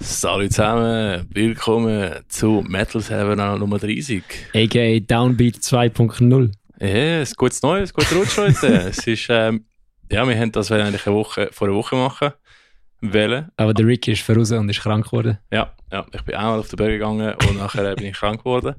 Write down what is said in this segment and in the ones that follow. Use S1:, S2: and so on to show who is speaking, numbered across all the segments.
S1: Salut zusammen, willkommen zu Metal Savannah Nummer 30.
S2: AKA Downbeat 2.0.
S1: Ja, yes, gutes Neues, guter Rutsch heute. es ist, ähm, ja, wir haben das eigentlich eine Woche, vor einer Woche machen wollen.
S2: Aber der Ricky ist voraus und ist krank geworden.
S1: Ja, ja, ich bin einmal auf den Berg gegangen und nachher äh, bin ich krank geworden.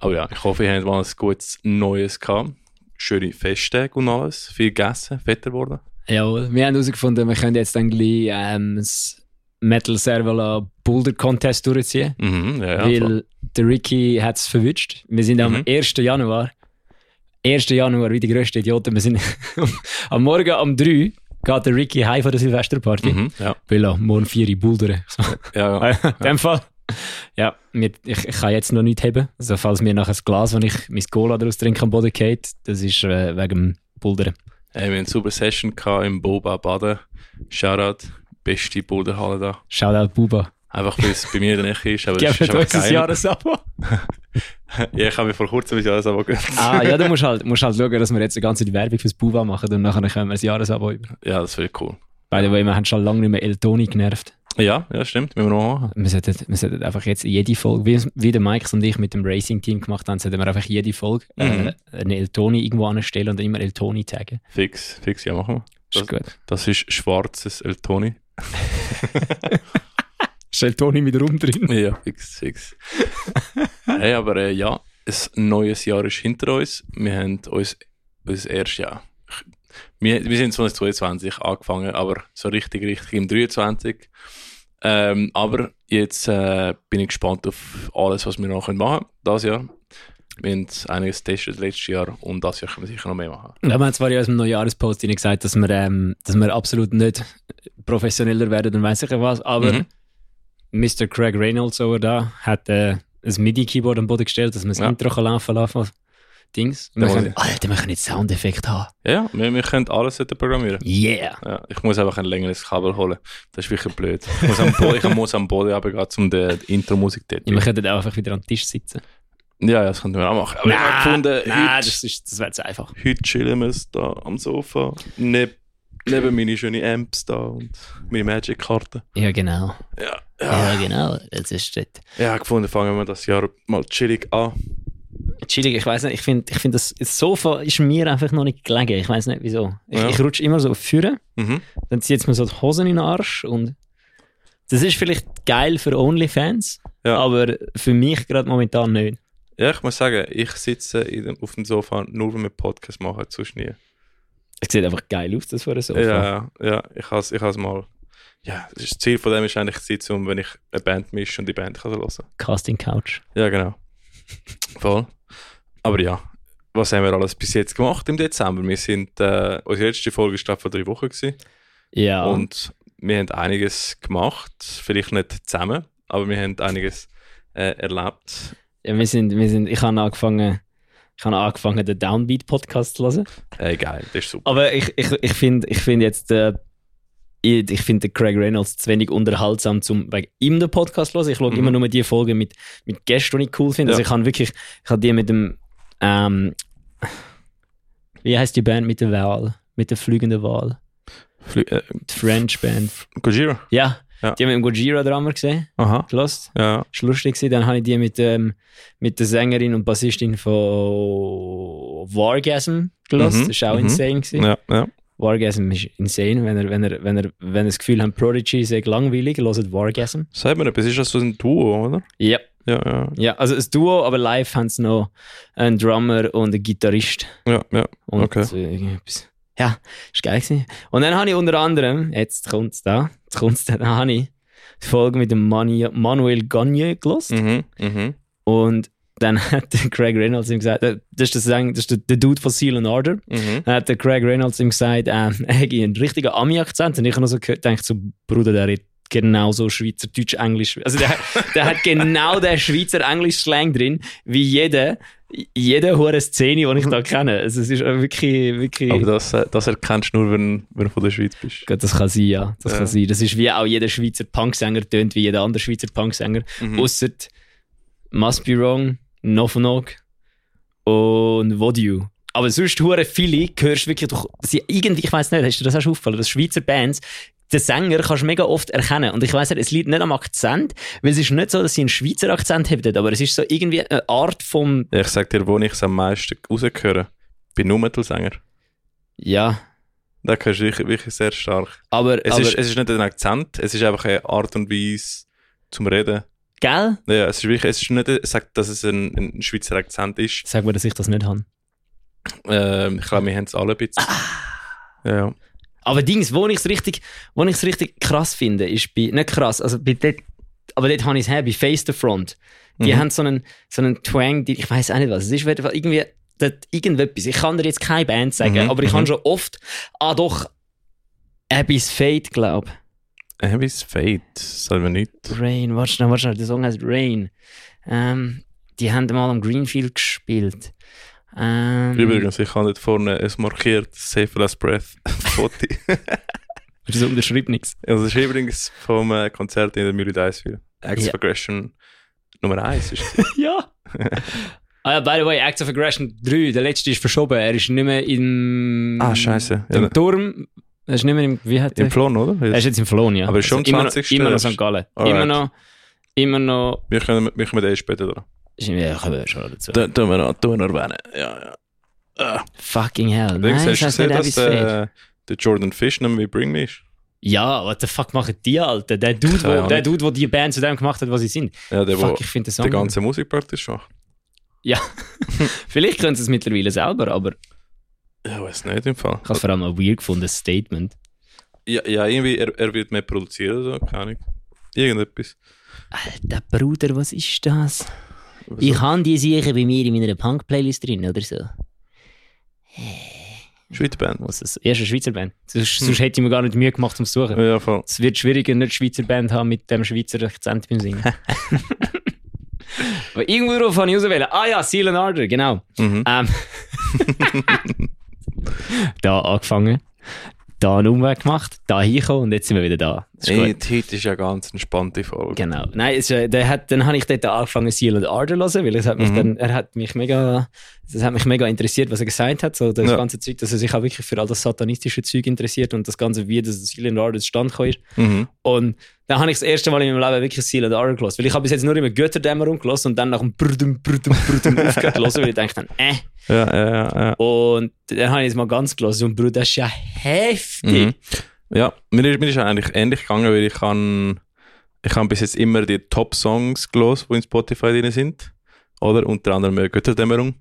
S1: Aber ja, ich hoffe, ihr habt mal ein gutes Neues gehabt. Schöne Festtage und alles, viel gegessen, fetter geworden.
S2: Jawohl, wir haben herausgefunden, wir können jetzt dann gleich ähm, das Metal Servola Boulder Contest durchziehen.
S1: Mhm, ja, ja, voll.
S2: Weil der Ricky hat es verwünscht. Wir sind am
S1: Mhm.
S2: 1. Januar. 1. Januar, wie die grössten Idioten. Wir sind am Morgen um 3 geht der Ricky heim von der Silvesterparty.
S1: Mhm, ja,
S2: Weil er morgen 4 Uhr Boulder.
S1: ja, ja.
S2: In dem Fall. Ja, mir- ich, ich kann jetzt noch nichts haben. Also, falls mir nachher das Glas, wenn ich mein Cola daraus trinke, am Boden geht, das ist äh, wegen dem Bouldern.
S1: Hey, wir haben eine super Session gehabt im Boba Baden. Shoutout, beste Bodenhalle da.
S2: Shoutout Buba.
S1: Einfach weil es bei mir dann nicht ist, aber es
S2: Gib
S1: ist
S2: mir
S1: einfach
S2: unser
S1: geil.
S2: Jahresabo.
S1: Ja, ich habe mir vor kurzem ein Jahresabo gegönnt.
S2: Ah, ja, du musst halt, musst halt schauen, dass wir jetzt eine ganze Werbung fürs Buba machen und nachher können wir ein Jahresabo über.
S1: Ja, das wäre cool.
S2: By the way, wir haben schon lange nicht mehr Eltoni genervt.
S1: Ja, ja, stimmt, müssen wir noch machen.
S2: Wir sollten, wir sollten einfach jetzt jede Folge, wie, wie der Mike und ich mit dem Racing-Team gemacht haben, sollten wir einfach jede Folge
S1: Mhm.
S2: äh, eine Eltoni irgendwo anstellen und dann immer Eltoni taggen.
S1: Fix, fix, ja, machen wir.
S2: Ist gut.
S1: Das ist schwarzes Eltoni.
S2: Ist Eltoni mit rum drin?
S1: Ja, fix, fix. hey, aber äh, ja, ein neues Jahr ist hinter uns. Wir haben uns, uns erst, ja, wir, wir sind 2022 angefangen, aber so richtig, richtig im 23. Ähm, aber jetzt äh, bin ich gespannt auf alles, was wir noch können machen können, das Jahr. Wir haben einiges getestet letztes Jahr und das Jahr können wir sicher noch mehr machen.
S2: Ja, wir haben zwar in unserem Neujahrespost Ihnen gesagt, dass wir, ähm, dass wir absolut nicht professioneller werden und weiss ich was, aber
S1: Mhm.
S2: Mr. Craig Reynolds over da hat äh, ein MIDI-Keyboard am Boden gestellt, dass man das
S1: Ja.
S2: Intro kann laufen lassen kann. Dings. Und wir
S1: Da muss
S2: können, Alter, wir können jetzt Soundeffekt haben.
S1: Ja, wir, wir können alles dort programmieren.
S2: Yeah!
S1: Ja, ich muss einfach ein längeres Kabel holen. Das ist wirklich blöd. Ich muss am, Bo ich muss am Boden runtergehen, um die die Intro-Musik dort
S2: Ja, wir könnten auch einfach wieder am Tisch sitzen.
S1: Ja, ja, das könnten wir auch machen. Aber ich habe gefunden,
S2: nein
S1: heute,
S2: das, ist, das wäre zu einfach.
S1: heute chillen wir es da am Sofa. Neb, neben meine schönen Amps da und meine Magic-Karte.
S2: Ja, genau.
S1: Ja,
S2: Ja,
S1: ja.
S2: genau. Das ist das.
S1: ja, ich habe gefunden, fangen wir das Jahr mal chillig an.
S2: chillig. Ich weiß nicht, ich finde, ich find das, das Sofa ist mir einfach noch nicht gelegen. Ich weiß nicht wieso. Ich,
S1: Ja.
S2: ich rutsche immer so führen,
S1: Mhm.
S2: dann zieht mir so die Hosen in den Arsch und das ist vielleicht geil für Onlyfans,
S1: Ja.
S2: aber für mich gerade momentan nicht.
S1: Ja, ich muss sagen, ich sitze in dem, auf dem Sofa nur, wenn wir Podcast machen, sonst nie.
S2: Es sieht einfach geil aus, das vor dem Sofa.
S1: Ja, ja, ich has ich has mal. Ja, das ist- das Ziel von dem ist eigentlich, sitzen, um, wenn ich eine Band mische und die Band kann so hören.
S2: Casting Couch.
S1: Ja, genau. Voll. Aber ja, was haben wir alles bis jetzt gemacht im Dezember? Wir sind, äh, unsere letzte Folge war gerade vor drei Wochen gewesen.
S2: Ja.
S1: und wir haben einiges gemacht. Vielleicht nicht zusammen, aber wir haben einiges äh, erlebt.
S2: ja wir sind, wir sind, ich habe angefangen, ich habe angefangen, den Downbeat-Podcast zu hören.
S1: Äh, geil, das ist super.
S2: Aber ich, ich, ich finde ich find jetzt, äh, ich, ich finde Craig Reynolds zu wenig unterhaltsam, zum wegen ihm den Podcast zu hören. Ich schaue
S1: Mhm.
S2: immer nur die Folgen mit, mit Gästen, die ich cool finde. Also
S1: Ja.
S2: ich habe wirklich, ich habe die mit dem, ähm, wie heißt die Band mit der Wahl? Mit der fliegenden Wahl?
S1: Fl äh,
S2: Die French Band.
S1: Gojira.
S2: Ja,
S1: Ja.
S2: die haben wir im Gojira-Drama gesehen,
S1: Aha.
S2: gelost.
S1: Ja.
S2: Ist lustig gewesen. Dann habe ich die mit, ähm, mit der Sängerin und Bassistin von Wargasm gelost.
S1: Mhm.
S2: Das war auch
S1: Mhm.
S2: insane gewesen.
S1: Ja, ja.
S2: Wargasm ist insane. Wenn ihr, wenn ihr, wenn ihr, wenn ihr das Gefühl habt, Prodigy ist langweilig, hört Wargasm.
S1: Sagt mir etwas, ist das so ein Duo, oder?
S2: Ja.
S1: Ja, ja.
S2: ja. Also ein Duo, aber live haben sie noch einen Drummer und einen Gitarrist.
S1: Ja, ja.
S2: Und
S1: Okay.
S2: äh, irgendetwas. ja, ist geil gewesen. Und dann habe ich unter anderem, jetzt kommt es da, jetzt kommt's da, dann habe ich die Folge mit dem Mani Manuel Gagne gelost.
S1: Mhm, mhm.
S2: Und dann hat der Craig Reynolds ihm gesagt, äh, das ist, der Sänger- das ist der, der Dude von Seal and Order.
S1: Mhm.
S2: Dann hat der Craig Reynolds ihm gesagt, ähm, er hätte einen richtigen Ami-Akzent. Und ich habe noch so gehört, denke so, Bruder, der redet genauso Schweizerdeutsch, Englisch. Also der, der hat genau den Schweizer Englisch-Slang drin, wie jede, jede hohe Szene, die ich da kenne. Also es ist wirklich, wirklich...
S1: Aber das, äh, das erkennst du nur, wenn, wenn du von der Schweiz bist.
S2: Gut, das kann sein, ja. Das
S1: Ja.
S2: kann sein. Das ist wie auch jeder Schweizer Punksänger tönt, wie jeder andere Schweizer Punksänger.
S1: Mhm.
S2: Ausser Must Be Wrong, Nofonog und What You. Aber sonst hure viele hörst du wirklich durch. Sie, irgendwie, ich weiß nicht, hast du das auch schon aufgefallen, dass Schweizer Bands den Sänger kannst du mega oft erkennen. Und ich weiss, es liegt nicht am Akzent, weil es ist nicht so, dass sie einen Schweizer Akzent haben, aber es ist so irgendwie eine Art vom,
S1: Ich sag dir, wo ich es am meisten rausgehöre. Bei nur Metal-Sänger.
S2: ja,
S1: Da hörst du wirklich, wirklich sehr stark.
S2: aber,
S1: Es
S2: aber
S1: ist, es ist nicht ein Akzent, es ist einfach eine Art und Weise zum Reden.
S2: gell?
S1: Ja, es ist wirklich, es ist nicht, es sagt, dass es ein, ein Schweizer Akzent ist.
S2: Sag mir, dass ich das nicht habe.
S1: Ähm, ich glaube, wir haben es alle ein bisschen. Ja.
S2: Aber Dings, wo ich es richtig, wo ich's richtig krass finde, ist bei, nicht krass, also bei dort, aber dort habe ich es her, bei Face the Front. Die
S1: Mhm.
S2: haben so einen, so einen Twang, die, ich weiß auch nicht was, es ist auf jeden Fall irgendwie, das, irgendetwas. Ich kann dir jetzt keine Band sagen,
S1: Mhm,
S2: aber ich habe
S1: mhm.
S2: schon oft, ah doch, Abby's Fate, glaube
S1: Abyss Fate, sagen wir nicht.
S2: Rain, warte schnell, warte schnell, der Song heißt Rain. Ähm, die haben mal am Greenfield gespielt. Ähm,
S1: Übrigens, ich habe dort vorne es markiert, Safe Last Breath, Foto.
S2: Wieso unterschreibt nichts?
S1: Also, das ist übrigens vom äh, Konzert in der Mühle Diceville. Acts
S2: Ja.
S1: of Aggression Nummer 1 ist
S2: ja. ah ja, by the way, Acts of Aggression 3, der letzte ist verschoben. Er ist nicht mehr im.
S1: Ah, scheiße.
S2: Im
S1: Ja,
S2: Turm. Er ist nicht mehr im. Wie hat
S1: Im
S2: er?
S1: Plon, oder?
S2: Er ist jetzt im Flohen, ja. Also
S1: Aber ist schon am
S2: immer, noch-
S1: 20.
S2: immer noch
S1: erst.
S2: St. Gallen.
S1: Alright.
S2: Immer noch. Immer noch.
S1: Wir können, wir kommen eh später dran.
S2: Ja, kommen wir schon dazu.
S1: Da tun wir noch, tun wir noch erwähnen. Ja, ja. Ah.
S2: Fucking hell. Nein,
S1: Links
S2: das
S1: hast du gesehen,
S2: heißt nicht
S1: dass
S2: Abby's Fate.
S1: der, der Jordan Fish nicht mehr wie Bring Me ist.
S2: Ja, what the fuck machen die, Alter? Der Dude,
S1: Keine
S2: wo, der
S1: Ahnung.
S2: Dude, wo die Band zu dem gemacht hat, was sie sind.
S1: Ja, der,
S2: fuck,
S1: der
S2: ich finde den Song.
S1: die ganze Musik praktisch macht.
S2: Vielleicht können sie es mittlerweile selber, aber ich
S1: Ja, weiß nicht im Fall.
S2: habe es vor allem ein weird gefundenes Statement.
S1: Ja, ja irgendwie, er, er wird mehr produzieren oder so, keine Ahnung. Irgendetwas.
S2: Alter Bruder, was ist das? Ich habe die sicher bei mir in meiner Punk-Playlist drin oder so.
S1: Schweizer Band.
S2: Was ist das? Erst eine Schweizer Band. Sonst, sonst hätte ich mir gar nicht Mühe gemacht, um zu suchen.
S1: Hm. Ja, voll.
S2: Es wird schwieriger, nicht Schweizer Band haben mit dem Schweizer Akzent beim Singen. Aber irgendwo drauf habe ich auswählen. Ah ja, Seal and Ardor, genau.
S1: Mhm.
S2: Ähm. da angefangen, da einen Umweg gemacht, da hingekommen und jetzt sind wir wieder da. Das ist
S1: Ey,
S2: gut.
S1: die heute ist ja ganz entspannte Folge.
S2: Genau. Nein, es, ist, äh, der hat, dann habe ich dort angefangen, Seal and Ardor zu hören, weil es hat mich
S1: Mhm.
S2: dann, er hat mich mega, das hat mich mega interessiert, was er gesagt hat, so das
S1: Ja.
S2: ganze Zeug, dass er sich auch wirklich für all das satanistische Zeug interessiert und das ganze, wie das Seal and Ardor zustande gekommen ist.
S1: Mhm.
S2: Und dann habe ich das erste Mal in meinem Leben wirklich Seal and Ardor gehört. Weil ich habe bis jetzt nur immer Götterdämmerung gehört und dann nach dem Brudum, Brudum, Brudum aufgehört zu hören, weil ich dachte, äh.
S1: Ja, ja, ja, ja.
S2: Und dann habe ich es mal ganz gelassen und Bruder, das ist ja heftig.
S1: Mhm. Ja, mir ist, mir ist eigentlich ähnlich gegangen, weil ich kann, ich habe bis jetzt immer die Top-Songs gelesen, die in Spotify drin sind. Oder unter anderem äh, Götterdämmerung.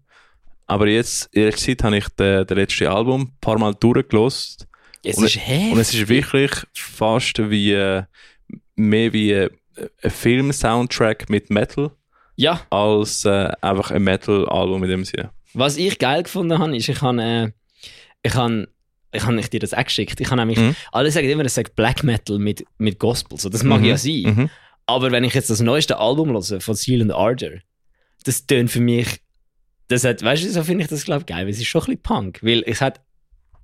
S1: Aber jetzt, ehrlich gesagt, habe ich den- das letzte Album ein paar Mal durchgelost.
S2: Es
S1: Und-
S2: ist heftig.
S1: Und es ist wirklich fast wie, äh, mehr wie äh, ein Film-Soundtrack mit Metal
S2: ja,
S1: als äh, einfach ein Metal-Album in dem Sinne.
S2: was ich geil gefunden habe, ist, ich habe, äh, ich habe, ich habe nicht dir das auch geschickt. Ich habe nämlich,
S1: Mhm.
S2: alle sagen immer, es sagt Black Metal mit, mit Gospel. So, das mag
S1: Mhm.
S2: ja sein.
S1: Mhm.
S2: Aber wenn ich jetzt das neueste Album höre von Seal and Ardor, das tönt für mich, das hat, weißt du, so finde ich das glaube ich geil, weil es ist schon ein bisschen Punk, weil es hat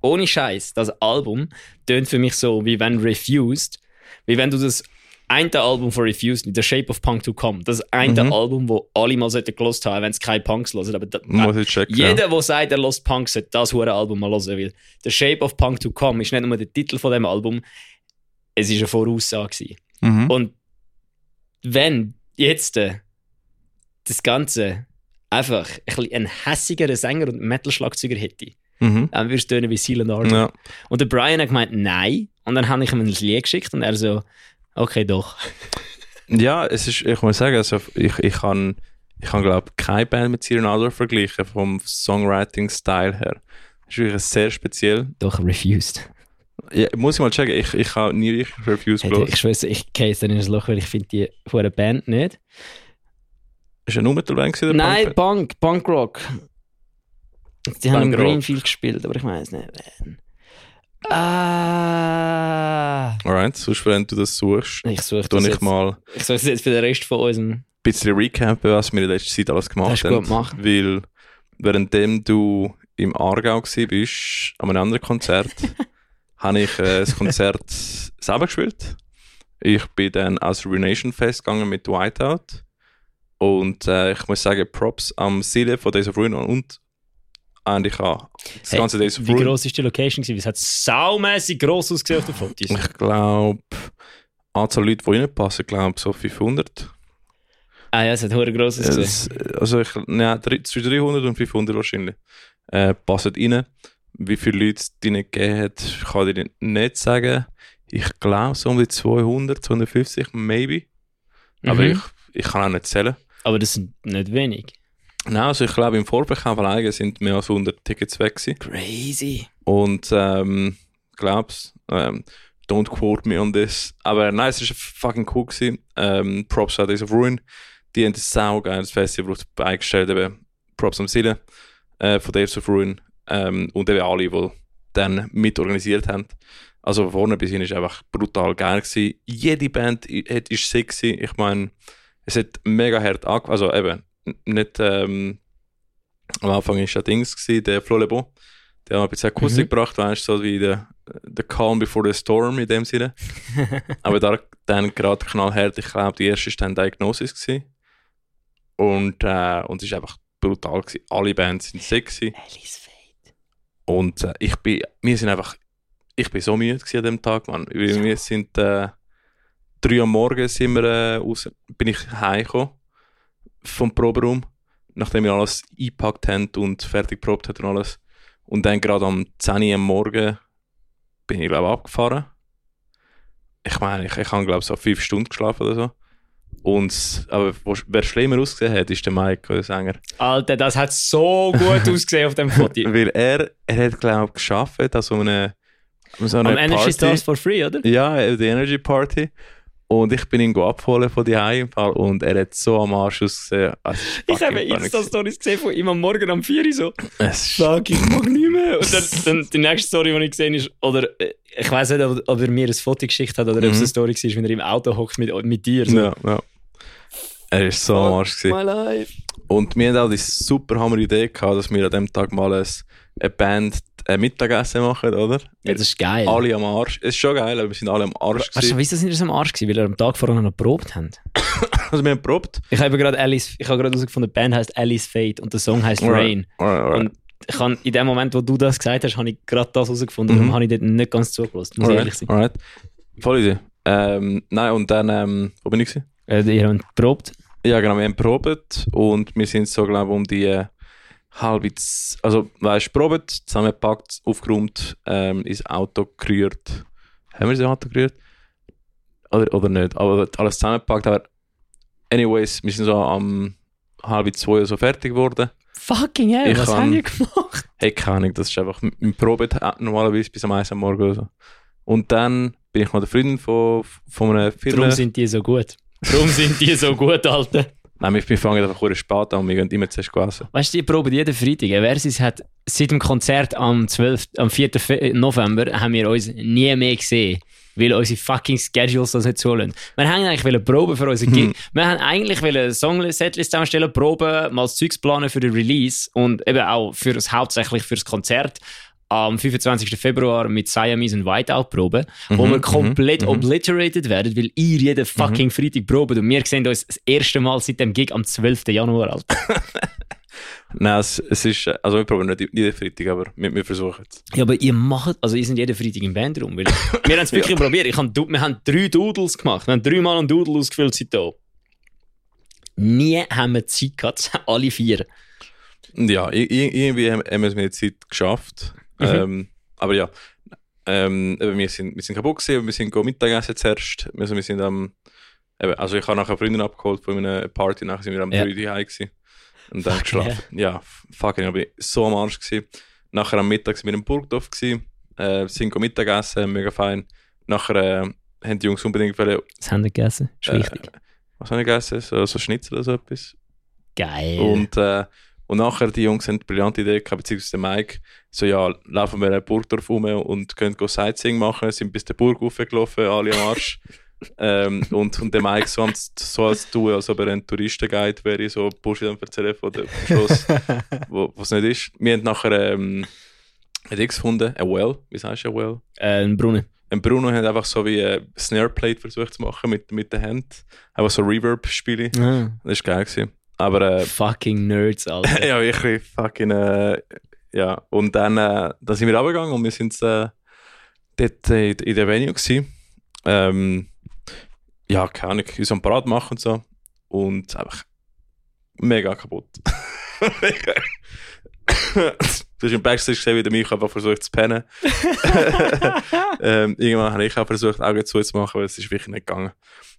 S2: ohne Scheiß das Album tönt für mich so wie wenn Refused, wie wenn du das eine Album von Refused, The Shape of Punk to Come, das eine
S1: Mhm.
S2: Album, wo alle mal sollten gelost haben, wenn es keine Punks hören, aber da,
S1: Muss ich checken. ja.
S2: jeder, der sagt, er lost Punk, sollte das hure Album mal hören, weil The Shape of Punk to Come ist nicht nur der Titel von dem Album, es ist eine Voraussage. gewesen.
S1: Mhm.
S2: Und wenn jetzt äh, das Ganze einfach ein bisschen einen hässigeren Sänger und Metal-Schlagzeuger hätte,
S1: Mhm.
S2: dann würde es tönen wie Silent Art.
S1: Ja.
S2: Und der Brian hat gemeint, nein. Und dann habe ich ihm ein Lied geschickt und er so, okay, doch.
S1: Ja, es ist, ich muss sagen, also ich, ich kann, ich kann glaube keine Band mit Cyril Adler vergleichen vom Songwriting-Style her. Das ist wirklich sehr speziell.
S2: Doch, refused.
S1: Ja, muss ich mal checken, ich, ich habe nie richtig Reviews
S2: Hey, du,
S1: gelesen.
S2: ich schwöre, ich gehe jetzt dann in das Loch, weil ich finde die hure Band nicht.
S1: Ist ein Unmittelband gewesen, der
S2: Nein,
S1: Punk
S2: Punk, Punkrock. Die haben im
S1: Punkrock.
S2: Greenfield gespielt, aber ich weiß nicht, wen. Ah.
S1: Band? Alright, sonst wenn du das suchst,
S2: Ich suche
S1: tu
S2: das
S1: ich
S2: jetzt.
S1: mal ein
S2: Ich soll es jetzt für den Rest von unserem.
S1: bisschen recappen, was wir in letzter Zeit alles gemacht
S2: Das ist
S1: haben.
S2: gut gemacht.
S1: Weil währenddem du im Aargau gewesen bist, an einem anderen Konzert, habe ich äh, das Konzert selber gespielt. Ich bin dann als Ruination Fest gegangen mit Whiteout. Und äh, ich muss sagen, Props am Sile von Days of Ruin und eigentlich an. Das
S2: Hey,
S1: ganze Days of
S2: Wie
S1: Ruin.
S2: gross ist die Location? gewesen? Es hat saumässig gross ausgesehen auf den Fotos.
S1: Ich glaube, Anzahl Leute, die reinpassen, glaube so 500.
S2: ah ja, es hat hure gross
S1: Ja,
S2: ausgesehen.
S1: das, also ich, nein, drei- zwischen 300 und 500 wahrscheinlich. Äh, passen rein. Wie viele Leute es denen gegeben hat, kann ich dir nicht sagen. Ich glaube so um die 200, 250, maybe. Aber
S2: Mhm.
S1: ich, ich kann auch nicht zählen.
S2: Aber das sind nicht wenig.
S1: Nein, also ich glaube im Vorverkauf alleine sind mehr als 100 Tickets weg gewesen.
S2: Crazy.
S1: Und ähm, glaub's, ähm, don't quote me on this. Aber nein, es war fucking cool. Gewesen. Ähm, Props an Days of Ruin. Die haben ein saugeiles Festival auf die Beine gestellt. Eben Props am Sille äh, von Days of Ruin. Ähm, und eben alle, die dann mitorganisiert haben. Also von vorne bis hin war einfach brutal geil. Gewesen. Jede Band i- hat- ist sick. Gewesen. Ich meine, es hat mega hart angefangen. Also eben, n- nicht ähm, am Anfang war ja Dings, gewesen, der Flo Le Bon. Der hat ein bisschen Akustik
S2: Mhm.
S1: gebracht, weißt du, so wie der, der Calm Before the Storm in dem Sinne. Aber da, dann gerade knallhart, ich glaube, die erste war dann Diagnosis. Gewesen. Und, äh, und es war einfach brutal. Gewesen. Alle Bands sind sick. Gewesen.
S2: Alice Fate.
S1: Und äh, ich bin, wir sind einfach, ich bin so müde gewesen an dem Tag, Mann. Weil
S2: Ja.
S1: Wir sind äh, drei am Morgen sind wir, äh, raus, bin ich heimgekommen vom Proberaum, nachdem wir alles eingepackt haben und fertig probt haben und alles. Und dann gerade am 10 Uhr am Morgen bin ich glaube abgefahren. Ich meine, ich, ich habe glaube so fünf Stunden geschlafen oder so. Und s- aber wo- wer schlimmer ausgesehen hat, ist der Mike, der Sänger.
S2: Alter, das hat so gut ausgesehen auf dem Foto.
S1: Weil er, er hat, glaube ich, geschafft an so einer, an so einer
S2: Am Energy
S1: Party.
S2: Stars for free, oder?
S1: Ja, äh, die Energy Party. Und ich bin ihn go abholen von die im Fall und er hat so am Arsch ausgesehen. Also,
S2: Ich habe Insta-Stories gesehen von ihm am Morgen am 4 Uhr so.
S1: Es ist
S2: Fuck, ich Nou, mag nicht mehr. Und dann, dann die nächste Story, die ich gesehen habe, ist, oder äh, ich weiß nicht, ob, ob er mir ein Foto geschickt hat oder ob es
S1: Mhm.
S2: eine Story war, wenn er im Auto hockt mit, mit dir. So.
S1: ja, ja. Er ist so am Arsch gewesen.
S2: My life.
S1: Und wir hatten auch die super hammer Idee gehabt, dass wir an dem Tag mal ein, eine Band ein Mittagessen machen, oder?
S2: Ja,
S1: Wir
S2: das ist geil.
S1: alle am Arsch. Es ist schon geil, aber wir sind alle am Arsch
S2: Weißt du,
S1: gewesen.
S2: wieso sind wir so am Arsch gewesen? Weil wir am Tag vorher noch geprobt haben.
S1: Also wir haben probt.
S2: Ich habe gerade Alice, ich habe gerade herausgefunden, die Band heißt Alice Fate und der Song heißt Rain.
S1: Alright, alright.
S2: Und ich habe in dem Moment, wo du das gesagt hast, habe ich gerade das herausgefunden. Darum
S1: Mhm.
S2: habe ich dort nicht ganz zugelassen, muss ich ehrlich sein.
S1: Alright. Voll easy. Ähm, nein, und dann, ähm, wo bin ich? Gewesen?
S2: Äh, ihr habt geprobt.
S1: Ja, genau, wir haben probiert und wir sind so, glaube ich, um die äh, halbe, Z also, weißt du, probiert, zusammengepackt, aufgeräumt, ähm, ins Auto gerührt. Haben wir ins Auto gerührt? Oder, oder nicht? Aber alles zusammengepackt, aber anyways, wir sind so am halb zwei oder so fertig geworden.
S2: Fucking hell,
S1: Ich
S2: was
S1: kann-
S2: haben wir gemacht?
S1: Hey, keine Ahnung, das ist einfach im Probet normalerweise bis am 1 am Morgen oder so. Und dann bin ich noch der Freundin von, von einer Firma.
S2: Darum sind die so gut. Darum sind die so gut, Alter.
S1: Nein, wir wir fangen einfach kurz spät an und wir gehen immer zuerst essen.
S2: Weißt du, die proben jeden Freitag. Ein Versus hat seit dem Konzert am, 12, am 4. Fe- November haben wir uns nie mehr gesehen. Weil unsere fucking Schedules das nicht zulassen. Wir haben eigentlich wollen proben für unsere
S1: Hm.
S2: Gig. Wir haben eigentlich wollen Song-Setlist zusammenstellen, proben, mal das Zeugs planen für den Release eh, und eben auch für das, hauptsächlich für das Konzert am 25. Februar mit Siamese und Whiteout proben, wo
S1: Mhm,
S2: wir komplett
S1: mhm, mhm.
S2: obliterated werden, weil ihr jeden fucking Freitag probt und wir sehen uns das erste Mal seit dem Gig am 12. Januar, Alter.
S1: Nein, es, es ist, äh, also wir probieren nicht jeden Freitag, aber wir, wir versuchen es.
S2: Ja, aber ihr macht, also ihr seid jeden Freitag im Bandraum. Weil wir haben es wirklich probiert. Ich hab, du- wir haben drei Doodles gemacht. Wir haben dreimal einen Doodle ausgefüllt seitdem. Nie haben wir Zeit gehabt, alle vier.
S1: Und Ja, i- i- irgendwie haben haben wir es mit der Zeit geschafft.
S2: Mhm.
S1: Ähm, aber ja, ähm, eben, wir, sind, wir sind kaputt gewesen, wir sind go Mittagessen zuerst. Also, wir sind am, eben, also ich habe nachher Freundin abgeholt von einer Party, nachher sind wir am
S2: Ja.
S1: 3 Uhr gewesen. Und dann
S2: Fuck,
S1: geschlafen. Ja, f- fucking, ich bin so am Arsch gewesen. Nachher am Mittag sind wir in Burgdorf gewesen, äh, sind go Mittagessen, mega fein. Nachher äh, haben die Jungs unbedingt wollen,
S2: Das haben wir gegessen. Ist
S1: Äh,
S2: wichtig.
S1: was haben die gegessen? So, so Schnitzel oder so etwas.
S2: Geil.
S1: Und, äh, und nachher, die Jungs haben eine brillante Idee gehabt, beziehungsweise der Mike, so ja, laufen wir in Burgdorf rum und können go Sightseeing machen, sind bis der Burg raufgelaufen, alle am Arsch. ähm, und, und der Mike so, am- so als du, als ob er ein Touristenguide wäre, so Bursche dann erzählen von dem Schloss, wo, was nicht ist. Wir haben nachher ähm, ein Ding gefunden, ein Well, wie sagst du ein Well?
S2: äh, ein Brunnen.
S1: Und Bruno hat einfach so wie ein Snareplate versucht zu machen mit, mit der Hand. Einfach so Reverb-Spiele. Das war geil. Gewesen. Aber äh,
S2: Fucking Nerds, Alter.
S1: ja, wirklich fucking äh, Ja, und dann äh, da sind wir runtergegangen und wir sind äh, dort äh, in- in der Venue gewesen. Ähm, ja, keine Ahnung, unseren Parat machen und so. Und einfach mega kaputt. Mega. du hast im Backstage gesehen, wie der Micha einfach versucht zu pennen. ähm, irgendwann habe ich auch versucht, Augen zuzumachen, aber es ist wirklich nicht gegangen.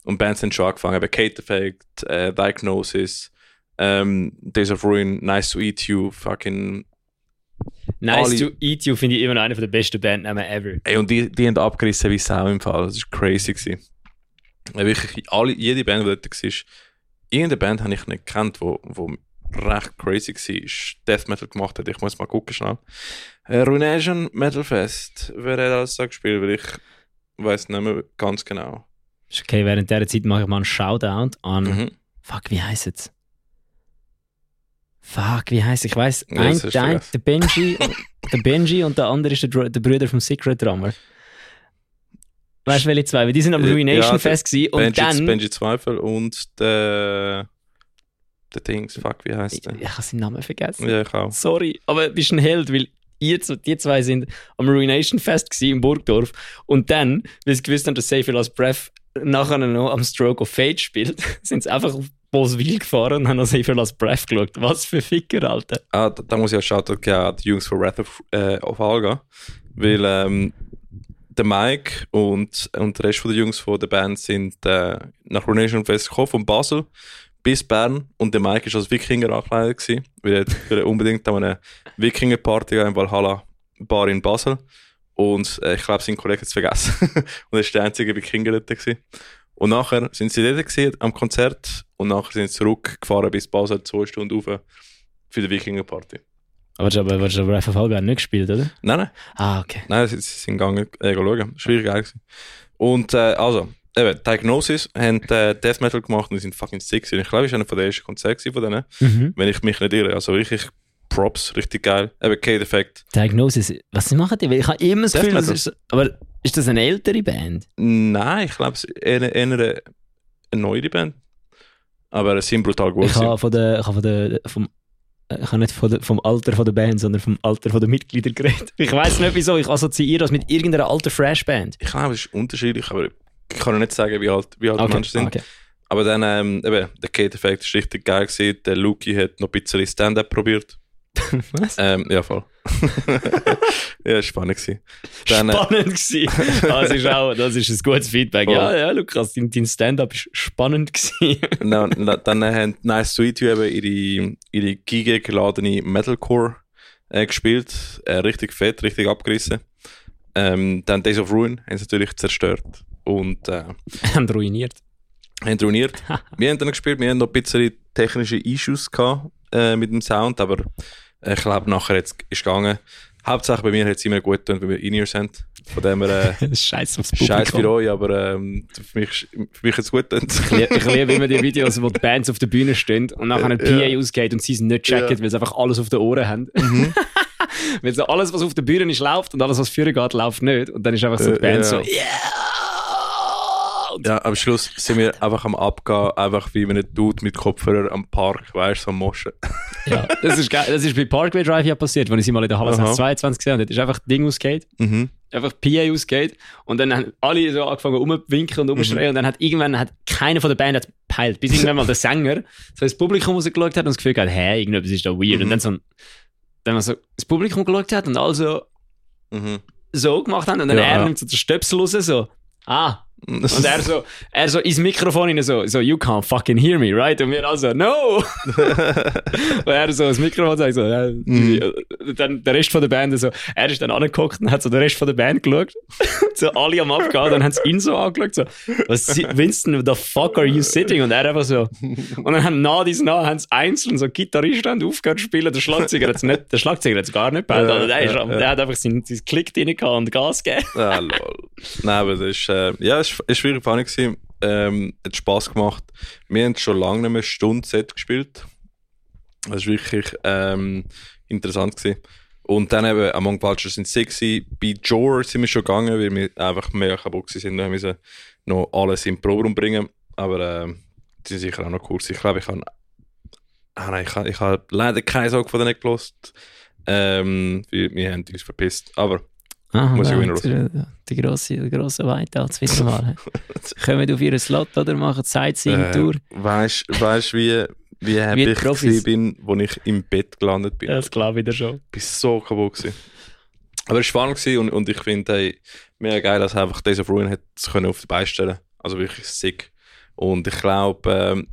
S1: Und Bands sind schon angefangen, eben Kate Effect, äh, Diagnosis, ähm, Days of Ruin, Nice to Eat You, fucking
S2: Nice
S1: Alle-
S2: to Eat You finde ich immer noch einer der besten Bandnamen ever.
S1: Ey, und die, die haben abgerissen wie Sau im Fall. Das war crazy. Gewesen. Weil Wirklich, alle, jede Band, die dort war, irgendeine Band habe ich nicht gekannt, wo, wo recht crazy war, Death Metal gemacht hat. Ich muss mal gucken schnell. Äh, Ruination Metal Fest. Wer hat alles da gespielt? Weil ich weiß nicht mehr ganz genau.
S2: Ist okay, während dieser Zeit mache ich mal einen Shoutout an.
S1: Mhm.
S2: Fuck, wie heißt es? Fuck, wie heißt Ich weiß,
S1: Ja,
S2: ein
S1: das hast du
S2: der,
S1: vergessen.
S2: der
S1: Mhm.
S2: Benji, der Benji und der andere ist der, Dr- der Bruder vom Secret Drummer. Weißt du, welche zwei? Weil die sind am
S1: Äh,
S2: Ruination
S1: ja, der
S2: Fest gewesen und
S1: Benji,
S2: dann.
S1: Benji Zweifel und der. Der Dings, fuck, wie heißt der?
S2: ich ich habe seinen Namen vergessen.
S1: Ja, ich auch.
S2: Sorry, aber du bist ein Held, weil ihr, z- die zwei sind am Ruination Fest gewesen in Burgdorf und dann, weil sie gewusst haben, dass Save Your Last Breath nachher noch am Stroke of Fate spielt, sind sie einfach auf Boswil gefahren und haben noch Save Your Last Breath geschaut. Was für Ficker, Alter.
S1: Ah, da, da muss ich auch Shoutout geben an die Jungs von Wrath of, äh, of Alga. Weil ähm, der Mike und, und der Rest von der Jungs von der Band sind äh, nach Ruination Fest gekommen, von Basel bis Bern. Und der Mike war als Wikinger angekleidet, gewesen, weil er wollte unbedingt an eine Wikinger-Party gehen in Valhalla Bar in Basel. Und äh, ich glaube, sein Kollege hat es vergessen. und er war der einzige Wikinger dort. Gewesen. Und nachher sind sie dort gewesen, am Konzert und nachher sind sie zurückgefahren bis Basel, zwei Stunden rauf für die Wikinger-Party.
S2: Aber du hast aber FFL gar nicht gespielt, oder?
S1: Nein, nein,
S2: Ah, okay.
S1: nein, sie, sie sind gegangen, äh, schauen. Schwierig geil gewesen. Und äh, also, eben, Diagnosis haben äh, Death Metal gemacht und die sind fucking sick gewesen. Ich glaube, es war einer von den ersten Konzerte gewesen von denen,
S2: Mhm.
S1: wenn ich mich nicht irre. Also richtig Props, richtig geil. Eben Kate Effect.
S2: Diagnosis, was machen die? Weil Ich habe immer das
S1: Death
S2: Gefühl, das
S1: Metal.
S2: ist, aber ist das eine ältere Band?
S1: Nein, ich glaube, es ist eher, eher eine, eine neue Band. Aber sie sind brutal gut.
S2: Ich habe
S1: gewesen.
S2: von der, ich habe von der, vom, äh, ich habe nicht von der, vom Alter von der Band, sondern vom Alter von der Mitglieder geredet. Ich weiß nicht wieso, ich assoziiere das mit irgendeiner alten Fresh-Band.
S1: Ich glaube, es ist unterschiedlich, aber ich kann nicht sagen, wie alt, wie alt die
S2: Okay,
S1: Menschen sind.
S2: okay.
S1: Aber dann, ähm, eben, der Kate Effect ist richtig geil gewesen. Der Luki hat noch ein bisschen Stand-Up probiert.
S2: Was?
S1: Ähm, ja, voll. ja, spannend gewesen. Dann, äh,
S2: spannend gewesen. Das ist auch, das ist ein gutes Feedback.
S1: Voll.
S2: Ja, ja, Lukas, dein, dein Stand-up ist spannend gewesen.
S1: na, na, dann äh, haben Nice Sweet You eben ihre, ihre Giga geladene Metalcore äh, gespielt. Äh, richtig fett, richtig abgerissen. Ähm, dann Days of Ruin haben sie natürlich zerstört und äh,
S2: Haben ruiniert.
S1: haben ruiniert. wir haben dann gespielt, wir haben noch ein bisschen technische Issues gehabt, äh, mit dem Sound, aber äh, ich glaube, nachher hat's- ist es gegangen. Hauptsache bei mir hat es immer gut getan, weil wir In-Ears haben. Von dem her. Äh,
S2: Scheiß aufs Publikum.
S1: Scheiß für euch, aber ähm, für mich, ist- für mich ist es gut.
S2: Ich lie- ich liebe immer die Videos, wo die Bands auf der Bühne stehen und nachher ein PA
S1: Ja.
S2: ausgeht und sie es nicht checken,
S1: Ja. Mhm.
S2: weil sie einfach alles auf den Ohren haben. weil so alles, was auf der Bühne ist, läuft und alles, was führen geht, läuft nicht. Und dann ist einfach so die
S1: Äh,
S2: Band
S1: ja.
S2: so, yeah! Und
S1: ja, am Schluss sind wir einfach am Abgehen, einfach wie wenn ein Dude mit Kopfhörer am Park, weißt du, so am Moschen.
S2: Ja, das ist, geil. das ist bei Parkway Drive ja passiert, als ich sie mal in der Halle
S1: Aha.
S2: 22 gesehen habe. Dort ist einfach das Ding ausgeht,
S1: Mhm.
S2: einfach PA ausgeht und dann haben alle so angefangen rumwinken und rumschreien
S1: Mhm.
S2: und dann hat irgendwann hat keiner von der Band hat peilt, bis irgendwann mal der Sänger so ins Publikum rausgeschaut hat und das Gefühl hat, hä, irgendetwas ist da weird.
S1: Mhm.
S2: Und dann so, ein- dann mal so ins Publikum geschaut hat und alle so,
S1: Mhm.
S2: so gemacht haben und dann
S1: Ja,
S2: er
S1: ja.
S2: nimmt so den Stöpsel raus, so, ah, und er so, er so ins Mikrofon hinein so, so, you can't fucking hear me, right? Und wir also, no! und er so ins Mikrofon sagt so, ja,
S1: Mhm.
S2: äh, dann der Rest von der Band so, er ist dann angeguckt und hat so den Rest von der Band geschaut, so alle am Abgehen, dann haben sie ihn so angeschaut, so, was, si- Winston, the fuck are you sitting? Und er einfach so, und dann haben nach dies nach, haben sie einzeln so Gitarristen haben aufgehört zu spielen, der Schlagzeuger hat's nicht, der Schlagzeuger hat's gar nicht beendet,
S1: Ja,
S2: also der, ist,
S1: ja,
S2: aber
S1: ja.
S2: der hat einfach seinen, seinen Klick drin gehabt und Gas gegeben.
S1: ah, lol. Nein, aber das ist, äh, ja, es war schwierig Fahne gewesen. Ähm, hat Spass gemacht. Wir haben schon lange nicht mehr Stundenset gespielt. Das war wirklich ähm, interessant. Gewesen. Und dann eben Among Vultures sind sie gewesen. Bei Jor sind wir schon gegangen, weil wir einfach mega kaputt gewesen sind. Wir müssen noch alles in den Proberaum bringen. Aber ähm, die sind sicher auch noch cool. gewesen. Ich glaube, ich habe ah, nein, ich habe ich hab leider keinen Song von denen gelost. Ähm, wir, wir haben uns verpisst. Aber
S3: Aha,
S1: Muss ich
S3: ja,
S1: auch in
S3: Die grosse, die grosse Weite als Wissen Kommen auf ihren Slot oder machen
S1: Äh,
S3: Sightseeing-Tour.
S1: weißt du, wie, wie happy
S3: die
S1: ich
S3: Profis.
S1: gewesen bin, als ich im Bett gelandet bin?
S2: Das glaube ich dir schon.
S1: Ich war so kaputt. Gewesen. Aber es war spannend gewesen und, und ich finde, hey, mega geil, dass einfach Days of Ruin hat es können auf die Beine stellen Also wirklich sick. Und ich glaube, ähm,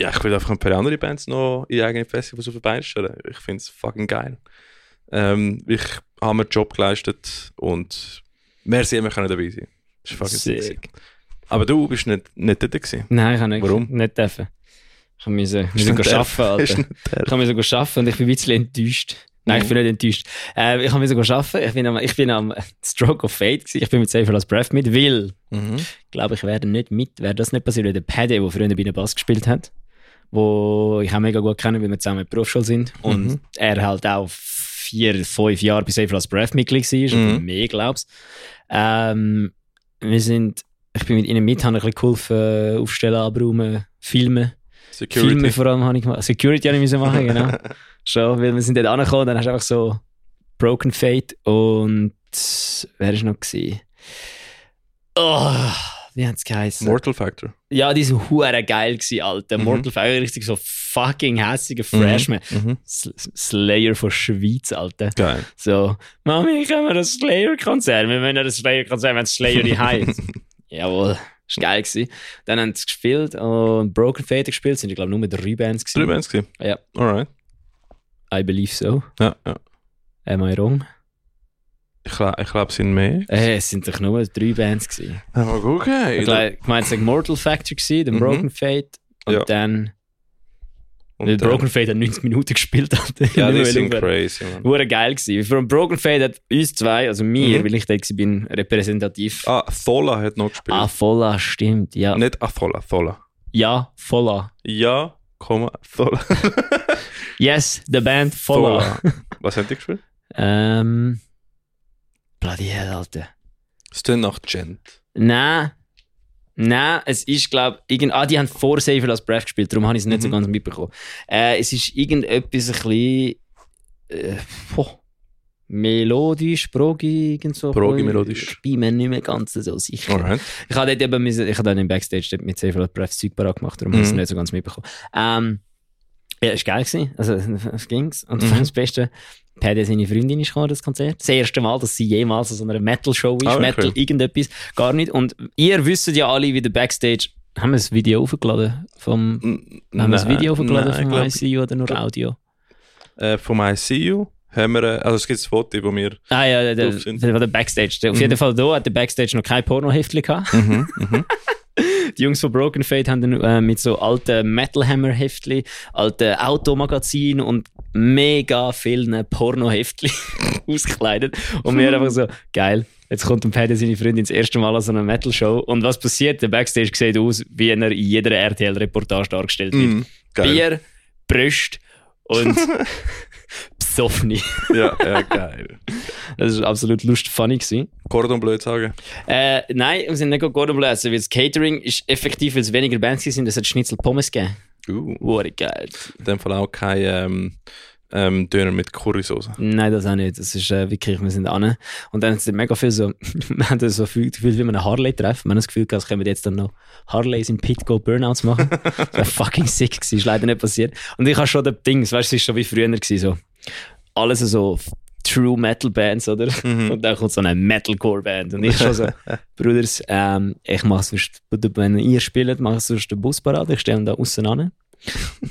S1: ja, ich will einfach ein paar andere Bands noch in eigenen Festivals auf die Beine stellen. Ich finde es fucking geil. Ähm, ich habe mir einen Job geleistet und merci, dass wir können dabei sein. Das ist fucking sick.
S2: Sick.
S1: Aber du bist nicht, nicht dort gewesen.
S2: Nein, ich habe nicht,
S1: Warum?
S2: nicht dürfen. Ich musste
S1: Ist
S2: müssen
S1: nicht
S2: gehen arbeiten,
S1: Ist
S2: Alter.
S1: nicht der.
S2: Ich musste gehen arbeiten und ich bin ein bisschen enttäuscht. Nein, ich bin nicht enttäuscht. Äh, ich musste gehen arbeiten. Ich bin am, ich bin am äh, Stroke of Fate. Gewesen. Ich bin mit Safer als Breath mit, weil,
S1: Mhm.
S2: glaube ich, wäre nicht mit, wäre das nicht passiert, wäre der Paddy, der früher bei den Bass gespielt hat, wo ich auch mega gut kenne, weil wir zusammen in der Berufsschule sind. Und
S1: Mhm.
S2: er halt auch vier, fünf Jahre bei Safer als Breath Mitglied war,
S1: Mhm.
S2: oder mehr, glaube ich. Ähm, wir sind, ich bin mit ihnen mit, habe ein bisschen geholfen, aufstellen, abräumen, filmen. Filme
S1: Security.
S2: vor allem habe ich gemacht. Security habe ich müssen machen, genau. Schon, weil wir sind dort angekommen, dann hast du einfach so Broken Fate und wer ist noch gewesen? Oh, wie hat es geheißen?
S1: Mortal Factor.
S2: ja, die sind hure geil gewesen, Alter.
S1: Mhm.
S2: Mortal Fire, richtig so fucking hässiger Freshman.
S1: Mhm.
S2: S- Slayer von Schweiz, Alter.
S1: Geil.
S2: So, Mami, können wir ein Slayer-Konzert? Wir wollen ein Slayer-Konzert, wenn Slayer die heißt. Jawohl, ist geil gewesen. Dann haben sie gespielt und Broken Fate gespielt, sind, ich glaube, nur drei Bands gewesen.
S1: Drei Bands gewesen?
S2: Ja.
S1: Alright.
S2: I believe so.
S1: Ja, ja.
S2: Am I wrong?
S1: Ich glaube, ich glaub, es sind mehr.
S2: Äh, es sind doch nur drei Bands gewesen.
S1: Ja, mal gucken.
S2: Ich
S1: Jeder-
S2: glaube, ich meine, es war Mortal Factor, gewesen, dann
S1: Mhm.
S2: Broken Fate und
S1: Ja.
S2: dann...
S1: Und
S2: weil
S1: dann-
S2: Broken Fate hat 90 Minuten gespielt. Alter.
S1: Ja, die
S2: Nur
S1: sind
S2: weil-
S1: crazy, man.
S2: Hure geil gewesen. Vor allem Broken Fate hat uns zwei, also mir,
S1: Mhm.
S2: weil ich da gewesen bin, repräsentativ.
S1: Ah, Ne. Thola hat noch gespielt.
S2: Ah, volla, stimmt. Ja,
S1: Nicht Athola, ah, Thola.
S2: ja volla.
S1: Ja, Komma, Thola.
S2: Yes, the band volla.
S1: Was haben die gespielt?
S2: Ähm. Bloody hell, Alter.
S1: Es tönt nach Gent.
S2: Nein. Nein, es ist, glaube ich, irgend... Ah, die haben vor Safer als Breath gespielt, darum habe ich es nicht so
S1: Mhm.
S2: ganz mitbekommen. Äh, es ist irgendetwas ein bisschen... Äh, boah, melodisch, progi, irgend so.
S1: Progi-melodisch.
S2: Ich bin mir nicht mehr ganz so sicher.
S1: Alright.
S2: Ich habe dort eben müssen, ich habe dann im Backstage dort mit sehr viel Breath Zeug parat gemacht, darum
S1: Mhm.
S2: habe ich es nicht so ganz mitbekommen. Ähm, ja, es war geil. Gewesen. Also, es ging's. Und
S1: Mhm.
S2: vor allem das Beste, Paddy, seine Freundin, ist gekommen, an das Konzert. Das erste Mal, dass sie jemals an so einer Metal-Show ist.
S1: Ah, okay.
S2: Metal, irgendetwas. Gar nicht. Und ihr wisst ja alle, wie der Backstage... Haben wir das Video aufgeladen? Vom,
S1: N-
S2: haben wir das Video aufgeladen
S1: nein,
S2: vom
S1: glaub-
S2: ICU oder nur Audio?
S1: Äh, vom ICU haben wir, äh, also es gibt ein Foto, wo wir...
S2: Ah ja, der, der,
S1: Drauf sind.
S2: der, der Backstage. Der, auf jeden Fall da hat der Backstage noch kein Pornoheftchen gehabt.
S1: Mhm, mhm.
S2: Die Jungs von Broken Fate haben dann äh, mit so alten Metal Hammer Heftli, alten Automagazinen und mega vielen Porno Heftli ausgekleidet und wir einfach so geil. Jetzt kommt ein Paddy seine Freundin das erste Mal an so einer Metal Show und was passiert? Der Backstage sieht aus, wie er in jeder RTL Reportage dargestellt wird.
S1: Mhm. Geil.
S2: Bier, Brüste und Psoffni.
S1: Ja, ja, geil.
S2: Das ist absolut lustfunny gewesen.
S1: Cordon Bleu sagen.
S2: Äh, nein, wir sind nicht Gordon Bleu essen, weil das Catering ist effektiv, weil es weniger Bands sind, es hat Schnitzel Pommes gegeben.
S1: Uh,
S2: Hure geil.
S1: in dem Fall auch kein ähm, ähm, Döner mit Currysoße.
S2: Nein, das auch nicht. Das ist äh, wirklich, wir sind an. Und dann sind mega viel so, wir haben das so viel Gefühl, wie man einen Harley treffen. Wir haben das Gefühl, gehabt, als können wir jetzt dann noch Harleys in Pit Go Burnouts machen. das war fucking sick, gewesen. ist leider nicht passiert. Und ich habe schon das Ding, weißt du, es ist schon wie früher gewesen, so. Alles so True Metal Bands, oder? Und dann kommt so eine Metalcore Band. Und ich schon so, Bruders, ähm, ich mache sonst, wenn ihr spielt, mache ich sonst eine Busparade. Ich stehe da außen an.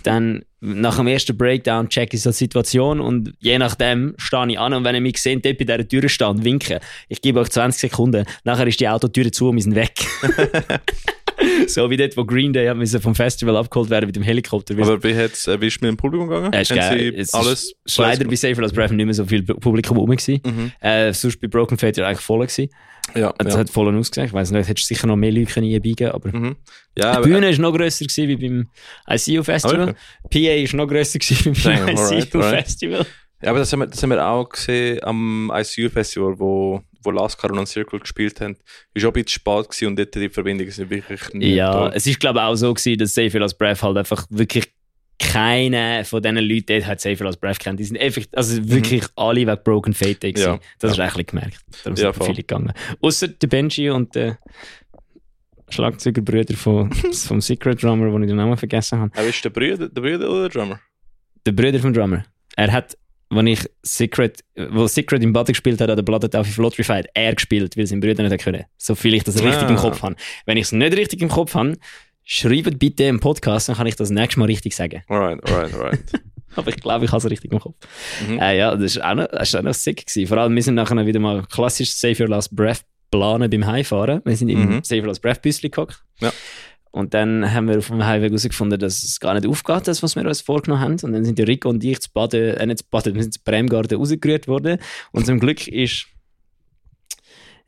S2: Dann, nach dem ersten Breakdown, check ich so die Situation und je nachdem stehe ich an. Und wenn ihr mich seht, dort bei dieser Tür stehen und winken, ich gebe euch 20 Sekunden. Nachher ist die Autotür zu und wir sind weg. so wie dort, wo Green Day hat müssen vom Festival abgeholt werden mit dem Helikopter. weil-
S1: Aber wie, hat's, äh, wie ist mit dem Publikum gegangen?
S2: Ja, ist
S1: Haben
S2: geil.
S1: sie
S2: Es ist-
S1: alles...
S2: ist leider bei dus Safer als Breath nicht mehr so viel Publikum rum. gewesen.
S1: Mhm.
S2: Äh, sonst bei Broken Fate war eigentlich voll. Gewesen.
S1: Ja,
S2: Das
S1: ja.
S2: also hat voll ausgesehen. Ich weiß nicht, hättest sicher noch mehr Leute können einbiegen können, aber
S1: Mhm. ja
S2: die Bühne war noch grösser gewesen wie beim ICU-Festival.
S1: Okay.
S2: PA war noch grösser gewesen wie beim
S1: Damn, alright, alright.
S2: ICU-Festival.
S1: Ja, aber das haben, wir, das haben wir auch gesehen am ICU-Festival, wo, wo Lascar und Circle gespielt haben. Ist auch ein bisschen spät gewesen und dort die Verbindungen sind wirklich nicht
S2: Ja,
S1: toll.
S2: es ist glaube ich auch so gewesen, dass Safe als Breath halt einfach wirklich keiner von diesen Leuten dort hat Safer als Breath kennt. Die sind effektiv, also wirklich alle wegen Broken Fate. Ja.
S1: Mhm. Ja.
S2: Das hast du eigentlich gemerkt. Darum
S1: Ja,
S2: sind
S1: voll.
S2: viele gegangen. Außer der Benji und der Schlagzeugerbrüder von, vom Secret Drummer, den ich den Namen vergessen habe.
S1: Aber ist der Brüder, der Brüder oder der Drummer?
S2: Der Brüder vom Drummer. Er hat, wenn ich Secret, wo Secret im Baden gespielt hat, an der Plattentaufe Lottery Fight, er gespielt, weil sein Brüder nicht hat können. So viel ich das richtig
S1: Ah.
S2: im Kopf habe. Wenn ich es nicht richtig im Kopf habe, schreibt bitte im Podcast, dann kann ich das nächstes Mal richtig sagen.
S1: Alright, alright, alright.
S2: Aber ich glaube, ich habe es richtig im Kopf.
S1: Mhm.
S2: Äh, ja, das war auch noch, das ist auch noch sick. Gewesen. Vor allem, wir sind nachher wieder mal klassisch Save Your Last Breath planen beim Heimfahren. Wir sind im
S1: Mhm.
S2: Save Your Last Breath Büsschen gehockt.
S1: Ja.
S2: Und dann haben wir auf dem Heimweg herausgefunden, dass es gar nicht aufgeht, das, was wir uns vorgenommen haben. Und dann sind die Rico und ich zu Baden, äh, nicht zu Baden, wir sind zu Bremgarten rausgerührt worden. Und zum Glück ist,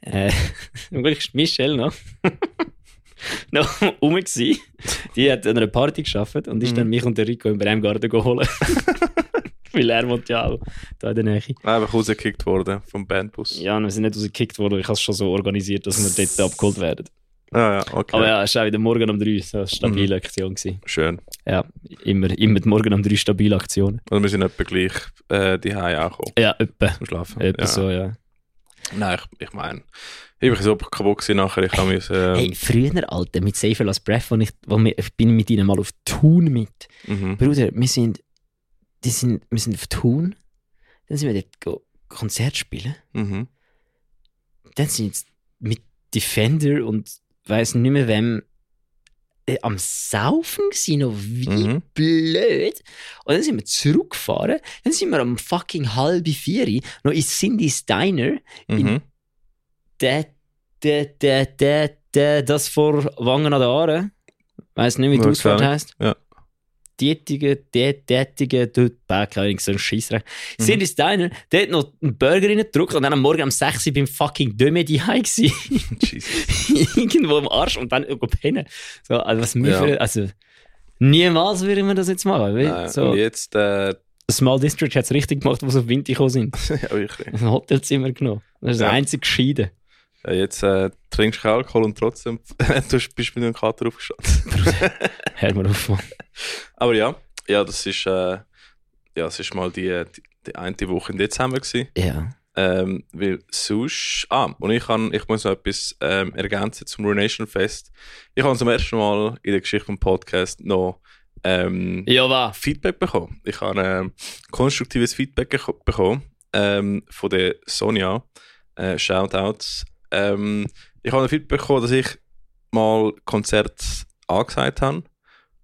S2: äh, zum Glück ist Michelle noch, noch rum gewesen. Die hat an einer Party geschafft und ist
S1: Mhm.
S2: dann mich und den Rico im Bremgarten geholt. Weil er wohnt ja auch da in der Nähe.
S1: Einfach rausgekickt worden vom Bandbus.
S2: Ja, und wir sind nicht rausgekickt worden, ich habe es schon so organisiert, dass wir dort abgeholt werden.
S1: Ah, ja, okay.
S2: Aber ja, es war auch wieder morgen um 3 so eine stabile Aktion. Gewesen.
S1: Schön.
S2: Ja, immer, immer die morgen um 3 stabile Aktionen.
S1: Und Also, wir sind etwa gleich äh, die Hause angekommen
S2: Ja, etwa.
S1: zum Schlafen.
S2: Etwa
S1: ja.
S2: so, ja.
S1: Nein, ich, ich meine, ich war so kaputt gewesen nachher. Ich habe mich.
S2: Hey,
S1: Ähm,
S2: früher, Alter, mit Safer Last Breath, wo ich, wo wir, ich bin mit ihnen mal auf Thun mit.
S1: mhm.
S2: Bruder, wir sind, die sind, wir sind auf Thun, dann sind wir dort go- Konzert spielen.
S1: Mhm.
S2: dann sind sie mit Defender und weiß nicht mehr wem äh, am Saufen gewesen, noch wie
S1: Mhm.
S2: blöd. Und dann sind wir zurückgefahren, dann sind wir am fucking halbe Vieri noch in Cindy's Diner,
S1: Mhm.
S2: der, der, der, der, der, das vor Wangen an der Aare, weiß nicht, wie die
S1: Ja,
S2: Ausfahrt
S1: klar.
S2: heisst.
S1: Ja.
S2: Dietige, det, dietige, dort, keine Ahnung, so ein Scheissrecht. Mhm. Cindy's Diner, der hat noch einen Burger reingedrückt und dann am Morgen um 6 Uhr beim fucking Dömedi heim gewesen.
S1: Jesus.
S2: irgendwo im Arsch und dann irgendwo pennen. So, also was mir
S1: Ja.
S2: für, also niemals würde man das jetzt machen.
S1: Nein.
S2: Weil, so,
S1: Und jetzt, äh,
S2: Small District hat es richtig gemacht, wo sie auf Winter gekommen sind.
S1: ja, wirklich.
S2: Ein Hotelzimmer genommen. Das ist das
S1: Ja.
S2: einzige Gescheide.
S1: Ja, jetzt äh, trinkst du keinen Alkohol und trotzdem du bist mit einem Kater aufgestanden.
S2: Hör mal auf, Mann.
S1: Aber ja, ja, das ist, äh, ja, das ist mal die, die, die eine Woche im Dezember gewesen.
S2: Ja.
S1: Ähm, weil sonst. Ah, und ich, kann, ich muss noch etwas ähm, ergänzen zum Ruination Fest. Ich habe zum ersten Mal in der Geschichte vom Podcast noch ähm,
S2: Ja, war.
S1: Feedback bekommen. Ich habe ähm, konstruktives Feedback geko- bekommen ähm, von der Sonja. Äh, Shoutouts. Ähm, ich habe ein Feedback bekommen, dass ich mal Konzerte angesagt habe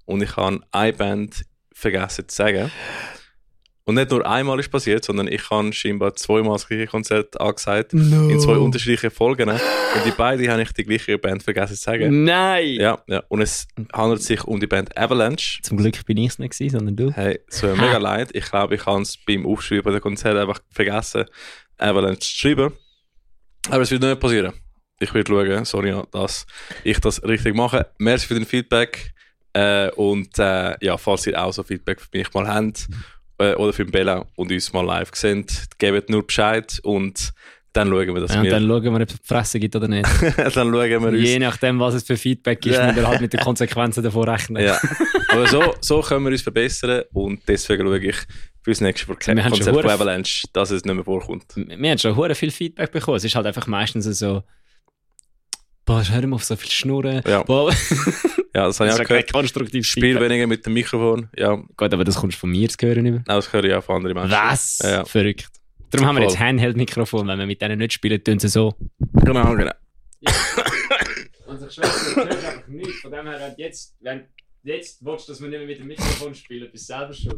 S1: und ich habe eine Band vergessen zu sagen. Und nicht nur einmal ist passiert, sondern ich habe scheinbar zweimal das gleiche Konzert angesagt, in
S2: Oh.
S1: zwei unterschiedlichen Folgen. Und die beiden habe ich die gleiche Band vergessen zu
S2: Mm.
S1: sagen.
S2: Nein!
S1: Ja, ja. Und es handelt sich um die Band Avalanche.
S2: Zum Glück bin ich es nicht, gewesen, sondern du.
S1: Hey, es tut mir mega leid. Ich glaube, ich habe es beim Aufschreiben der Konzerte einfach vergessen, Avalanche zu schreiben. Aber es wird nicht passieren. Ich werde schauen, sorry, dass ich das richtig mache. Merci für den Feedback. Äh, und äh, ja, falls ihr auch so Feedback für mich mal habt äh, oder für den Bella und uns mal live seht, gebt nur Bescheid und dann schauen wir das
S2: Ja, und
S1: wir.
S2: dann
S1: Dann,
S2: schauen wir, ob es Fresse gibt oder nicht.
S1: schauen wir uns.
S2: Je nachdem, was es für Feedback ist,
S1: Ja.
S2: müssen wir halt mit den Konsequenzen davon rechnen.
S1: Ja. Aber so, so können wir uns verbessern und deswegen schaue ich für das nächste Proke-
S2: Wir haben schon
S1: Konzert von
S2: verdammt-
S1: Avalanche, dass es nicht mehr vorkommt.
S2: wir wir haben schon hure viel Feedback bekommen. Es ist halt einfach meistens so, boah, hör mal auf so viel Schnurren.
S1: Ja.
S2: Boah,
S1: Ja, das habe ich
S2: das
S1: auch
S2: ist ja kein
S1: gehört.
S2: konstruktives
S1: Spiel
S2: Feedback.
S1: weniger mit dem Mikrofon. Ja, auch
S2: Gut, aber das kommst du von mir zu hören über.
S1: das höre ich auch von anderen Menschen.
S2: Was?
S1: Ja.
S2: Verrückt. Darum haben wir
S1: Voll.
S2: jetzt Handheld-Mikrofon. Wenn wir mit denen nicht spielen, tun sie so.
S1: Genau, genau.
S2: Unsere Schwester hört einfach nichts. Von dem her, wenn jetzt, wenn jetzt willst, dass wir nicht mehr mit dem Mikrofon spielen, bist du selber schuld.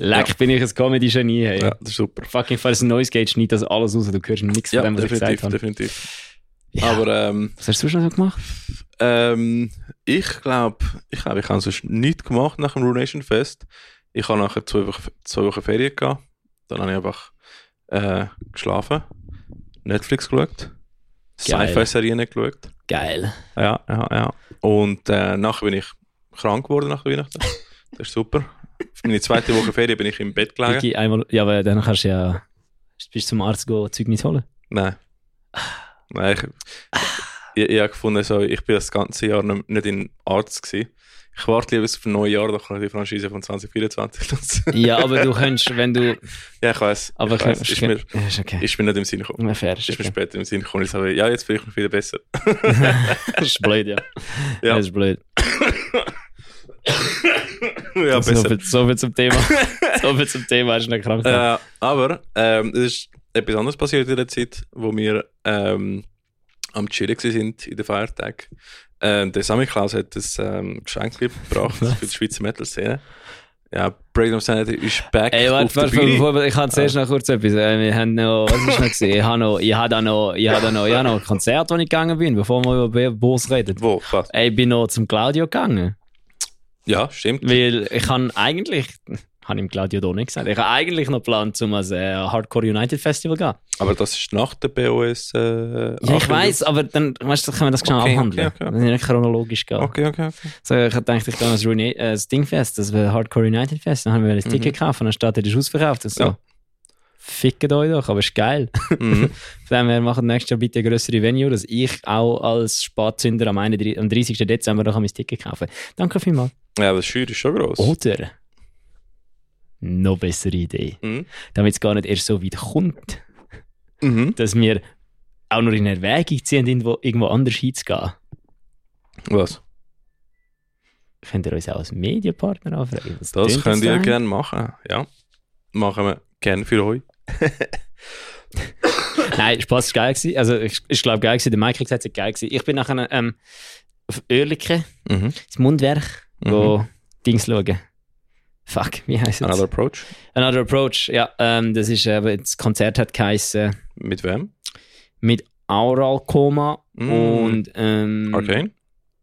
S2: Leck, bin ich ein Comedy-Genie. Hey.
S1: Ja, das ist super.
S2: Fucking, falls ein Noise Gate schneid das alles raus. Du hörst nichts
S1: Ja,
S2: von dem, was ich gesagt
S1: definitiv,
S2: habe.
S1: definitiv.
S2: Ja.
S1: Aber ähm,
S2: Was hast du schon so gemacht?
S1: ähm, ich glaube, ich, glaub, ich habe sonst nichts gemacht nach dem Ruination Fest. Ich habe nachher zwei Wochen, zwei Wochen Ferien gehabt. Dann habe ich einfach äh, geschlafen, Netflix geschaut,
S2: Geil.
S1: Sci-Fi-Serien geschaut.
S2: Geil.
S1: Ja, ja, ja. Und äh, nachher bin ich krank geworden nach Weihnachten. Das ist super. Meine zweite Woche Ferien bin ich im Bett gelegen.
S2: Vicky, einmal, ja, aber dann kannst du ja bist du zum Arzt gehen, Zeugnis holen.
S1: Nein. Nein, ich, ich, ich habe gefunden, so, ich bin das ganze Jahr nicht, nicht in Arzt gsi. Ich warte lieber bis auf ein neues Jahr, dann kann ich die Franchise von 2024 nutzen.
S2: Ja, aber du könntest, wenn du.
S1: ja, ich weiß.
S2: Aber
S1: ich weiss, ist, mir,
S2: Ja, ist okay.
S1: ist mir nicht im Sinn gekommen.
S2: Ist, fair, ist,
S1: Ist mir
S2: okay.
S1: später im Sinn gekommen. Ich sage, ja, jetzt fühle ich mich wieder besser.
S2: ist blöd, ja.
S1: Ja.
S2: Das ist blöd.
S1: ja,
S2: so,
S1: besser.
S2: viel, so viel zum Thema. so viel zum Thema ist eine Krankheit.
S1: Äh, aber ähm, es ist etwas anderes passiert in der Zeit, wo wir ähm, am Chillen gewesen sind in den Feiertag. Ähm, der Sammy Klaus hat ein ähm, Geschenk gebracht für die Schweizer Metal-Szene. Ja, Breakdown Sanity ist back
S2: Ey,
S1: auf
S2: warte, warte,
S1: der Bühne.
S2: bevor, ich habe zuerst noch kurz etwas. Äh, Wir haben noch, was ist noch gewesen? Ich habe noch, ich habe da noch, ich habe da noch, ich habe noch ein Konzert, wo ich gegangen bin, bevor wir über Be- Bos reden.
S1: Wo? Was?
S2: Ey, Ich bin noch zum Claudio gegangen,
S1: Ja, stimmt.
S2: weil ich habe eigentlich, habe ihm Claudio da nicht gesagt, ich habe eigentlich noch geplant, zum als äh, Hardcore United Festival gehen.
S1: Aber das ist nach der BOS. Äh,
S2: Ja, ich weiß, aber dann, weißt du, dann können wir das schnell
S1: Okay,
S2: abhandeln.
S1: okay, okay.
S2: Wenn wir nicht chronologisch gehen.
S1: Okay, okay, okay.
S2: So, ich hab gedacht, ich gehe ans Rune- äh, das Dingfest, das wäre Hardcore United Fest. Dann haben wir das Ticket gekauft und dann steht er, das ist ausverkauft. Und so.
S1: Mhm. Ja.
S2: Fickt euch doch, aber ist geil.
S1: Mhm.
S2: Von dem her machen nächstes Jahr bitte ein grösseres Venue, dass ich auch als Spatzünder am, 31 am 30. Dezember noch mein Ticket kaufen kann. Danke vielmals.
S1: Ja, aber das Schür ist schon gross.
S2: Oder? Noch bessere Idee.
S1: Mhm.
S2: Damit es gar nicht erst so weit kommt,
S1: Mhm.
S2: dass wir auch nur in Erwägung ziehen, irgendwo, irgendwo anders hinzugehen.
S1: Was?
S2: Könnt ihr uns auch als Medienpartner anfragen? Was
S1: Das
S2: tönt
S1: könnt ihr
S2: denn?
S1: gerne machen. Ja. Machen wir gerne für euch.
S2: Nein, Spaß war geil. Gewesen. Also, ich, ich glaube, geil gewesen. Der Mike hat gesagt, es war geil. Gewesen. Ich bin nachher ähm, auf Oerlikon,
S1: Mhm.
S2: das Mundwerk,
S1: Mhm.
S2: wo Dings schauen. Fuck, wie heißt es?
S1: Another Approach.
S2: Another Approach, ja. Ähm, das ist eben, das Konzert hat geheißen
S1: Mit wem?
S2: mit Aural Koma
S1: Mm.
S2: und. Ähm,
S1: Arcane?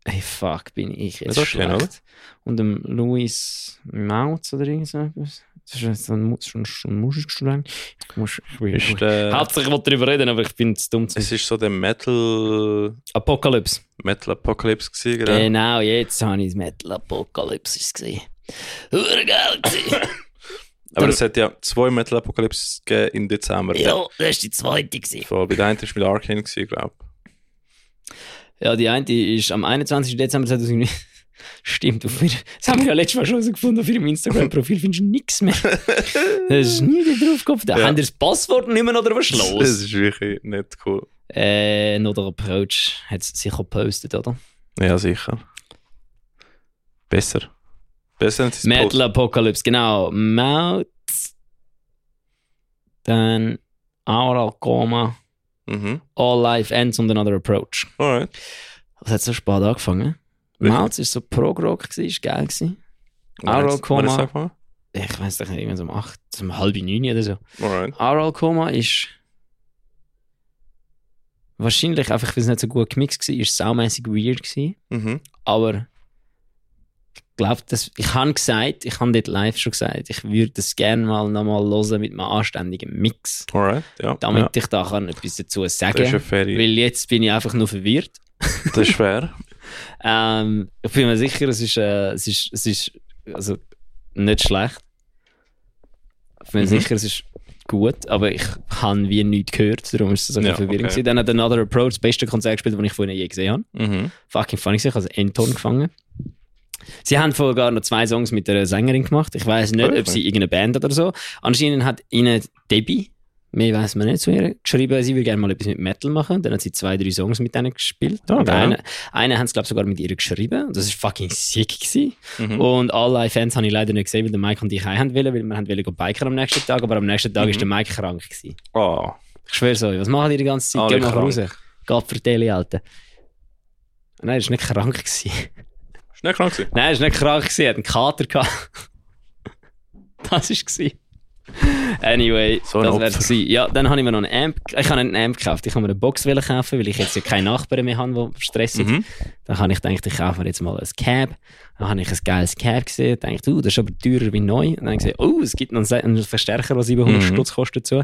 S2: Hey, fuck, bin ich jetzt
S1: Ist okay,
S2: schlecht.
S1: oder?
S2: Und dem Louis Mautz oder irgend so etwas. Das ist so ein, Mu- schon, schon ein Musikstudent. Ich muss, ich bin,
S1: Ist, äh,
S2: Hauptsächlich wollte ich darüber reden, aber ich bin zu dumm zu.
S1: es ist so der Metal,
S2: Apokalypse.
S1: Metal Apocalypse gewesen, gell?
S2: Genau, jetzt habe ich das Metal Apokalypse gesehen. Urgeil gewesen.
S1: Aber es hat ja zwei Metal Apocalypse gegeben im Dezember.
S2: Ja, das war die zweite. Gewesen.
S1: So, bei der einen ist mit Arcane gewesen, glaube
S2: Ja, die eine ist am 21. Dezember 2009. Stimmt, auf ihr, das haben wir ja letztes Mal schon so gefunden. Auf ihrem Instagram-Profil findest du nichts mehr. Das ist nie wieder draufgekommen. Da
S1: Ja.
S2: haben ihr das Passwort nicht mehr oder was ist
S1: ich. Das
S2: los?
S1: ist wirklich nicht cool.
S2: äh, noch der Approach hat es sicher gepostet, oder?
S1: Ja, sicher. Besser. Besser als das Post.
S2: Metal Apocalypse, genau. Maut. Dann Aural Coma.
S1: Mhm.
S2: All Life Ends und Another Approach.
S1: Alright.
S2: Das hat so spät angefangen.
S1: Wirklich?
S2: Malz war so Prog-Rock, gewesen, ist geil. Gewesen. Aural Coma.
S1: Wann ist das angefangen?
S2: Ich weiß nicht, irgendwann so um 8, um halb 9 oder so.
S1: Alright.
S2: Aural Coma ist wahrscheinlich, einfach weil es nicht so gut gemixt war, ist saumässig weird. Gewesen.
S1: Mhm.
S2: Aber ich glaube, ich habe gesagt, ich habe dort live schon gesagt, ich würde das gerne mal nochmal hören mit einem anständigen Mix.
S1: Alright, ja.
S2: Damit
S1: ja.
S2: ich da kann etwas dazu
S1: Das ist eine
S2: sagen
S1: Ferie.
S2: Weil jetzt bin ich einfach nur verwirrt.
S1: Das ist schwer.
S2: Ähm, ich bin mir sicher, es ist, äh, es ist, es ist also nicht schlecht. Ich bin mir
S1: Mhm.
S2: sicher, es ist gut, aber ich habe wie nichts gehört, darum ist es so ein
S1: Ja,
S2: bisschen verwirrend.
S1: okay.
S2: gewesen. Dann hat Another Approach das beste Konzert gespielt, das ich vorhin je gesehen habe.
S1: Mhm.
S2: Fucking funny, gewesen, ich habe einen Endton gefangen. Sie haben vorher gar noch zwei Songs mit einer Sängerin gemacht. Ich weiß nicht, ob
S1: Wirklich?
S2: sie irgendeine Band oder so. Anscheinend hat ihnen Debbie, mehr weiß man nicht zu ihr, geschrieben, sie würde gerne mal etwas mit Metal machen. Dann hat sie zwei, drei Songs mit denen gespielt.
S1: Ah,
S2: und
S1: geil.
S2: eine, eine haben sie, glaube ich, sogar mit ihr geschrieben. Und Das ist fucking sick. Gewesen.
S1: Mhm.
S2: Und alle Fans habe ich leider nicht gesehen, weil der Mike und ich heim haben wollen, weil wir haben wollen go biken am nächsten Tag. Aber am nächsten Tag
S1: Mhm.
S2: ist der Mike krank. Gewesen.
S1: Oh.
S2: Ich schwöre euch, was machen die die ganze Zeit?
S1: Alle
S2: Gehen wir
S1: krank.
S2: raus. Geht für die Alter. Nein, er war nicht krank. Gewesen.
S1: Ist nicht krank gewesen?
S2: Nein, er war nicht krank, gewesen, er hat einen Kater gehabt. Das war es. Anyway,
S1: So ein
S2: das wäre
S1: Opfer.
S2: es. Ja, dann habe ich mir noch einen Amp. Ich habe einen Amp gekauft. Ich habe mir eine Box wollen kaufen, weil ich jetzt ja keine Nachbarn mehr habe, die stressen.
S1: Mhm.
S2: Dann habe ich gedacht, ich kaufe mir jetzt mal ein Cab. Dann habe ich ein geiles Cab gesehen. Dann dachte ich, uh, das ist aber teurer wie neu. Und dann habe ich gesehen, oh, es gibt noch einen Se- einen Verstärker, der 700
S1: Mhm.
S2: Stutz kostet dazu.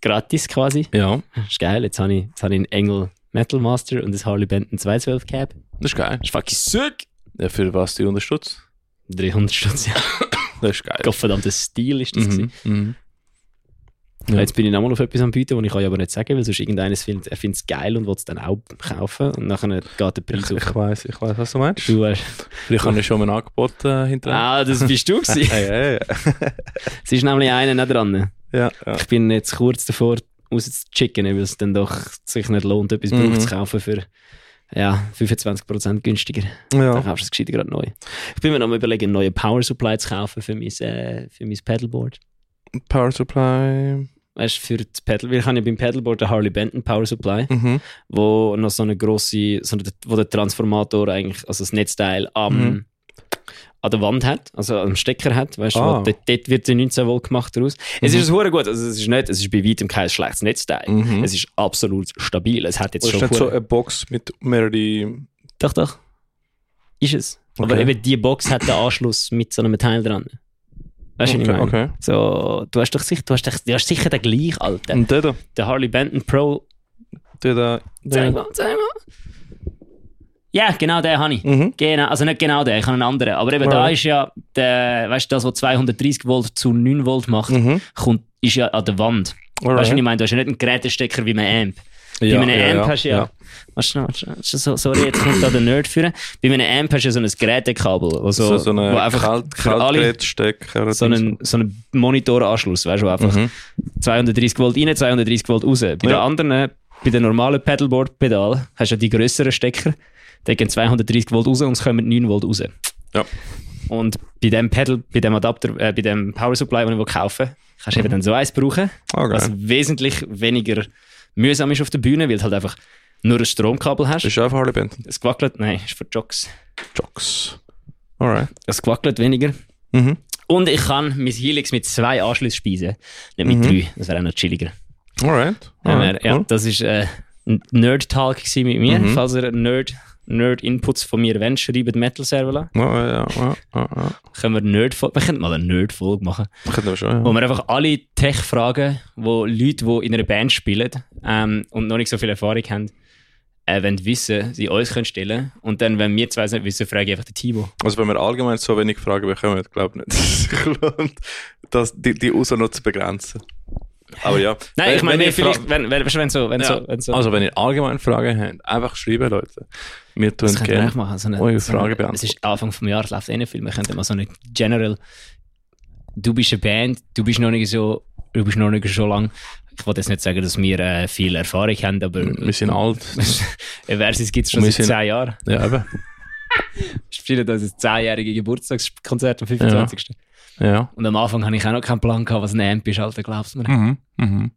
S2: Gratis quasi.
S1: Ja.
S2: Das ist geil. Jetzt habe ich, jetzt habe ich einen Engel Metal Master und ein Harley Benton 212 Cab.
S1: Das ist geil.
S2: Das ist fucking sick.
S1: Ja, für was die unterstützt?
S2: 300 Stutz, ja.
S1: Das ist geil.
S2: Gott verdammt, der Stil ist das.
S1: Mhm.
S2: gewesen.
S1: Mhm. Ja.
S2: Jetzt bin ich nochmal auf etwas am Bieten, das ich euch aber nicht sagen will, sonst irgendeines findet, er findet es geil und will es dann auch kaufen und nachher geht der Preis
S1: Ich,
S2: hoch.
S1: ich weiß, ich weiß, was du meinst.
S2: Du hast,
S1: Vielleicht habe ich schon mal ein Angebot äh, hinterher.
S2: ah, das bist du gewesen.
S1: Hey, hey,
S2: Es ist nämlich einer nicht dran.
S1: ja, ja.
S2: Ich bin jetzt kurz davor, rauszuchicken, weil es dann doch sich nicht lohnt, etwas
S1: Mhm.
S2: Brauchtes zu kaufen für ja, 25% günstiger. Dann
S1: ja.
S2: kaufst du es gescheit gerade neu. Ich bin mir noch mal überlegen, einen neuen Power Supply zu kaufen für mein, äh, für mein Pedalboard.
S1: Power Supply.
S2: Weißt du, für das Pedal, wir haben ja beim Pedalboard den Harley Benton Power Supply,
S1: Mhm.
S2: wo noch so eine grosse, so eine, wo der Transformator eigentlich, also das Netzteil am,
S1: Mhm.
S2: an der Wand hat, also am Stecker hat, weißt du,
S1: Ah.
S2: wo- dort, dort wird die 19 Volt gemacht daraus. Es
S1: Mhm.
S2: ist hure gut, also es ist nicht, es ist bei weitem kein schlechtes Netzteil.
S1: Mhm.
S2: Es ist absolut stabil, es hat jetzt
S1: Oder ist
S2: schon
S1: nicht so
S2: hure-
S1: eine Box mit mehreren.
S2: Doch, doch. Ist es. Aber
S1: Okay.
S2: eben die Box hat den Anschluss mit so einem Teil dran. Weißt du, was ich
S1: Okay,
S2: meine?
S1: okay.
S2: So, du hast doch sicher, du hast, doch- du hast sicher den gleichen alten.
S1: Und der da,
S2: Der Harley Benton Pro.
S1: der da.
S2: Zeig
S1: Der.
S2: mal, zeig mal. Ja, genau den habe ich.
S1: Mhm.
S2: Genau, also nicht genau den, ich habe einen anderen. Aber eben da
S1: Alright.
S2: ist ja, der, weißt du, das, was 230 Volt zu 9 Volt macht,
S1: Mhm.
S2: kommt, ist ja an der Wand. Weißt du, was ich meine? Du hast ja nicht einen Gerätestecker wie ein Amp.
S1: Ja,
S2: Bei einem
S1: ja,
S2: Amp
S1: ja,
S2: hast du ja.
S1: ja.
S2: Warte schnell, warte schnell. So, sorry, jetzt kommt da der Nerd führen. Bei einem Amp hast du ja so ein Gerätekabel. Also,
S1: So, so
S2: wo
S1: eine
S2: einfach
S1: Kalt,
S2: für alle
S1: Kaltgerätstecker.
S2: so einen, so einen Monitoranschluss, weißt du, wo einfach
S1: Mhm.
S2: 230 Volt rein, 230 Volt raus. Bei den
S1: Ja.
S2: anderen, bei den normalen Pedalboard-Pedal, hast du ja die grösseren Stecker, die gehen 230 Volt raus und es kommen 9 Volt raus.
S1: Ja.
S2: Und bei dem Pedal, bei dem Adapter, äh, bei dem Power Supply, den ich kaufen will, kannst du eben dann so eins brauchen
S1: Okay.
S2: was wesentlich weniger mühsam ist auf der Bühne, weil du halt einfach nur ein Stromkabel hast.
S1: ist einfach Harley Benton.
S2: Es gewackelt, nein, ist für Jocks.
S1: Jocks. Alright.
S2: Es gewackelt weniger.
S1: Mhm.
S2: Und ich kann mein Helix mit zwei Anschlüssen speisen, nicht mit
S1: Mhm.
S2: drei. Das wäre auch noch chilliger.
S1: Alright.
S2: Ja,
S1: Alright.
S2: ja,
S1: cool.
S2: das ist äh, ein Nerd-Talk gewesen mit mir.
S1: Mhm.
S2: Falls ihr Nerd- Nerd-Inputs von mir wollt, schreibt Metal Server an.
S1: Ja, ja, ja, ja, ja.
S2: Können wir Nerd wir könnten mal eine Nerd-Folge machen.
S1: Könnten wir schon,
S2: Wo
S1: ja.
S2: wir einfach alle Tech-Fragen, wo Leute, die in einer Band spielen ähm, und noch nicht so viel Erfahrung haben, äh, wenn wissen, sie uns können stellen Und dann, wenn wir zwei es nicht wissen, frage ich einfach den Timo.
S1: Also wenn wir allgemein so wenig Fragen bekommen, glaube ich nicht, dass es sich lohnt, das, die, die User noch zu begrenzen. Aber ja.
S2: Nein,
S1: Wenn-
S2: ich meine,
S1: Äh, wenn
S2: wenn
S1: ihr Fra-
S2: vielleicht, wenn, wenn, weißt du, wenn so, wenn
S1: Ja.
S2: so, wenn so.
S1: Also wenn ihr allgemein Fragen habt, einfach schreiben, Leute. Wir tun
S2: das könnten wir
S1: gerne.
S2: auch machen. So eine,
S1: eure
S2: so eine-
S1: Frage
S2: Es
S1: beantworten.
S2: ist Anfang des Jahres, läuft eh nicht viel. Wir könnten mal so eine General, du bist eine Band, du bist noch nicht so, du bist noch nicht so lang. Ich wollte jetzt nicht sagen, dass wir äh, viel Erfahrung haben, aber
S1: Wir sind alt.
S2: Versus gibt es schon
S1: Wir
S2: seit
S1: sind-
S2: 10 Jahren.
S1: Ja, eben.
S2: spielen das als 10-jährige Geburtstagskonzert am 25.
S1: Ja.
S2: Und am Anfang hatte ich auch noch keinen Plan, gehabt, was ein Amp ist, Alter, glaubst du mir?
S1: Mhm. Mhm.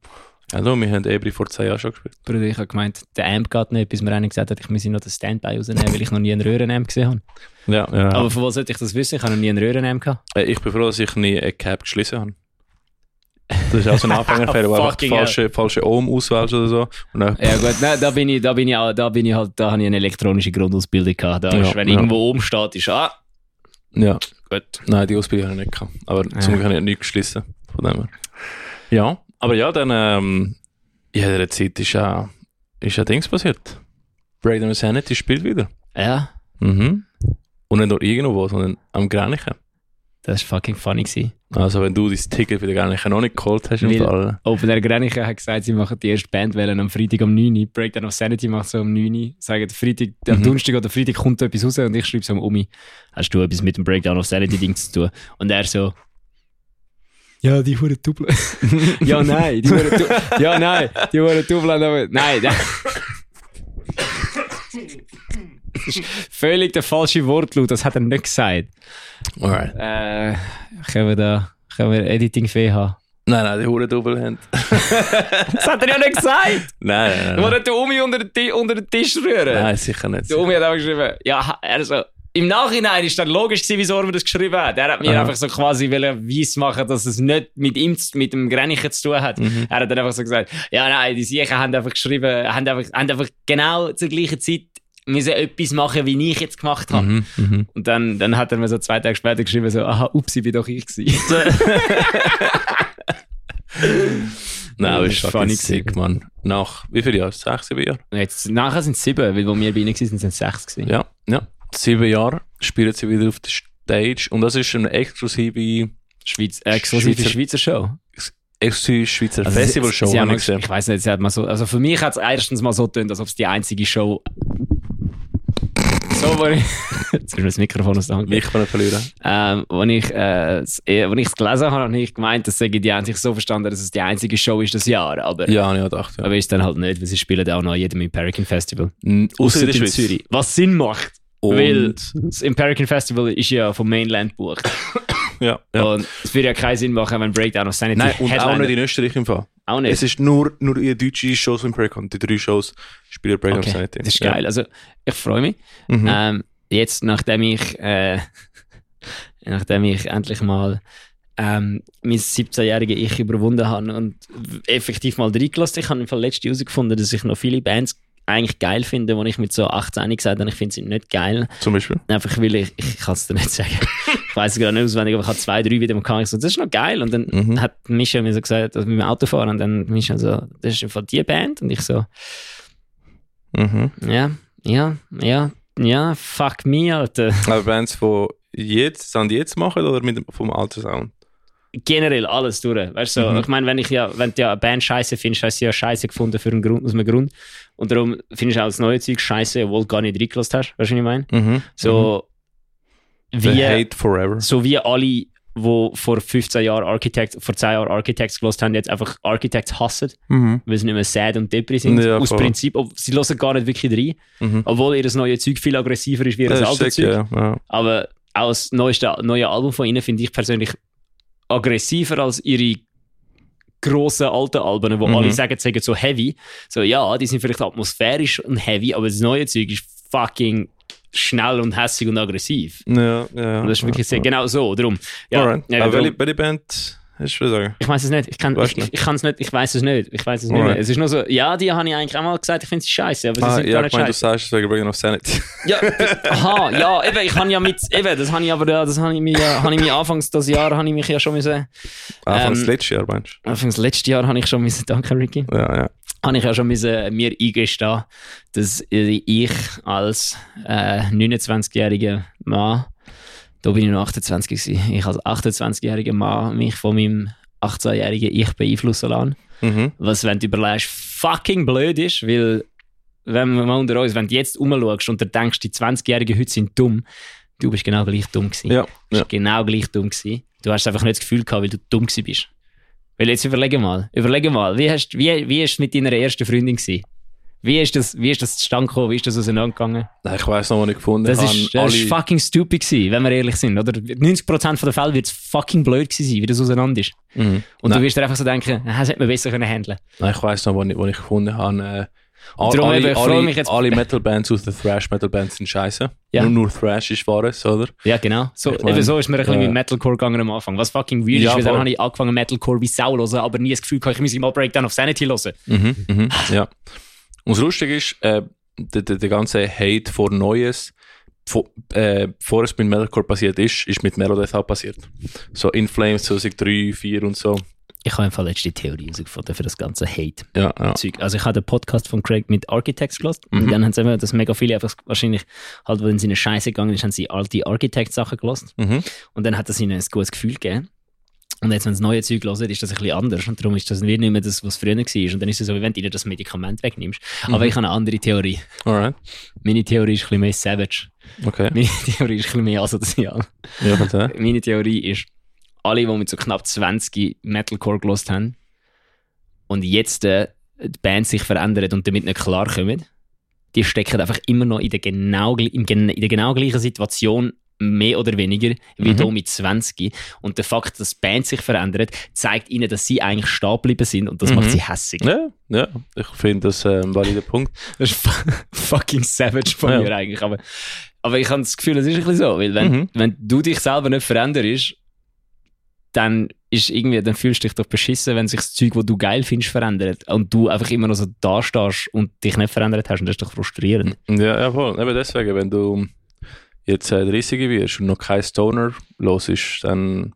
S1: Hallo, wir haben Ebri vor zwei Jahren schon gespielt.
S2: Bruder, ich habe gemeint, der Amp geht nicht, bis mir einer gesagt hat, ich müsse noch den Standby rausnehmen, weil ich noch nie einen Röhrenamp gesehen habe.
S1: Ja, ja.
S2: Aber von wo sollte ich das wissen? Ich habe noch nie einen Röhrenamp gehabt.
S1: Äh, Ich bin froh, dass ich nie eine Cap geschlossen habe. Das ist auch so ein Anfängerfehler, wo einfach die
S2: Fucking hell.
S1: falsche, falsche Ohm auswählst oder so. Und dann,
S2: Ja gut, nein, da bin ich, da bin ich, auch- da bin ich halt, da habe ich eine elektronische Grundausbildung gehabt. Da
S1: Ja,
S2: ist, wenn
S1: ja.
S2: irgendwo oben steht, ist, ah,
S1: ja.
S2: gut.
S1: Nein, die Ausbildung habe ich nicht gehabt. Aber zum Glück habe ich nicht geschlossen. Von dem her. Ja, aber ja, dann ähm, in dieser Zeit ist ja, ist ja Dings passiert. Braden Sanity spielt wieder.
S2: Ja,
S1: Mhm. Und nicht nur irgendwo, sondern am Granichen.
S2: das war fucking funny gewesen.
S1: Also wenn du dein Ticket für den Granichen noch nicht geholt hast, im
S2: Weil-
S1: Fall,
S2: Open Air Grenichen hat gesagt, sie machen die erste Bandwelle am Freitag um 9 Uhr. Breakdown of Sanity macht so um 9 Uhr. Sagen, Freitag, am
S1: Mhm.
S2: Donnerstag oder Freitag kommt etwas raus und ich schreibe so am Umi, hast du etwas mit dem Breakdown of Sanity Ding zu tun? Und er so, ja, die wurden Double. ja, nein, die wurden Double. Ja, nein, die wurden Double. haben aber- Nein, das Das ist völlig der falsche Wortlaut, das hat er nicht gesagt.
S1: alright.
S2: Äh, können wir da, können wir Editing-Fee haben?
S1: Nein, nein, die Huren Double haben.
S2: Das hat er ja nicht gesagt!
S1: Nein, nein, nein.
S2: Wo
S1: nein.
S2: nicht der Omi unter den, Ti- unter den Tisch rühren.
S1: Nein, sicher nicht.
S2: Der Omi hat auch geschrieben, ja, er so. Im Nachhinein ist dann logisch gewesen, wieso er mir das geschrieben hat. Er hat mir
S1: Aha.
S2: einfach so quasi wollen weiss machen, dass es nicht mit ihm, zu- mit dem Grenichen zu tun hat.
S1: Mhm.
S2: Er hat dann einfach so gesagt, ja nein, die Siechen haben einfach geschrieben, haben einfach, haben einfach genau zur gleichen Zeit müssen etwas machen, wie ich jetzt gemacht habe.
S1: Mhm, mhm.
S2: Und dann, dann hat er mir so zwei Tage später geschrieben, so, aha, ups, ich bin doch ich gewesen.
S1: Nein, aber
S2: Das
S1: ist
S2: ist
S1: fucking
S2: funny
S1: sick, Mann. Nach wie viele Jahren? Sechs, sieben Jahre?
S2: Jetzt, nachher sind es sieben, weil wo wir bei ihnen waren, sind es sechs gewesen.
S1: Ja, ja. Sieben Jahre spielen sie wieder auf der Stage und das ist eine exklusive,
S2: Schweiz, äh, exklusive
S1: Schweizer-
S2: Schweizer Show.
S1: erste Schweizer
S2: Also, sie-
S1: Festivalshow
S2: sie haben
S1: habe
S2: mal-
S1: ich gesehen.
S2: Ich weiß nicht, sie hat mal so. Also für mich hat es erstens mal so tönt, als ob es die einzige Show. so, wo ich. Jetzt ist mir das Mikrofon aus der Hand.
S1: Mich können verlieren.
S2: Ähm, als ich es gelesen habe, habe ich gemeint, das sage die haben sich so verstanden, dass es die einzige Show ist das Jahr. Aber,
S1: Ja, habe ich auch gedacht. Ja.
S2: aber ist dann halt nicht, weil sie spielen auch noch jedem Imperican Festival.
S1: N- Außer in der
S2: Ausser
S1: Schweiz.
S2: Zürich. Was Sinn macht.
S1: Und,
S2: Weil das Imperican Festival ist ja vom Mainland gebucht.
S1: ja, ja.
S2: Und es würde ja keinen Sinn machen, wenn Breakdown of Sanity
S1: Nein, und auch
S2: Headliner-
S1: nicht in Österreich im Fall.
S2: Auch nicht.
S1: Es ist nur, nur in deutsche Shows im Breakdown. Die drei Shows spielen Breakdown
S2: okay.
S1: Sanity.
S2: Das ist geil. Also, ich freue mich.
S1: Ja. Mhm.
S2: Ähm, jetzt, nachdem ich, äh, nachdem ich endlich mal ähm, mein 17-jährige Ich überwunden habe und w- effektiv mal reingelassen, ich habe im Fall letzte herausgefunden, dass ich noch viele Bands eigentlich geil finde, die ich mit so 18 gesagt habe, ich finde sie nicht geil.
S1: Zum Beispiel.
S2: Einfach weil ich, ich kann es dir nicht sagen. ich weiß es gerade nicht auswendig, aber ich habe zwei, drei wieder kann ich so, das ist noch geil. Und dann
S1: Mhm.
S2: hat Micha mir so gesagt, also mit dem Autofahren, und dann Micha so, das ist im Fall die Band. Und ich so,
S1: Mhm.
S2: ja, ja, ja, ja, fuck me, Alter.
S1: Aber Bands von jetzt, Sound jetzt machen oder mit, dem- vom alten Sound?
S2: generell alles durch. Weißt du, so,
S1: Mhm.
S2: ich meine, wenn ich ja, wenn du ja eine Band scheiße findest, hast du sie ja scheiße gefunden für einen Grund, aus einem Grund. Und darum findest du auch das neue Zeug scheiße, obwohl du gar nicht reingelassen hast. Weißt du, was ich meine?
S1: Mhm.
S2: So,
S1: The
S2: wie,
S1: Hate Forever.
S2: so wie alle, wo vor 15 Jahren Architects, vor 10 Jahren Architects gelost haben, jetzt einfach Architects hassen,
S1: Mhm.
S2: weil sie nicht mehr sad und depressiv sind.
S1: Ja,
S2: aus
S1: voll.
S2: Prinzip, ob, sie hören gar nicht wirklich rein,
S1: Mhm.
S2: obwohl ihr das neue Zeug viel aggressiver ist wie ihr
S1: Das
S2: das
S1: ist
S2: alte
S1: sick,
S2: Zeug.
S1: ja. ja.
S2: Aber auch das neueste neue Album von ihnen finde ich persönlich aggressiver als ihre grossen alten Alben, wo
S1: Mhm.
S2: alle sagen, sie seien so heavy. So, ja, die sind vielleicht atmosphärisch und heavy, aber das neue Zeug ist fucking schnell und hässig und aggressiv.
S1: Ja, ja.
S2: Und das ist wirklich sehr, genau so, darum. Ja,
S1: Alright.
S2: ja,
S1: Aber
S2: darum-
S1: welche, welche Band hast du sagen?
S2: ich weiß es nicht. Ich kann
S1: Weißt
S2: ich,
S1: du
S2: ich kann's nicht. Ich weiß es nicht. Ich weiß es nicht mehr.
S1: Alright.
S2: Es ist nur so, ja, die habe ich eigentlich auch mal gesagt, ich finde sie scheiße, aber sie
S1: Ah,
S2: sind gar
S1: ja,
S2: nicht
S1: ich meine, du
S2: scheiße.
S1: sagst es wegen Breaking of Sanity.
S2: Ja, aha, ja, eben, ich habe ja mit, eben, das habe ich aber, ja, das habe ich mir, ja, habe ich mir anfangs das Jahr, habe ich mich ja schon müssen,
S1: Anfang des
S2: Ähm,
S1: letzten Jahr, meinst
S2: anfangs letztes Jahr habe ich schon müssen, danke Ricky,
S1: du? Ja, ja.
S2: habe ich ja schon müssen mir eingestehen, dass ich als äh, 29-jähriger Mann, da bin ich noch 28 gewesen, ich als 28-jähriger Mann mich von meinem 18-jährigen Ich beeinflussen lassen
S1: Mhm.
S2: was, wenn du überlegst, fucking blöd ist, weil, wenn wir mal unter uns, wenn du jetzt rumschaust und du denkst, die 20-Jährigen heute sind dumm, du bist genau gleich dumm gewesen.
S1: Ja,
S2: Du bist
S1: ja.
S2: genau gleich dumm gewesen. Du hast einfach nicht das Gefühl gehabt, weil du dumm gewesen bist. Weil jetzt überlege mal, überlege mal, wie hast, wie, wie ist es mit deiner ersten Freundin gewesen? Wie ist das, wie ist das zustande gekommen? Wie ist das auseinandergegangen?
S1: Nein, ich weiß noch, was ich gefunden
S2: Das
S1: habe.
S2: ist, das ist
S1: alle,
S2: fucking stupid gewesen, wenn wir ehrlich sind, oder? 90% der Fälle wird es fucking blöd gewesen sein, wie das auseinander ist.
S1: mhm.
S2: Und
S1: Nein.
S2: du wirst dir einfach so denken, ah, das hätte man besser können handeln
S1: Nein, ich weiß noch, wo ich, wo ich gefunden habe. Äh, all-
S2: Darum eben, ich freue
S1: alle,
S2: mich jetzt-
S1: alle Metal-Bands aus den Thrash-Metal-Bands sind scheiße.
S2: Ja.
S1: Nur, nur Thrash ist wahres, oder?
S2: Ja, genau. So,
S1: Ich mein,
S2: eben so ist mir ein bisschen
S1: äh,
S2: mit Metalcore gegangen am Anfang. Was fucking weird
S1: Ja,
S2: ist, weil dann
S1: voll.
S2: habe ich angefangen Metalcore wie Sau hören, aber nie das Gefühl gehabt, ich muss mal Breakdown auf Sanity hören.
S1: Mhm. Mhm. ja. Und das Lustige ist, äh, der, der, der ganze Hate vor Neues, vor, äh, bevor es mit Metalcore passiert ist, ist mit Megadeth auch passiert. So In Flames 2003, 4 und so.
S2: Ich habe einfach letzte Theorie herausgefunden für das ganze Hate-Zeug.
S1: Ja, ja.
S2: Also ich habe den Podcast von Craig mit Architects gehört
S1: Mhm.
S2: und dann haben sie immer, dass mega viele einfach wahrscheinlich halt, weil in seine Scheiße gegangen ist, haben sie alte Architects-Sachen gehört
S1: Mhm.
S2: und dann hat das ihnen ein gutes Gefühl gegeben. Und jetzt, wenn das neue Zeug hören, ist das ein bisschen anders. Und darum ist das nicht mehr das, was früher war. Und dann ist es so, wie wenn du ihnen das Medikament wegnimmst.
S1: Mhm.
S2: Aber ich habe eine andere Theorie.
S1: Alright.
S2: Meine Theorie ist ein bisschen mehr savage.
S1: Okay.
S2: Meine Theorie ist ein bisschen mehr asozial.
S1: Ja, bitte.
S2: Meine Theorie ist, alle, die mit so knapp 20 Metalcore gelost haben und jetzt äh, die Band sich verändert und damit nicht klarkommen, die stecken einfach immer noch in der genau, gl- im, gen- in der genau gleichen Situation, mehr oder weniger, wie
S1: Mhm.
S2: hier mit 20. Und der Fakt, dass die Band sich verändert, zeigt ihnen, dass sie eigentlich stehen geblieben sind und das
S1: Mhm.
S2: macht sie hässig.
S1: Ja, ja. Ich finde das äh, ein valider Punkt.
S2: Das ist fu- fucking savage von
S1: Ja.
S2: mir eigentlich. Aber, aber ich habe das Gefühl, es ist ein bisschen so. Weil wenn,
S1: Mhm.
S2: wenn du dich selber nicht veränderst, dann ist irgendwie, dann fühlst du dich doch beschissen, wenn sich das Zeug, das du geil findest, verändert. Und du einfach immer noch so da stehst und dich nicht verändert hast. Und das ist doch frustrierend.
S1: Ja, ja, voll. Eben deswegen, wenn du jetzt äh, 30 wirst und noch kein Stoner los ist, dann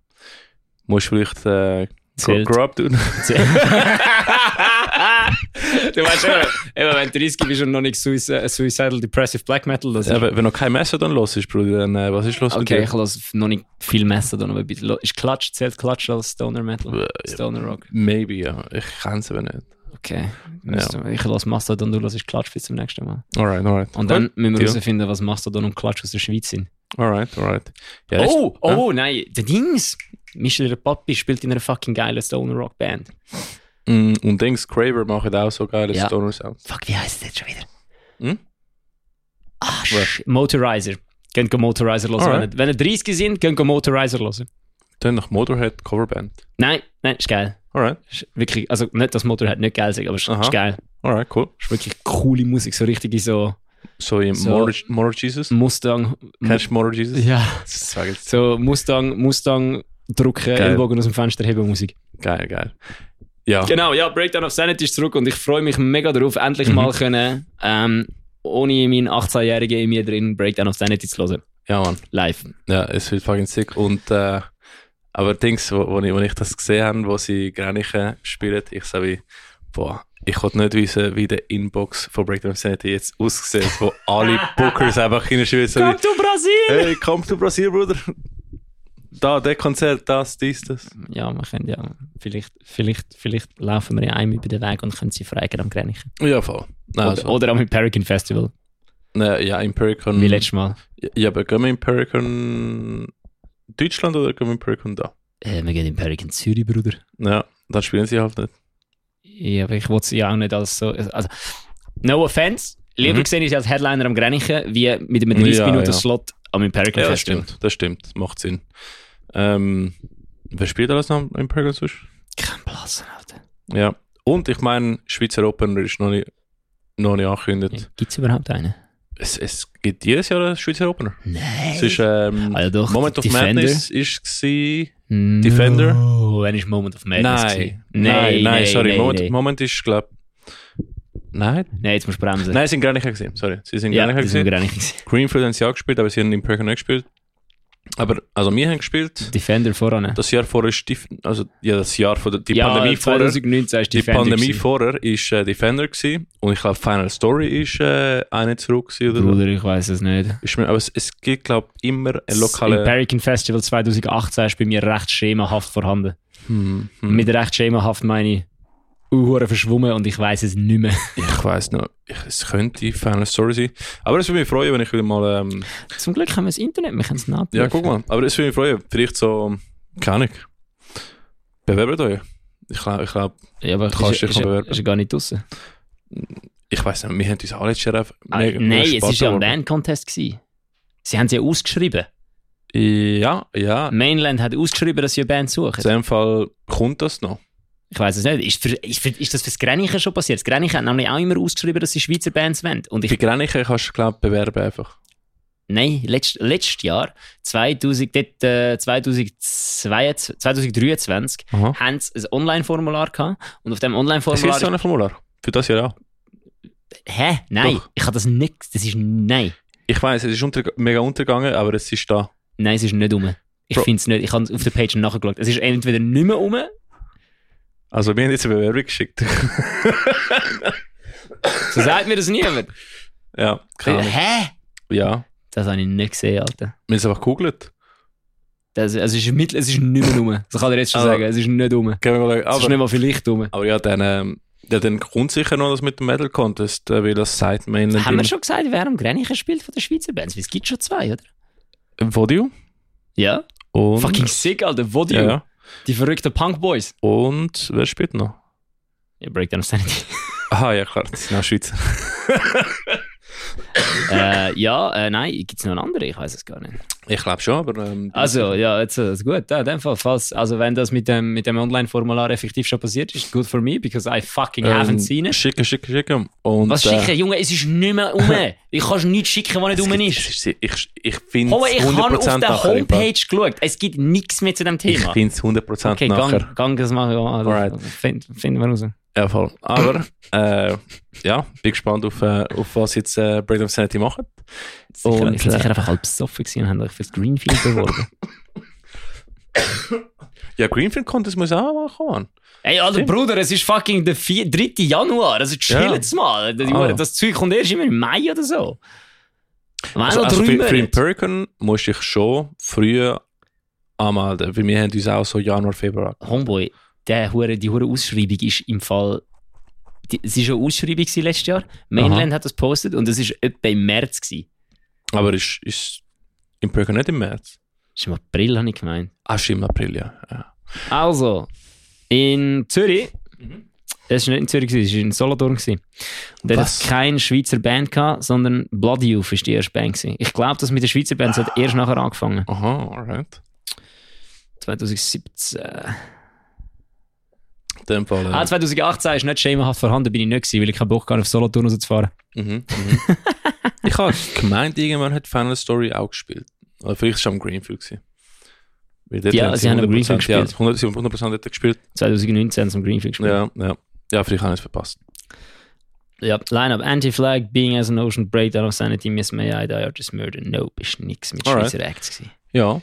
S1: musst du vielleicht äh, grow,
S2: Zählt.
S1: grow up tun.
S2: Du weißt schon, eben, wenn du 30 bist und noch nicht Suic äh, Suicidal Depressive Black Metal, das
S1: Ja, wenn wenn noch kein Messer dann los ist, Bruder, dann äh, was ist los
S2: Okay, ich
S1: mit dir?
S2: lasse noch nicht viel messen, aber bitte. lo- Ist Klatsch, zählt Klatsch als Stoner Metal?
S1: Äh,
S2: Stoner Rock.
S1: Maybe, ja. Ich kenne es aber nicht.
S2: Okay. Müsste- Ich lasse Mastodon, du lässt Klatsch bis zum nächsten Mal.
S1: Alright, alright.
S2: Und dann
S1: Gut.
S2: müssen wir
S1: Deal.
S2: herausfinden, was Mastodon und Klatsch aus der Schweiz sind.
S1: Alright, alright. Ja, das-
S2: Oh, oh, nein, der Dings! Michel Papi spielt in einer fucking geilen Stoner Rock Band.
S1: Mm, Und Dings, Craver machen auch so geile
S2: Ja.
S1: Stoner Sounds.
S2: Fuck, wie heißt das jetzt schon wieder?
S1: Hm?
S2: Ah, sch- Motorizer. Könnt ihr Motorizer hören.
S1: Alright.
S2: Wenn, ihr, wenn ihr 30 sind, könnt ihr Motorizer hören.
S1: Dann nach Motorhead Coverband.
S2: Nein, nein, ist geil.
S1: Alright,
S2: Ist wirklich, also nicht, dass Motorhead nicht geil ist, aber ist,
S1: Aha.
S2: ist geil.
S1: alright, cool.
S2: Ist wirklich coole Musik, so richtige so
S1: So, im
S2: So.
S1: Motor, Motor Jesus?
S2: Mustang.
S1: Kennst du Motor Jesus?
S2: Ja.
S1: Das sag jetzt.
S2: So Mustang, Mustang drücken,
S1: Geil.
S2: Ellbogen aus dem Fenster heben Musik.
S1: Geil, geil. Ja,
S2: Genau, ja, Breakdown of Sanity ist zurück und ich freue mich mega darauf, endlich mal können, ähm, ohne meinen 18-Jährigen in mir drin Breakdown of Sanity zu hören.
S1: ja, Mann.
S2: Live.
S1: Ja, es wird fucking sick. Und, äh, aber Dings, wo, wo, ich, wo ich das gesehen habe, wo sie Grenichen spielen, ich sage wie, boah, ich wollte nicht wissen, wie der Inbox von Breakdown of Sanity jetzt aussieht, wo alle Bookers einfach hinschreiben, so wie,
S2: to Brasil!
S1: hey, komm zu Brasil, Bruder. Da, der Konzert, das, dies, das.
S2: Ja, wir können ja, vielleicht, vielleicht, vielleicht laufen wir ja einem über den Weg und können sie fragen am Grenichen.
S1: Ja, voll. Nein,
S2: Oder,
S1: also,
S2: oder am Hurricane Festival,
S1: nein, ja, Impericon.
S2: wie letztes Mal.
S1: Ja, aber gehen wir Impericon Deutschland oder gehen wir Impericon da?
S2: Äh, wir gehen in Hurricane Zürich, Bruder.
S1: Ja, dann spielen sie halt nicht.
S2: Ja, aber ich wollte sie ja auch nicht als so. Also, no offense. Lieber
S1: Mhm.
S2: gesehen ist als Headliner am Grenichen, wie mit einem 30
S1: Ja,
S2: Minuten
S1: ja.
S2: Slot am Empirical
S1: Ja, das
S2: Festival.
S1: stimmt, das stimmt, macht Sinn. Ähm, wer spielt alles noch im Perkins sonst?
S2: Kein Blasen, Alter.
S1: Ja. Und ich meine, Schweizer Open ist noch nicht, noch nicht angekündigt.
S2: Gibt es überhaupt einen?
S1: Es, es gibt jedes Jahr einen Schweizer Opener.
S2: Nein.
S1: Es ist, ähm,
S2: Ah ja, doch,
S1: Moment of
S2: Defender. Mm.
S1: Madness ist gsi.
S2: no.
S1: Defender?
S2: Wenn ist Moment of Madness?
S1: Nein.
S2: gewesen?
S1: Nein, nein, sorry. Moment,
S2: Nein.
S1: Moment ist, glaube Nein?
S2: Nein, jetzt musst du bremsen.
S1: Nein, sie sind gar nicht gesehen. Sorry, sie sind
S2: ja,
S1: gar nicht
S2: das ist im
S1: gesehen.
S2: Grenichen. gewesen.
S1: Greenfield haben sie auch gespielt, aber sie haben im Perkins nicht gespielt. Aber, also wir haben gespielt.
S2: Defender voran.
S1: Das Jahr vorher ist, Def- also ja, das Jahr vor der, die
S2: ja,
S1: Pandemie vorher.
S2: 2019 ist
S1: Die
S2: Defender.
S1: Pandemie
S2: gewesen.
S1: vorher ist äh, Defender gewesen, und ich glaube Final Story ist äh, eine zurück gewesen, oder so.
S2: Bruder, ich weiß es nicht.
S1: Ist mir, aber es, es gibt glaube immer eine
S2: Das
S1: lokale.
S2: Empirican Festival 2018 ist bei mir recht schemahaft vorhanden.
S1: Hm, hm.
S2: Mit recht schemahaft meine ich, Uhren verschwommen und ich weiß es nicht mehr.
S1: ich weiß noch, ich, es könnte Final Story sein. Aber es würde mich freuen, wenn ich wieder mal. Ähm,
S3: Zum Glück haben wir das Internet, wir können es nachprüfen.
S1: ja, guck mal. Aber es würde mich freuen, vielleicht so, keine Ahnung. Bewerbt euch. Ich glaube, ich, glaub,
S2: Ja, aber
S1: Du kannst dich
S2: ja-
S1: bewerben.
S2: ist ja gar nicht draußen.
S1: ich weiß nicht, wir haben uns auch letztes Jahr einfach. mega- mega
S2: Ah, nein, es
S1: Spaß
S2: war ja ein
S1: geworden.
S2: Band-Contest. gewesen. Sie haben es ja ausgeschrieben.
S1: Ja, ja.
S2: Mainland hat ausgeschrieben, dass sie eine Band suchen.
S1: In dem Fall kommt das noch.
S2: Ich weiß es nicht. Ist, für, ist, für, ist das für das Grenichen schon passiert? Das Grenichen hat nämlich auch immer ausgeschrieben, dass sie Schweizer Bands wollen. Und
S1: Bei
S2: ich,
S1: Grenichen kannst du, glaube bewerben einfach.
S2: nein, letzt, letztes Jahr, 2000, dort, äh, 2022, 2023,
S1: Aha.
S2: haben sie ein Online-Formular gehabt. Und auf dem
S1: Es ist so
S2: Online-Formular...
S1: ein Formular. Für das Jahr auch.
S2: Hä? Nein,
S1: Doch.
S2: ich habe das nicht... Das ist... Nein.
S1: Ich weiß, es ist unter, mega untergegangen, aber es ist da.
S2: Nein, es ist nicht rum. Ich
S1: Bro.
S2: finde es nicht. Ich habe auf der Page nachgeschaut. Es ist entweder nicht mehr rum.
S1: Also wir haben jetzt eine Bewerbung geschickt.
S2: So sagt mir das niemand.
S1: ja, keine Ahnung.
S2: Hä?
S1: Ja,
S2: Das habe ich nicht gesehen, Alter.
S1: wir haben es einfach gegoogelt.
S2: Das, also es, ist mit, es ist nicht mehr rum. Das kann ich dir jetzt schon
S1: Also,
S2: sagen. Es ist nicht rum.
S1: Gehen wir mal schauen.
S2: Es ist nicht
S1: Aber,
S2: mal vielleicht rum.
S1: aber ja, dann, ähm, ja, dann kommt sicher noch das mit dem Medal Contest, äh, weil das sagt man
S2: Haben wir schon gesagt, wer am Grenichen spielt von den Schweizer Bands? Weil Es gibt schon zwei, oder?
S1: Vodio
S2: Ja.
S1: und...
S2: Fucking sick, Alter. Vodio.
S1: ja, ja.
S2: Die verrückten Punk-Boys.
S1: Und wer spielt noch?
S2: Ja, Breakdown of Sanity.
S1: Ah ja, klar, das sind auch Schweizer.
S2: äh, ja, äh, nein, gibt es noch einen anderen? Ich weiß es gar nicht.
S1: Ich glaube schon, aber... Ähm,
S2: Also, ja, jetzt äh, gut. Ja, in dem Fall, falls, also wenn das mit dem, mit dem Online-Formular effektiv schon passiert ist, good for me, because I fucking
S1: Ähm,
S2: haven't seen it.
S1: Schicken, schicken, schicken. Und,
S2: Was
S1: äh,
S2: schicken, Junge? Es ist nicht mehr rum. ich kann nichts schicken, was nicht
S1: es
S2: rum
S1: gibt-
S2: ist.
S1: es Ich, ich finde
S2: Hohe, ich
S1: es 100%
S2: habe auf der
S1: nachher im Fall.
S2: Homepage geschaut. Es gibt nichts mehr zu dem
S1: Ich
S2: Thema.
S1: finde es 100%
S2: Okay,
S1: nachher.
S2: gang, gang das machen. Ja,
S1: Alright.
S2: das find, finden wir raus.
S1: Ja, voll. Aber äh, ja, bin gespannt auf, äh, auf was jetzt äh, Breakdown Sanity machen.
S2: Sicher,
S1: Und,
S2: ich bin
S1: äh,
S2: sicher einfach halb besoffen gewesen und haben euch fürs Greenfield beworben.
S1: Ja, Greenfield Contest muss auch mal kommen.
S2: Ey, Alter, Bruder, es ist fucking der 4, 3. Januar. Also chillt's mal. Das,
S1: Ah.
S2: das Zeug kommt erst immer im Mai oder so. Wenn
S1: Also,
S2: noch
S1: also
S2: drei
S1: für, für
S2: Monate.
S1: Empiricon musst du dich schon früh anmelden. Weil wir haben uns auch so Januar, Februar
S2: Homeboy, der hure, die hure Ausschreibung ist im Fall. Die, es war eine Ausschreibung gewesen letztes Jahr. Mainland hat das gepostet und es war etwa im März. Gewesen.
S1: Aber ist, ist Empiricon nicht im März?
S2: Das ist im April, habe ich gemeint.
S1: Ah, stimmt, im April, ja. ja.
S2: Also, in Zürich.
S1: Mhm.
S2: Es war nicht in Zürich, gewesen, es war in Solothurn. gewesen. Und da hat
S1: Was?
S2: es keine Schweizer Band, gehabt, sondern Bloody Youth war die erste Band. Gewesen. Ich glaube, das mit der Schweizer Band das hat erst nachher angefangen.
S1: Aha, alright.
S2: 2017.
S1: In dem Fall. Äh,
S2: äh, Ah, 2018 ist nicht schemenhaft vorhanden, bin ich nicht gewesen, weil ich keinen Bock hatte, auf Solothurn rauszufahren.
S1: mhm, mhm. ich habe gemeint, irgendwann hat Final Story auch gespielt. Oder vielleicht war es schon am Greenfield. Gewesen. Weil dort
S2: Ja, sie haben am
S1: 100%
S2: Greenfield gespielt.
S1: Ja, 100 sie haben 100% dort gespielt.
S2: 2019 haben sie am Greenfield gespielt.
S1: Ja, ja. Ja, vielleicht habe ich es verpasst.
S2: Ja, Line-Up Anti-Flag, Being as an Ocean, Breakdown of Sanity, Miss May I, Die Artist Murder. Nope, ist nix mit
S1: Alright.
S2: Schweizer Acts gewesen.
S1: Ja.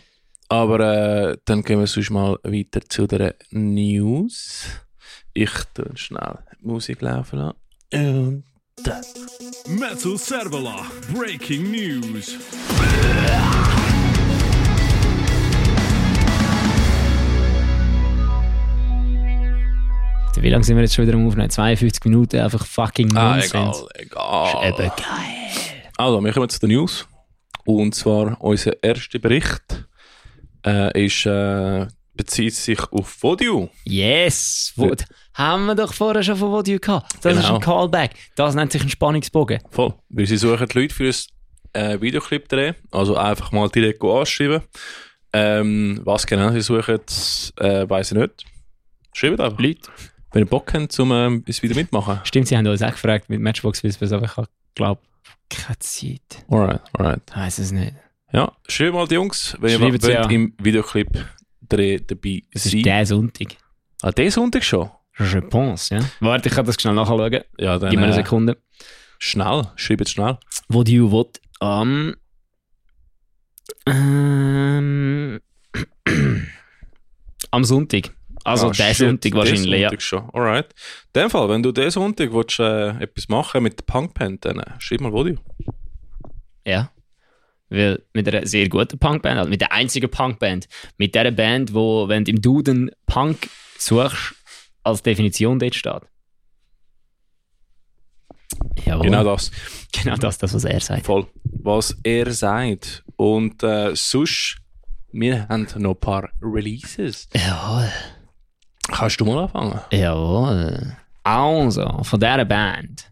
S1: Aber äh, dann gehen wir sonst mal weiter zu der News. Ich tue schnell Musik laufen lassen. Und das.
S4: Metal Servola breaking news.
S2: Wie lange sind wir jetzt schon wieder am Aufnehmen? 52 Minuten, einfach fucking
S1: Ah,
S2: Nonsens.
S1: egal, egal.
S2: Eben geil.
S1: Also, wir kommen zu den News. Und zwar unser erster Bericht äh, ist, äh, bezieht sich auf Vodio.
S2: Yes! Wo,
S1: Ja.
S2: Haben wir doch vorher schon von Vodio gehabt. Das ist
S1: Genau.
S2: ein Callback. Das nennt sich ein Spannungsbogen.
S1: Voll. Weil sie suchen die Leute für ein äh, Videoclip drehen. Also einfach mal direkt go anschreiben. Ähm, was genau sie suchen, äh, weiß ich nicht. Schreibt einfach.
S2: Leute.
S1: Wenn ihr Bock habt, um ähm, es wieder mitmachen.
S2: Stimmt, sie haben uns auch gefragt mit Matchbox Whispers, aber ich habe, glaube keine Zeit.
S1: Alright, alright.
S2: Ich weiss es nicht.
S1: Ja, schreibt mal die Jungs, wenn ihr
S2: Schreibt
S1: wollt,
S2: sie, ja.
S1: im Videoclip dreh dabei
S2: Es ist
S1: sein.
S2: der Sonntag.
S1: Ah, diesen Sonntag schon?
S2: Je pense, ja. Warte, ich kann das schnell nachschauen.
S1: Ja, dann
S2: Gib mir eine
S1: äh,
S2: Sekunde.
S1: schnell. Schreibt schnell.
S2: wo die EU will, am. Ähm, am Sonntag. Also
S1: Ah,
S2: der
S1: shit,
S2: Sonntag
S1: der
S2: wahrscheinlich, ja.
S1: Sonntag schon, alright. In dem Fall, wenn du diesen Sonntag willst, äh, etwas machen mit der Punkband, dann äh, schreib mal Vodio.
S2: ja. Weil mit einer sehr guten Punkband, also mit der einzigen Punkband, mit der Band, wo, wenn du im Duden Punk suchst, als Definition dort steht. Jawohl.
S1: Genau das.
S2: genau das, das, was er sagt.
S1: Voll. Was er sagt. Und äh, sonst, wir haben noch ein paar Releases.
S2: Jawohl.
S1: Kannst du mal anfangen?
S2: Jawohl. Also, von dieser Band.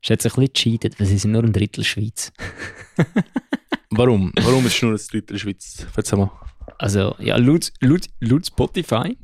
S2: Ist jetzt ein bisschen gescheitert, weil sie sind nur ein Drittel Schweiz.
S1: Warum? Warum ist nur das Leute in der Schweiz? Erzähl mal.
S2: Also, ja, laut, laut, laut Spotify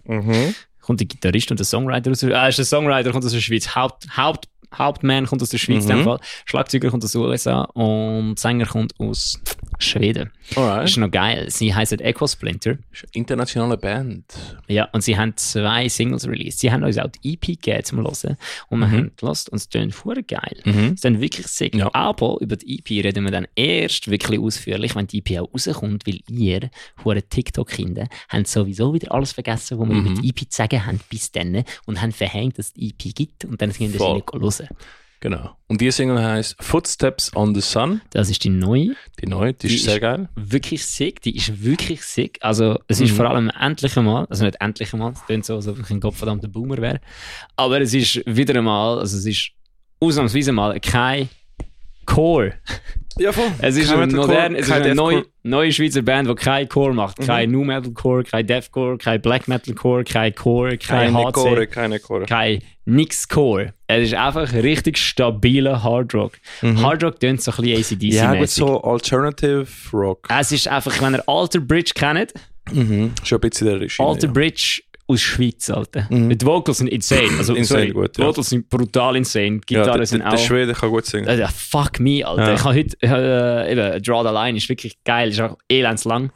S2: kommt der Gitarrist und der Songwriter aus der Schweiz. Ah, ist der Songwriter, kommt aus der Schweiz. Haupt, Haupt, Hauptman kommt aus der Schweiz, in dem
S1: Mhm.
S2: Fall. Schlagzeuger kommt aus den USA und Sänger kommt aus Schweden. Das ist
S1: Alright.
S2: noch geil. Sie heißen Echo Splinter.
S1: Ist eine internationale Band.
S2: Ja, und sie haben zwei Singles released. Sie haben uns auch die EP gegeben zum Hören. Und wir haben gelost und es tönt voll geil. Es tönt wirklich sick.
S1: Mhm. Ja.
S2: Aber über die EP reden wir dann erst wirklich ausführlich, wenn die EP auch rauskommt, weil ihr, hure TikTok-Kinder, habt sowieso wieder alles vergessen, was wir
S1: Mhm.
S2: über die EP zu sagen haben bis dann und haben verhängt, dass es die EP gibt und dann sind wir sie
S1: Voll.
S2: nicht hören.
S1: Genau. Und die Single heißt Footsteps on the Sun.
S2: Das ist die neue
S1: Die neue, die,
S2: Die
S1: ist
S2: ist-
S1: sehr geil.
S2: wirklich sick, die ist wirklich sick. Also es
S1: Mhm.
S2: ist vor allem endlich einmal, also nicht endlich einmal, es klingt so, als ob ich ein gottverdammter Boomer wäre, aber es ist wieder einmal, also es ist ausnahmsweise mal kein Core.
S1: Ja, voll.
S2: Es ist ein modern, es ist eine neue, neue Schweizer Band, die kein Core macht.
S1: Mhm.
S2: Kein New Metal Core, kein Death Core, kein Black Metal Core, kein Core, kein
S1: Keine
S2: HC,
S1: Chore, keine Chore.
S2: kein nix Core. Es ist einfach richtig stabiler Hard Rock. Hard Rock tönt so ein bisschen ACDC-mäßig.
S1: Mhm. Ja, gut, so Alternative Rock.
S2: Es ist einfach, wenn ihr Alter Bridge kennt,
S1: Schon ein bisschen der Regie.
S2: Alter Bridge aus Schweiz, Alter. Die Vocals sind insane. Also,
S1: Mhm. Insane
S2: sorry,
S1: gut,
S2: die
S1: ja.
S2: Vocals sind brutal insane. Die
S1: ja,
S2: Gitarren
S1: der,
S2: sind
S1: der, der
S2: auch...
S1: Schwede kann gut singen.
S2: Äh, fuck me, Alter.
S1: Ja.
S2: Ich habe heute... Äh, eben, Draw the Line ist wirklich geil. Ist auch elends lang.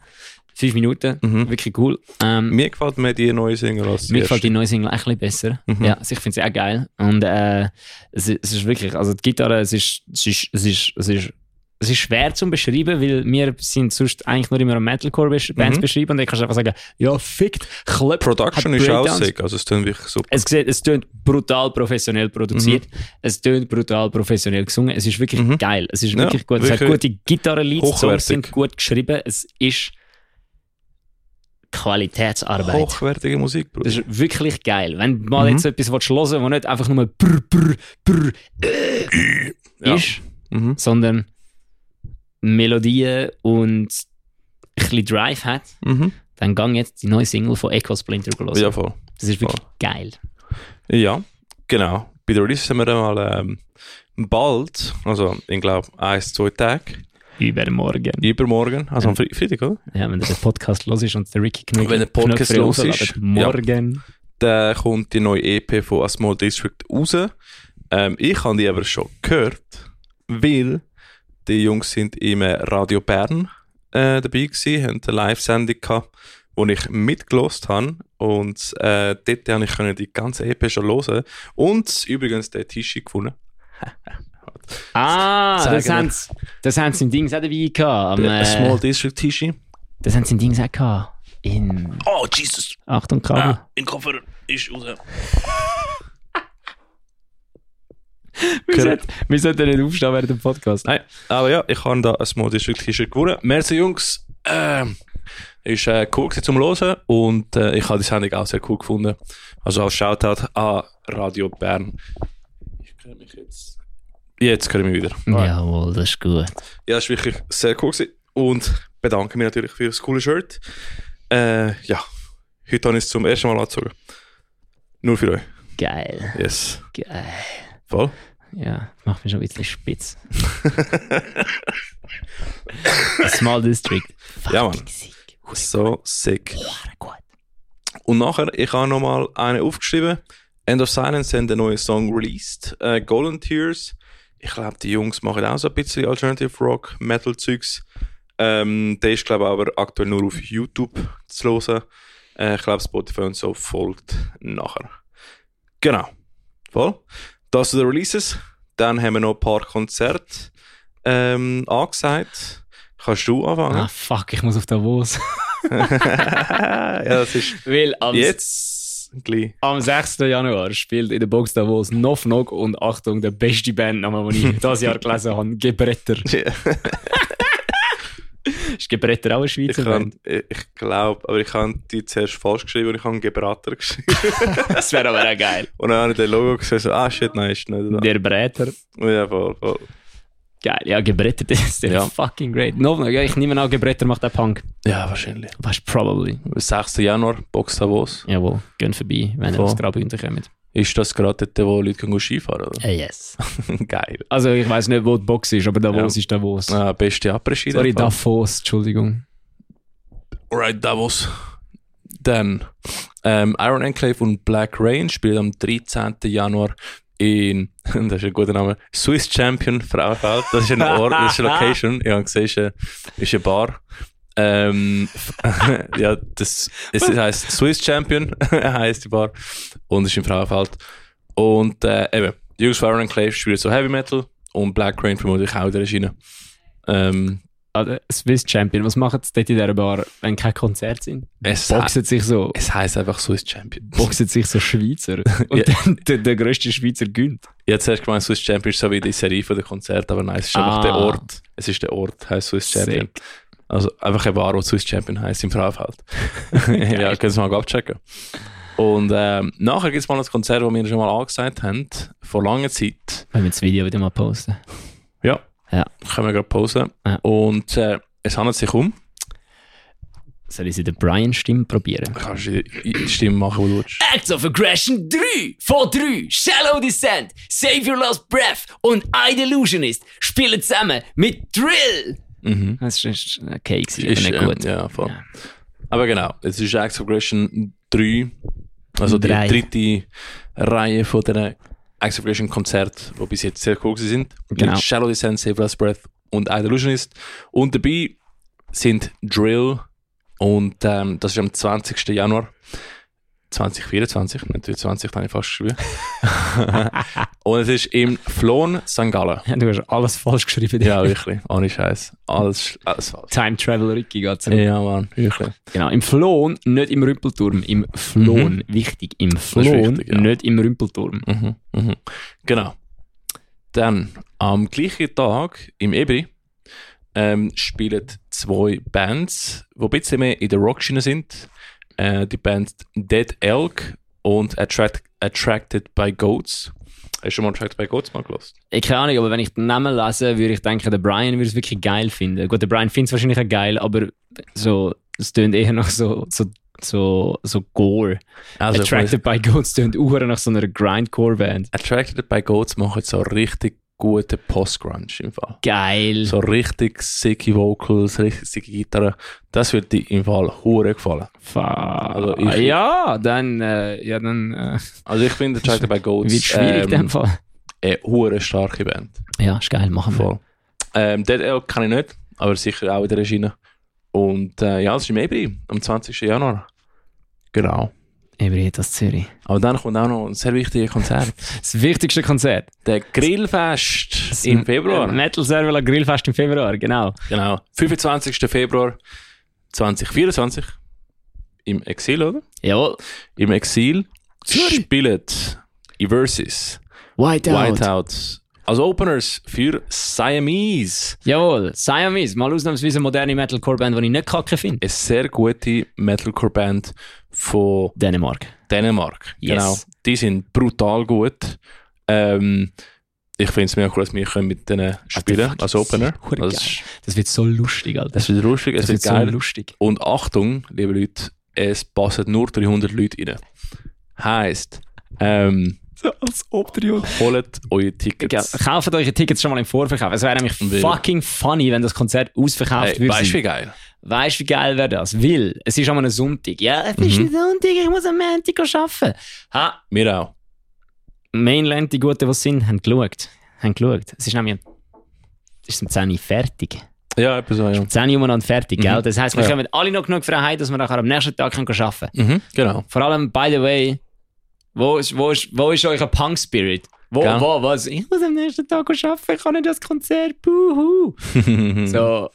S2: Fünf Minuten.
S1: Mhm.
S2: Wirklich cool. Ähm,
S1: Mir gefällt mir die neue Single als die
S2: mir gefällt
S1: erste.
S2: die neue Single echt ein bisschen besser.
S1: Mhm.
S2: Ja, also ich finde sie auch geil. Und äh, es, ist- es ist wirklich, also die Gitarre, es ist, es ist, es ist, es ist es ist schwer zu beschreiben, weil wir sind sonst eigentlich nur immer am Metalcore-Bands
S1: Mhm.
S2: beschrieben und dann kannst du einfach sagen, ja, fickt, klöpft.
S1: Production
S2: hat
S1: ist auch
S2: Breakdowns.
S1: sick, also es tönt wirklich so.
S2: Es, sieht, es tönt brutal professionell produziert, es tönt brutal professionell gesungen, es ist wirklich
S1: Mhm.
S2: geil, es ist
S1: Ja,
S2: wirklich gut, es hat
S1: wirklich
S2: gute Gitarrenlieder, Songs
S1: hochwertig.
S2: sind gut geschrieben, es ist Qualitätsarbeit.
S1: Hochwertige Musik, Bruder.
S2: Das ist wirklich geil. Wenn du mal
S1: Mhm.
S2: jetzt etwas willst hören willst, was nicht einfach nur brr, brr, brr äh,
S1: Ja.
S2: ist,
S1: Mhm.
S2: sondern Melodien und ein bisschen Drive hat,
S1: Mhm.
S2: dann gang jetzt die neue Single von Echo Splinter hören.
S1: Ja, voll.
S2: Das ist wirklich geil.
S1: Ja, genau. Bei der Release haben wir dann mal ähm, bald, also ich glaube ein, zwei Tage,
S2: Übermorgen.
S1: übermorgen, also am Fre Freitag, oder?
S2: Ja, wenn du den Podcast los ist und der Ricky Knöpfe
S1: Wenn der Podcast
S2: Knöpfe
S1: los ist,
S2: runterladen, Morgen.
S1: Da kommt die neue EP von A Small District raus. Ähm, ich habe die aber schon gehört, weil die Jungs sind im äh, Radio Bern äh, dabei gewesen, haben eine Live-Sendung gehabt, wo ich mitgelost habe und äh, dort konnte ich können die ganze EP schon hören und übrigens den Tisch gewonnen.
S2: Ah, das
S1: Zeigen
S2: haben, sie, das haben sie im Dings auch dabei gehabt. Am,
S1: Der A Small
S2: äh,
S1: District Tisch.
S2: das haben sie im Dings auch gehabt. In,
S1: Oh, Jesus!
S2: Achtung, Kabel.
S1: mein Ah, Koffer ist raus.
S2: Wir, sollten, wir sollten nicht aufstehen während dem Podcast.
S1: Nein, aber ja, ich habe da ein Small District T-Shirt gewonnen. Merci, Jungs. Ähm, ist äh, cool gewesen zum Hören und äh, ich habe die Sendung auch sehr cool gefunden. Also als Shoutout an Radio Bern. Ich höre mich jetzt. Jetzt höre ich mich wieder.
S2: Jawohl, das ist gut.
S1: Ja, es war wirklich sehr cool gewesen. und bedanke mich natürlich für das coole Shirt. Äh, ja, heute habe ich es zum ersten Mal angezogen. Nur für euch.
S2: Geil,
S1: Yes.
S2: geil.
S1: Voll.
S2: Ja, macht mich schon ein bisschen spitz. Small District.
S1: Ja, Mann.
S2: Fucking sick.
S1: So sick.
S2: Hure gut.
S1: Und nachher, ich habe nochmal eine aufgeschrieben. End of Silence haben den neuen Song released. Äh, Golden Tears. Ich glaube, die Jungs machen auch so ein bisschen Alternative Rock, Metal-Zeugs. Ähm, der ist, glaube ich, aber aktuell nur auf YouTube zu hören. Äh, ich glaube, Spotify und so folgt nachher. Genau. Voll. Das sind die Releases. Dann haben wir noch ein paar Konzerte ähm, angesagt. Kannst du
S2: Ah,
S1: anfangen?
S2: fuck, ich muss auf Davos.
S1: ja, das ist
S2: Weil am,
S1: jetzt gleich.
S2: am 6. Januar spielt in der Box Davos Nof Nog und Achtung, der beste Bandname, den ich dieses Jahr gelesen habe, Gebretter. Ist Gebretter auch ein
S1: Ich,
S2: Schweizer
S1: kann,
S2: Band?
S1: ich, ich glaube, aber ich habe die zuerst falsch geschrieben und ich habe Gebrater geschrieben.
S2: Das wäre aber auch geil.
S1: Und dann habe ich den Logo gesehen, so, ah shit, nein, ist nicht
S2: Der Bretter.
S1: da. Ja, voll, voll.
S2: Geil, ja, Gebretter, das ist der
S1: Ja.
S2: fucking great. Nof Nog, ja, ich nehme an, Gebretter macht auch Punk.
S1: Ja, wahrscheinlich.
S2: Was probably.
S1: 6. Januar, Box Davos.
S2: Jawohl, gehen vorbei, wenn ihr
S1: Voll.
S2: aus Graubünden kommt.
S1: Ist das gerade dort, wo Leute gehen Skifahren oder?
S2: Äh, yes.
S1: Geil.
S2: Also ich weiß nicht, wo die Box ist, aber Davos
S1: Ja.
S2: ist Davos.
S1: Ah, beste Abregie.
S2: Sorry, Davos, Entschuldigung.
S1: Alright, Davos. Dann ähm, Iron Enclave und Black Rain spielen am 13. Januar in, das ist ein guter Name, Swiss Champion Frauenfeld. Das ist ein Ort, das ist eine Location. Ich habe gesehen, es ist eine, ist eine Bar. Ähm, ja, das, es heißt Swiss Champion, heißt die Bar. Und ist im Frauenfeld. Und äh, eben, die Jungs von Iron Enclave spielen so Heavy Metal und Black Rain vermutlich auch in der Schiene. Ähm,
S2: Ah, der Swiss Champion, was machen sie dort in dieser Bar, wenn keine Konzerte sind?
S1: es
S2: Boxen sich so,
S1: es heißt einfach Swiss Champion.
S2: boxen sich so Schweizer. Und
S1: Ja.
S2: dann der, der grösste Schweizer gönnt.
S1: Ich hätte zuerst gemeint, Swiss Champion ist so wie die Serie von den Konzerten, aber nein, es ist
S2: Ah.
S1: einfach der Ort. Es ist der Ort, heißt Swiss Champion.
S2: Sick.
S1: Also einfach ein Bar, wo Swiss Champion heißt im Frauenfeld. ja, können Sie mal abchecken. Und ähm, nachher gibt es mal ein Konzert, das wir schon mal angesagt haben, vor langer Zeit.
S2: Wenn wir das Video wieder mal posten.
S1: Ja.
S2: Ja.
S1: Können wir gerade posen.
S2: Ja.
S1: Und äh, es handelt sich um.
S2: Soll ich sie der Brian Stimme probieren?
S1: Du kannst die- die Stimme machen, die du willst.
S2: Acts of Aggression 3 von 3, Shallow Descent, Save Your Last Breath und I Delusionist spielen zusammen mit Drill.
S1: Mhm.
S2: Das ist okay, gewesen,
S1: Ist,
S2: aber
S1: ähm,
S2: nicht gut.
S1: ja, voll.
S2: Ja.
S1: Aber genau, es ist Acts of Aggression 3, also
S2: Drei.
S1: die dritte Reihe von den Acts of Aggression Konzerten, die bis jetzt sehr cool gewesen sind.
S2: Genau.
S1: Mit Shallow Descent, Save Last Breath und I Delusionist. Und dabei sind Drill und ähm, das ist am 20. Januar 2024, nicht 20, habe ich fast geschrieben. und es ist im Flohn St. Gallen.
S2: Du hast alles falsch geschrieben.
S1: Ja, wirklich. Ohne Scheiß. Alles, alles falsch.
S2: Time Travel Ricky geht zurück.
S1: Ja, Mann, wirklich.
S2: Genau, im Flohn, nicht im Rümpelturm. Im Flohn, wichtig, im Flohn,
S1: Mhm. wichtig, ja.
S2: nicht im Rümpelturm.
S1: Mhm, mhm. Genau. Dann am gleichen Tag im Ebri ähm, spielen zwei Bands, die ein bisschen mehr in der Rockschiene sind. Äh, die Band Dead Elk und Attract Attracted by Goats. Hast du schon mal Attracted by Goats mal gehört?
S2: Ich keine Ahnung, aber wenn ich den Namen lese, würde ich denken, der Brian würde es wirklich geil finden. Gut, der Brian findet es wahrscheinlich auch geil, aber so, es tönt eher nach so, so, so, so Gore.
S1: Also,
S2: Attracted by Goats tönt auch nach so einer Grindcore-Band.
S1: Attracted by Goats machen so richtig guten Post-Grunge im Fall.
S2: Geil.
S1: So richtig sicke Vocals, richtig sicke Gitarre. Das würde dir im Fall hure gefallen.
S2: Fuck. Ah,
S1: Also ich-
S2: ja, dann, äh, ja, dann äh,
S1: Also ich finde Attracted by Goats ähm,
S2: wird schwierig in dem Fall.
S1: eine hure starke Band.
S2: Ja, ist geil, machen wir.
S1: Voll. Ähm, Dead Elk kann ich nicht, aber sicher auch in der Regie. Und äh, ja, es ist im Ebri am 20. Januar. Genau.
S2: Ebriet aus Zürich.
S1: Aber dann kommt auch noch ein sehr wichtiges Konzert.
S2: Das wichtigste Konzert.
S1: Der Grillfest
S2: Das
S1: im Februar.
S2: Äh, Metal Servola Grillfest im Februar, genau.
S1: Genau. 25. Februar 2024. Im Exil, oder?
S2: Jawohl.
S1: Im Exil
S2: Zürich.
S1: spielt Eversis
S2: Whiteout.
S1: Whiteout als Openers für Siamese.
S2: Jawohl, Siamese, mal ausnahmsweise eine moderne Metalcore-Band, die ich nicht kacke finde.
S1: Eine sehr gute Metalcore-Band von
S2: Dänemark.
S1: Dänemark.
S2: Yes.
S1: Genau. Die sind brutal gut. Ähm, ich finde es mega cool, dass wir können mit denen spielen
S2: fuck,
S1: als
S2: das ist
S1: Opener.
S2: verdammt
S1: Das, ist-
S2: Das wird so lustig, Alter.
S1: das wird lustig, es
S2: Das
S1: wird
S2: wird so
S1: geil.
S2: lustig.
S1: Und Achtung, liebe Leute, es passen nur 300 Leute rein. Heißt, ähm,
S2: So als Obdrio.
S1: holt eure Tickets.
S2: Kauft eure Tickets schon mal im Vorverkauf. Es wäre nämlich
S1: Will.
S2: fucking funny, wenn das Konzert ausverkauft
S1: Hey,
S2: würde.
S1: weißt du, wie
S2: sein.
S1: geil?
S2: Weißt du, wie geil wäre das? Will, es ist an einem Sonntag. Ja, es
S1: Mhm.
S2: ist ein Sonntag, ich muss am Montag arbeiten. Ha,
S1: Wir auch.
S2: Mainland, die Guten, die es sind, haben geschaut. Haben geschaut. Es ist nämlich es ist um 10 Uhr fertig.
S1: Ja, etwa so, ja.
S2: 10 Uhr umeinander fertig, gell? Das heisst, wir
S1: Ja.
S2: kommen alle noch genug Freiheit, dass wir nachher am nächsten Tag können arbeiten können.
S1: Mhm, genau.
S2: Vor allem, by the way, wo ist, wo ist, wo ist euer Punk-Spirit? Wo,
S1: Gell?
S2: wo, was? Ich muss am nächsten Tag arbeiten, ich kann nicht das Konzert, buhu.
S1: Mhm.
S2: so,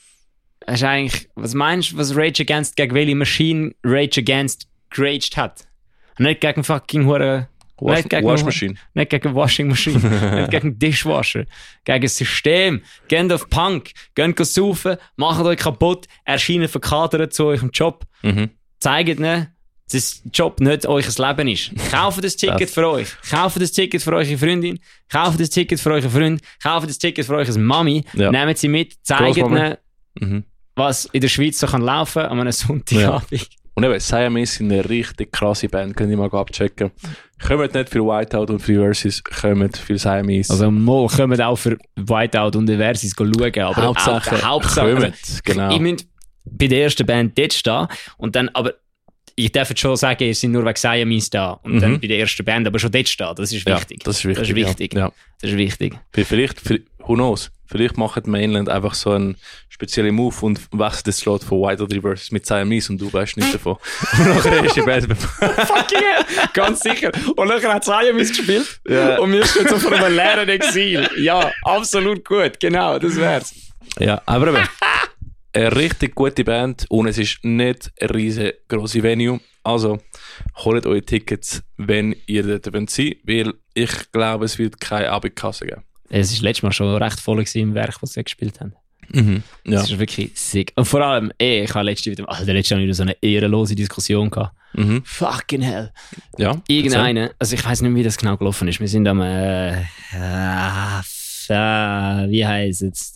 S2: das ist eigentlich, was meinst du, was Rage Against gegen welche Machine Rage Against geraged hat? Nicht gegen fucking Hure.
S1: Wash,
S2: nicht gegen-
S1: Waschmaschine.
S2: Nicht gegen Washing Machine, nicht gegen Dishwasher, gegen das System. Geht auf Punk, geht saufen, macht euch kaputt, erscheinen verkadert zu eurem Job.
S1: Mhm.
S2: Zeigt ihnen, dass der Job nicht euer Leben ist. Kauft das Ticket für euch. Kauft das Ticket für eure Freundin. Kauft das Ticket für euren Freund. Kauft das Ticket für eure Mami.
S1: Ja.
S2: Nehmt sie mit. Zeigt
S1: Großmami.
S2: ihnen,
S1: Mhm.
S2: was in der Schweiz so kann laufen an einem Sonntagabend.
S1: Und eben, Siamese sind eine richtig krasse Band, könnt ihr mal abchecken. Kommt nicht für Whiteout und für Versus, kommt für Siamese.
S2: Also mal kommen auch für Whiteout und Versus schauen, aber
S1: Hauptsache,
S2: auch, Hauptsache
S1: kommt, genau.
S2: Ich müsste bei der ersten Band dort stehen und dann, aber ich darf jetzt schon sagen, ihr seid nur wegen Siamese da und dann bei der ersten Band, aber schon dort stehen, das ist
S1: Ja,
S2: wichtig.
S1: das ist wichtig.
S2: Mhm. Das ist wichtig.
S1: Ja. Ja.
S2: Das ist wichtig.
S1: Vi- Vielleicht, vi- who knows, vielleicht macht Mainland einfach so einen speziellen Move und wechselt den Slot von White oder Reverse mit Siamese und du weißt nichts davon. Und nachher ist die Band
S2: Fucking hell. Ganz sicher. Und nachher hat Siamese gespielt
S1: Ja.
S2: und wir stehen so vor einem leeren Exil. Ja, absolut gut, genau, das wär's.
S1: Ja, aber eben, eine richtig gute Band und es ist nicht ein riesengroßes Venue. Also, holt eure Tickets, wenn ihr dort sein wollt, weil ich glaube, es wird keine Abendkasse geben.
S2: Es war letztes Mal schon recht voll gewesen im Werk, das sie gespielt haben.
S1: Mhm. Ja.
S2: Das ist wirklich sick. Und vor allem, eh, ich habe letzte wieder, Alter, letztes Jahr wieder so eine ehrenlose Diskussion gehabt.
S1: Mhm.
S2: Fucking hell.
S1: Ja.
S2: Irgendeiner, also ich weiß nicht mehr, wie das genau gelaufen ist. Wir sind am, äh, ah, f- ah, wie heißt es?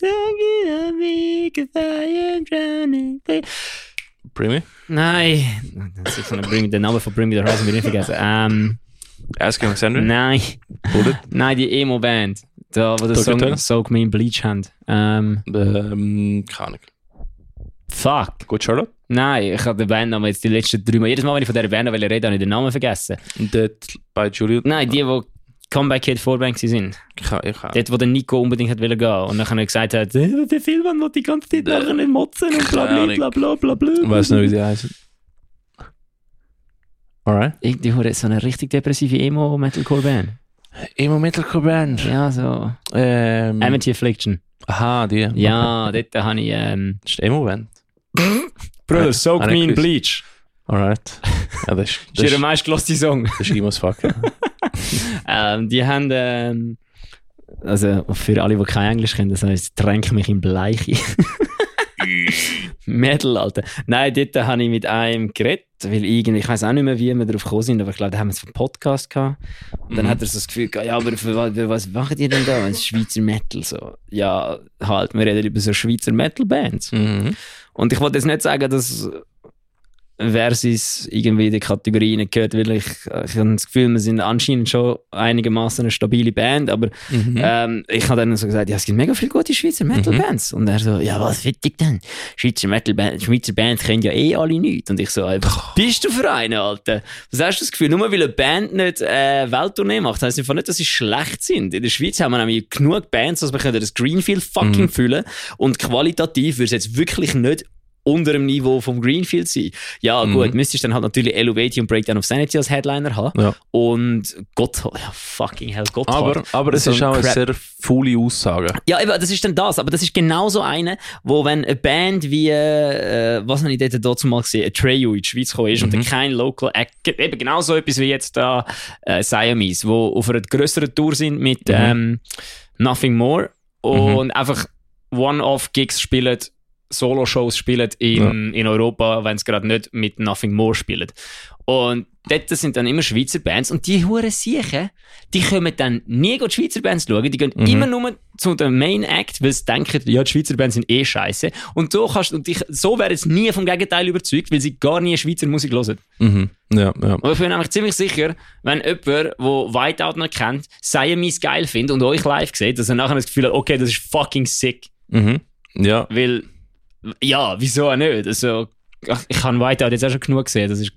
S1: Primi?
S2: Nein, das ist von Bring, den Namen von Bring Me the Horizon will ich nicht vergessen. Ähm,
S1: Ask Alexander?
S2: nein,
S1: Oder?
S2: nein, die Emo-Band, da, wo der
S1: Dr.
S2: Song
S1: Turner?
S2: Soak Me in Bleach haben. Ähm,
S1: Ähm, keine Ahnung.
S2: fuck.
S1: Gut, Charlotte?
S2: Nein, ich habe den Bandnamen jetzt die letzten drei Mal. Jedes Mal, wenn ich von dieser Band reden wollte, habe ich den Namen vergessen.
S1: Dort bei Juliet?
S2: Nein, die, die Comeback Kid Vorband waren.
S1: Ich, ich, ich,
S2: Dort, wo der Nico unbedingt hat wollen gehen und dann gesagt hat, «Äh, der Filmmann will die ganze Zeit nachher nicht motzen und bla
S1: Keine
S2: bla bla bla bla bla.
S1: weiß nicht, wie die heißen. Alright.
S3: Irgendwie hure- so eine richtig depressive Emo-Metalcore-Band.
S1: Emo Metalcore Band.
S3: Ja, so.
S1: Ähm,
S2: Amity Affliction.
S1: aha, die.
S3: Ja, dort habe ich. Ähm,
S2: ehm,
S1: Das ist die Emo Band.
S2: Brother,
S1: Ja,
S2: soak
S1: habe ich
S2: me in
S1: gewusst.
S2: bleach.
S1: Alright. Ja, das ist,
S2: Das ist
S1: das
S2: ihr
S1: ist,
S2: meistgelosste Song.
S1: das ist Emo's Fuck. ja.
S2: Ähm, die haben, ähm,
S3: also für alle, die kein Englisch kennen, das heißt, tränk mich in Bleiche.
S2: Metal, Alter. Nein, dort habe ich mit einem geredet, weil irgendwie, ich weiß auch nicht mehr, wie wir darauf gekommen sind, aber ich glaube, da haben wir es vom Podcast gehabt. Und dann
S1: Mhm.
S2: hat er so das Gefühl gehabt, ja, aber für, wa- für was macht ihr denn da? Das ist Schweizer Metal, so. Ja, halt, wir reden über so Schweizer Metal-Bands.
S1: Mhm.
S2: Und ich wollte jetzt nicht sagen, dass Versus irgendwie in die Kategorien gehört, weil ich, ich habe das Gefühl, wir sind anscheinend schon einigermaßen eine stabile Band, aber
S1: Mhm.
S2: ähm, ich habe dann so gesagt, ja, es gibt mega viele gute Schweizer Metal-Bands. Und er so, ja, was fick dich denn? Schweizer Metal-Bands, Schweizer Bands kennen ja eh alle nichts. Und ich so, ey, was bist du für eine, Alter? Was hast du das Gefühl? Nur weil eine Band nicht äh, Welttournee macht, heisst einfach nicht, dass sie schlecht sind. In der Schweiz haben wir nämlich genug Bands, dass wir können das Greenfield fucking
S1: Mhm.
S2: füllen Und qualitativ würde es jetzt wirklich nicht unter dem Niveau vom Greenfield sein. Ja,
S1: Mhm.
S2: gut, müsstest dann halt natürlich Elevate und Breakdown of Sanity als Headliner haben.
S1: Ja.
S2: Und Gott, ja, fucking hell, Gott.
S1: Aber, aber es
S2: So
S1: ist
S2: ein
S1: auch eine
S2: Crap.
S1: sehr faule Aussage.
S2: Ja, eben, das ist dann das. Aber das ist genau so eine, wo wenn eine Band wie, äh, was habe ich dort dazu mal gesehen, Atreyu in die Schweiz gekommen ist und dann kein Local Act, gibt, eben genau so etwas wie jetzt da äh, Siamese, wo auf einer größeren Tour sind mit ähm, Nothing More und einfach One-Off-Gigs spielen, Solo-Shows spielen in, in Europa, wenn es gerade nicht mit Nothing More spielen. Und dort sind dann immer Schweizer Bands und die hure Siechen, die kommen dann nie gut Schweizer Bands schauen, die gehen immer nur zu dem Main Act, weil sie denken, ja, die Schweizer Bands sind eh scheiße. Und so kannst und ich, so werden sie nie vom Gegenteil überzeugt, weil sie gar nie Schweizer Musik hören.
S1: Mhm. Ja, ja.
S2: Und ich bin nämlich ziemlich sicher, wenn jemand, der Whiteout noch kennt, Siamese geil findet und euch live sieht, dass er nachher das Gefühl hat, okay, das ist fucking sick.
S1: Mhm. Ja,
S2: Weil, ja, wieso auch nicht? Also, ach, ich habe Whiteout jetzt auch schon genug gesehen. Das ist,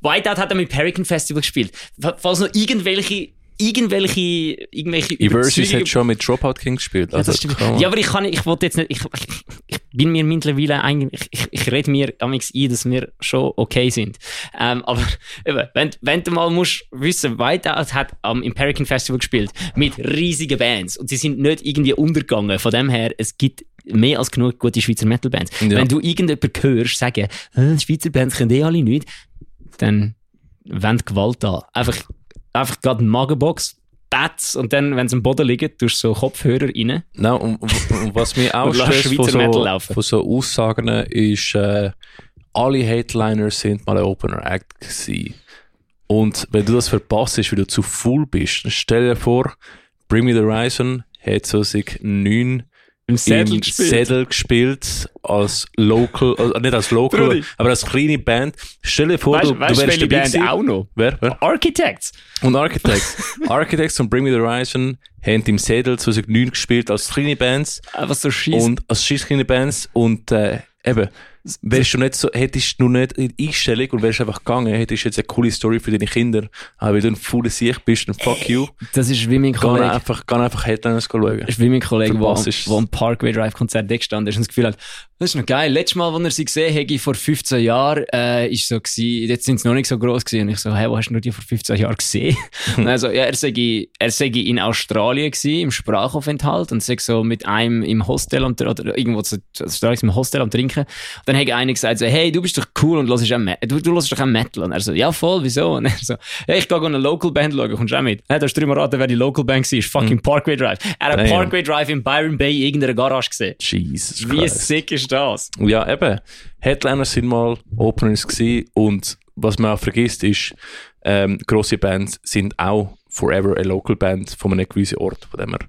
S2: Whiteout hat er mit Perican Festival gespielt. Falls noch irgendwelche, irgendwelche, irgendwelche
S1: Eversus
S2: Überzeugungen-
S1: hat schon mit Dropout King gespielt. Also,
S2: das stimmt.
S1: come on.
S2: Ja, aber ich kann, ich wollte jetzt nicht, ich, ich, ich bin mir mittlerweile eigentlich, ich, ich, ich rede mir amigs ein, dass wir schon okay sind. Ähm, aber eben, wenn, wenn du mal musst wissen, Whiteout hat am Imperican Festival gespielt mit riesigen Bands und sie sind nicht irgendwie untergegangen. Von dem her, es gibt mehr als genug gute Schweizer Metal-Bands.
S1: Ja.
S2: Wenn du irgendjemanden hörst sagen, «Äh, Schweizer Bands können eh alle nicht, dann wend Gewalt an. Einfach, einfach gerade eine Magenbox, Bats, und dann, wenn sie am Boden liegen, tust du so Kopfhörer rein.
S1: Nein, Ne, und, und und was mich auch
S2: Und lass
S1: stresst von
S2: Schweizer Metal
S1: so,
S2: laufen.
S1: von so Aussagen ist, äh, alle Headliners sind mal ein Opener Act gewesen. Und wenn du das verpasst, weil du zu full bist, dann stell dir vor, Bring Me the Horizon hat so sich neun im
S2: Im
S1: Sädel gespielt als Local, also nicht als Local,
S2: Brudi.
S1: aber als kleine Band. Stell dir vor,
S2: Weißt
S1: du, du wärst
S2: welche
S1: dabei
S2: Band
S1: gewesen.
S2: auch noch?
S1: Wer? Wer?
S2: Architects.
S1: Und Architects. Architects und Bring Me the Horizon haben im Sädel 2009 gespielt als kleine Bands
S2: Einfach so scheiße.
S1: und als scheiss kleine Bands und äh, eben, wärst du nicht so, hättest du nicht in die Einstellung und wärst einfach gegangen, hättest jetzt eine coole Story für deine Kinder, aber wenn du ein fauler Sieg bist, dann fuck you,
S2: Das ist wie mein
S1: geh
S2: Kollege.
S1: einfach, geh einfach Headliners schauen.
S2: Das ist wie mein Kollege, der am,
S1: Verpasst
S2: wo am Parkway Drive Konzert dort gestanden ist und das Gefühl hat, das ist noch geil. Letztes Mal, als er sie gesehen hat, vor 15 Jahren, äh, ist so gewesen, jetzt sind sie noch nicht so gross gewesen. Und ich so, hey, wo hast du die vor 15 Jahren gesehen? und er so, ja, er sei, er sei in Australien gewesen, im Sprachaufenthalt und sei so mit einem im Hostel am, Tr- oder irgendwo zu, Australien im Hostel am Trinken. Und dann hat einer gesagt, so, hey, du bist doch cool und hörst auch Me- du, du hörst doch auch Metal. Und er so, ja, voll, wieso? Und er so, hey, ich gehe eine Local Band schauen, kommst du auch mit? Hey, da hast du drüber raten, wer die Local Band war. Fucking Parkway Drive. Er hat
S1: Damn.
S2: Parkway Drive in Byron Bay in irgendeiner Garage gesehen.
S1: Jesus
S2: Wie
S1: Christ.
S2: sick ist das?
S1: Ja, eben. Headliners sind mal Openers gewesen und was man auch vergisst ist, ähm, grosse Bands sind auch forever eine Local Band von einem gewissen Ort, von dem er.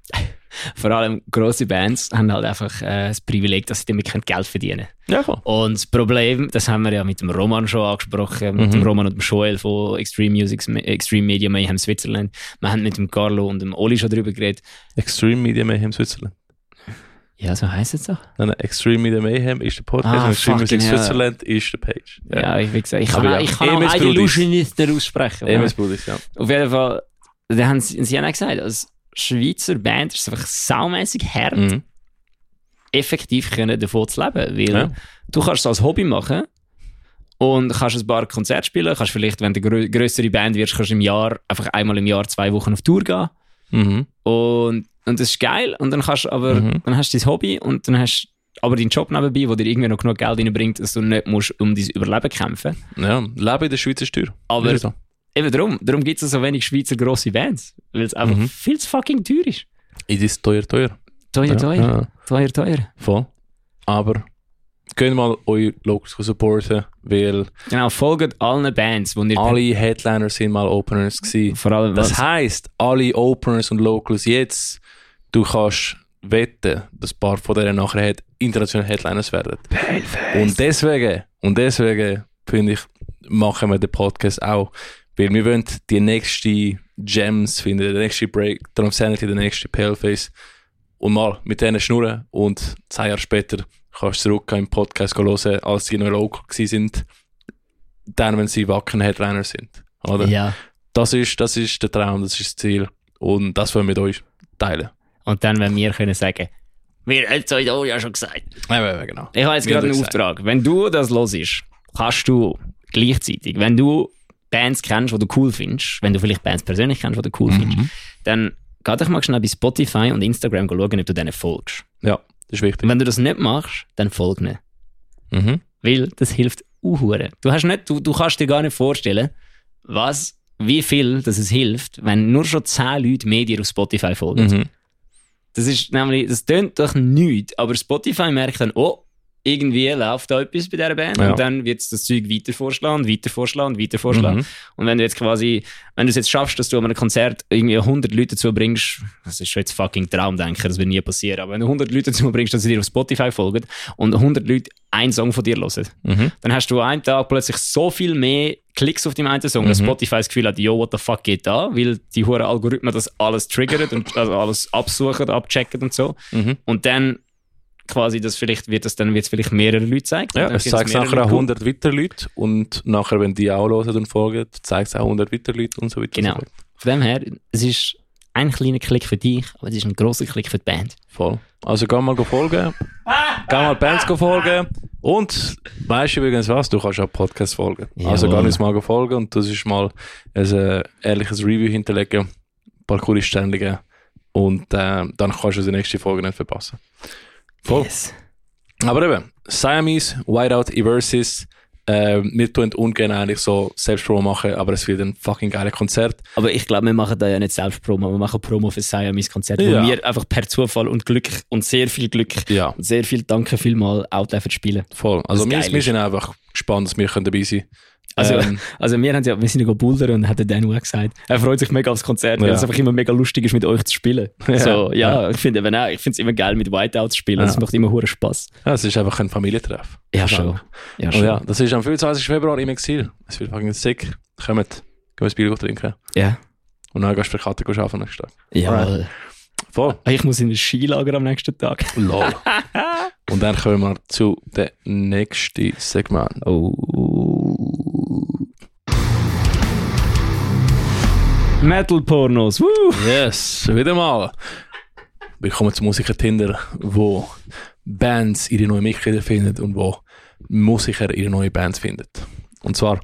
S2: Vor allem grosse Bands haben halt einfach äh, das Privileg, dass sie damit können Geld verdienen können.
S1: Ja, klar.
S2: Und das Problem, das haben wir ja mit dem Roman schon angesprochen, mit dem Roman und dem Joel von Extreme Music, Extreme Media Mayhem Switzerland. Wir haben mit dem Carlo und dem Oli schon darüber geredet.
S1: Extreme Media Mayhem Switzerland.
S2: Ja, so heisst es doch.
S1: Nein, nein, Extreme Media Mayhem ist der Podcast
S2: Ah,
S1: und Extreme
S2: fucking
S1: Music
S2: hell.
S1: Switzerland ist der Page.
S2: Ja, ich, wie gesagt, ich
S1: Aber
S2: kann,
S1: ja.
S2: auch- ich kann
S1: Emils
S2: auch einen
S1: Brudis.
S2: Illusionisten aussprechen.
S1: Eben das Brudis, ja.
S2: Auf jeden Fall, da haben sie, sie haben auch gesagt, als Schweizer Band ist es einfach saumässig hart,
S1: Mhm.
S2: effektiv können davon zu leben. Weil
S1: Ja.
S2: du kannst es als Hobby machen Und kannst ein paar Konzerte spielen. Kannst vielleicht, wenn du grö größere Band wirst, kannst du im Jahr, einfach einmal im Jahr zwei Wochen auf Tour gehen.
S1: Mhm.
S2: Und, und das ist geil. Und dann kannst du aber,
S1: Mhm.
S2: dann hast du dein Hobby und dann hast du aber deinen Job nebenbei, wo dir irgendwie noch genug Geld reinbringt, dass du nicht musst um dein Überleben kämpfen.
S1: Ja, Leben in der Schweiz ist teuer.
S2: Aber-
S1: Ist so.
S2: Eben darum. Darum gibt es so wenig Schweizer grosse Bands. Weil es einfach
S1: Mhm.
S2: viel zu fucking teuer ist.
S1: Es ist teuer, teuer.
S2: Teuer, teuer.
S1: Ja, ja,
S2: Teuer, teuer.
S1: voll. Aber könnt mal eure Locals supporten, weil
S2: Genau, folgt allen Bands, die ihr...
S1: alle Headliner sind mal Openers gewesen.
S2: vor allem,
S1: Das
S2: was-
S1: heisst, alle Openers und Locals jetzt, du kannst wetten, dass ein paar von denen nachher hat, internationale Headliners werden. Und deswegen, und deswegen, finde ich, machen wir den Podcast auch. Weil wir wollen die nächste Gems finden, den nächsten Break, Drum Sanity, den nächsten Paleface. Und mal mit denen schnurren und zwei Jahre später kannst du zurück im Podcast hören, als die noch local gewesen sind, dann, wenn sie wackene Headliner sind. Oder?
S2: ja.
S1: Das ist, das ist der Traum, das ist das Ziel. Und das wollen wir mit euch teilen.
S2: Und dann, wenn wir können sagen, wir haben es euch da ja schon gesagt.
S1: Ja, ja, ja, genau.
S2: Ich habe jetzt
S1: Wir
S2: gerade
S1: haben
S2: einen
S1: gesagt.
S2: Auftrag. Wenn du das hörst, kannst du gleichzeitig, wenn du Bands kennst, die du cool findest, wenn du vielleicht Bands persönlich kennst, die du cool findest, dann geh doch mal schnell bei Spotify und Instagram schauen, ob du denen folgst.
S1: Ja, das ist
S2: Und
S1: wichtig.
S2: wenn du das nicht machst, dann folg nicht.
S1: Mhm.
S2: Weil das hilft uhure. Du hast nicht, du, du kannst dir gar nicht vorstellen, was, wie viel das es hilft, wenn nur schon 10 Leute mehr dir auf Spotify folgen.
S1: Mhm.
S2: Das ist nämlich, das tönt doch nichts, aber Spotify merkt dann, oh, irgendwie läuft da etwas bei dieser Band
S1: Ja.
S2: und dann wird das Zeug weiter vorschlagen, weiter vorschlagen, weiter vorschlagen.
S1: Mhm.
S2: Und wenn du jetzt quasi, wenn du es jetzt schaffst, dass du an einem Konzert irgendwie 100 Leute dazu bringst, das ist schon jetzt fucking Traumdenker, das wird nie passieren, aber wenn du 100 Leute dazu bringst, dass sie dir auf Spotify folgen und 100 Leute einen Song von dir hören,
S1: Mhm.
S2: dann hast du an einem Tag plötzlich so viel mehr Klicks auf deinem einen Song,
S1: Mhm.
S2: dass Spotify das Gefühl hat, yo, what the fuck geht da? Weil die hohen Algorithmen das alles triggern und also alles absuchen, abchecken und so.
S1: Mhm.
S2: Und dann quasi das vielleicht wird das dann wird's vielleicht mehrere Leute zeigen.
S1: Ja,
S2: Dann
S1: es
S2: finden's
S1: zeigt
S2: mehrere
S1: nachher
S2: Leute
S1: auch
S2: cool.
S1: 100 weitere Leute und nachher, wenn die auch hören und folgen, zeigt es auch 100 weitere Leute und so weiter.
S2: Genau.
S1: Und so fort.
S2: Von dem her, es ist ein kleiner Klick für dich, aber es ist ein großer Klick für die Band.
S1: Voll. Also geh mal folgen, geh mal Bands folgen und weißt du übrigens was, du kannst auch Podcasts folgen. Also geh
S2: Jawohl.
S1: uns mal folgen und das ist mal ein äh, ehrliches Review hinterlegen, ein paar coole Stellungen und äh, dann kannst du die nächste Folge nicht verpassen. Voll.
S2: Yes.
S1: Aber eben, Siamese, Whiteout, Eversis, äh, wir tun ungern eigentlich so selbst Promo machen, aber es wird ein fucking geiles Konzert.
S2: Aber ich glaube, wir machen da ja nicht selbst Promo, wir machen Promo für Siamese Konzert,
S1: Ja.
S2: wo wir einfach per Zufall und Glück und sehr viel Glück
S1: Ja,
S2: und sehr viel Danke vielmal auch dürfen spielen.
S1: voll. Also
S2: Das
S1: wir,
S2: geil
S1: wir
S2: ist.
S1: sind einfach gespannt, dass wir können dabei sein
S2: Also,
S1: Ähm,
S2: also wir, haben ja, wir sind ja bouldern und hat Dan auch gesagt, er freut sich mega aufs Konzert, weil
S1: Ja.
S2: es einfach immer mega lustig ist, mit euch zu spielen. So, ja, ich finde eben auch, ich finde es immer geil, mit Whiteout zu spielen.
S1: Ja.
S2: Das macht immer hohen Spaß.
S1: Ja, es ist einfach ein Familientreff.
S2: Ja, schon. Oh, Ja,
S1: Und
S2: schon.
S1: ja, das ist am 25. Februar im Exil. Es wird fucking sick. Kommt, gehen wir ein Bier trinken.
S2: Ja.
S1: Und dann gehst du für Karte arbeiten am nächsten Tag.
S2: Jawohl.
S1: Voll.
S2: Ah, Ich muss in ein Skilager am nächsten Tag.
S1: Lol. Und dann kommen wir zu dem nächsten Segment.
S2: Oh. Metal-Pornos. Woo!
S1: Yes, wieder mal. Willkommen zu Musiker Tinder, wo Bands ihre neuen Mitglieder finden und wo Musiker ihre neuen Bands finden. Und zwar,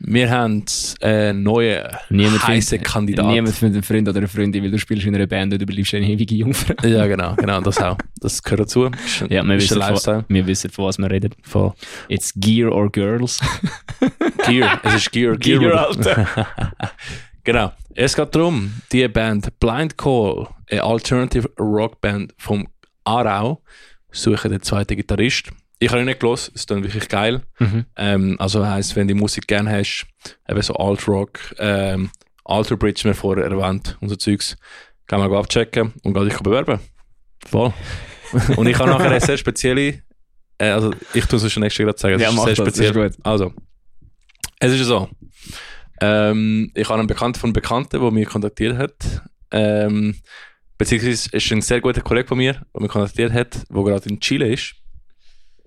S1: wir haben einen neuen,
S2: Niemand
S1: heißen
S2: findet-
S1: Kandidaten.
S2: Niemand mit einem Freund oder einer Freundin, weil du spielst in einer Band und du bleibst eine ewige Jungfrau.
S1: Ja, genau, genau, das auch. Das gehört dazu. Ist,
S2: Ja, wir
S1: ist
S2: wissen,
S1: der
S2: von,
S1: Lifestyle.
S2: wir wissen, von was wir reden.
S1: Voll.
S2: It's Gear or Girls.
S1: Gear, es ist Gear.
S2: Gear, Alter.
S1: genau. Es geht darum, die Band Blind Call, eine Alternative Rock Band vom Aarau, suchen den zweiten Gitarrist. Ich habe ihn nicht gelesen, es klingt wirklich geil. Ähm, also heisst, wenn du die Musik gerne hast, eben so Alt-Rock, ähm, Alter Bridge, mir vorher erwähnt und so Zeugs, kann man abchecken und geh dich bewerben. Voll. und ich habe nachher eine sehr spezielle, äh, also ich tue es schon nächste gerade sagen, es
S2: Ja,
S1: ist
S2: mach
S1: sehr
S2: das, das ist
S1: speziell.
S2: gut.
S1: Also, es ist so. Ähm, ich habe einen Bekannten von einem Bekannten, der mich kontaktiert hat. Ähm, beziehungsweise ist ein sehr guter Kollege von mir, der mich kontaktiert hat, der gerade in Chile ist.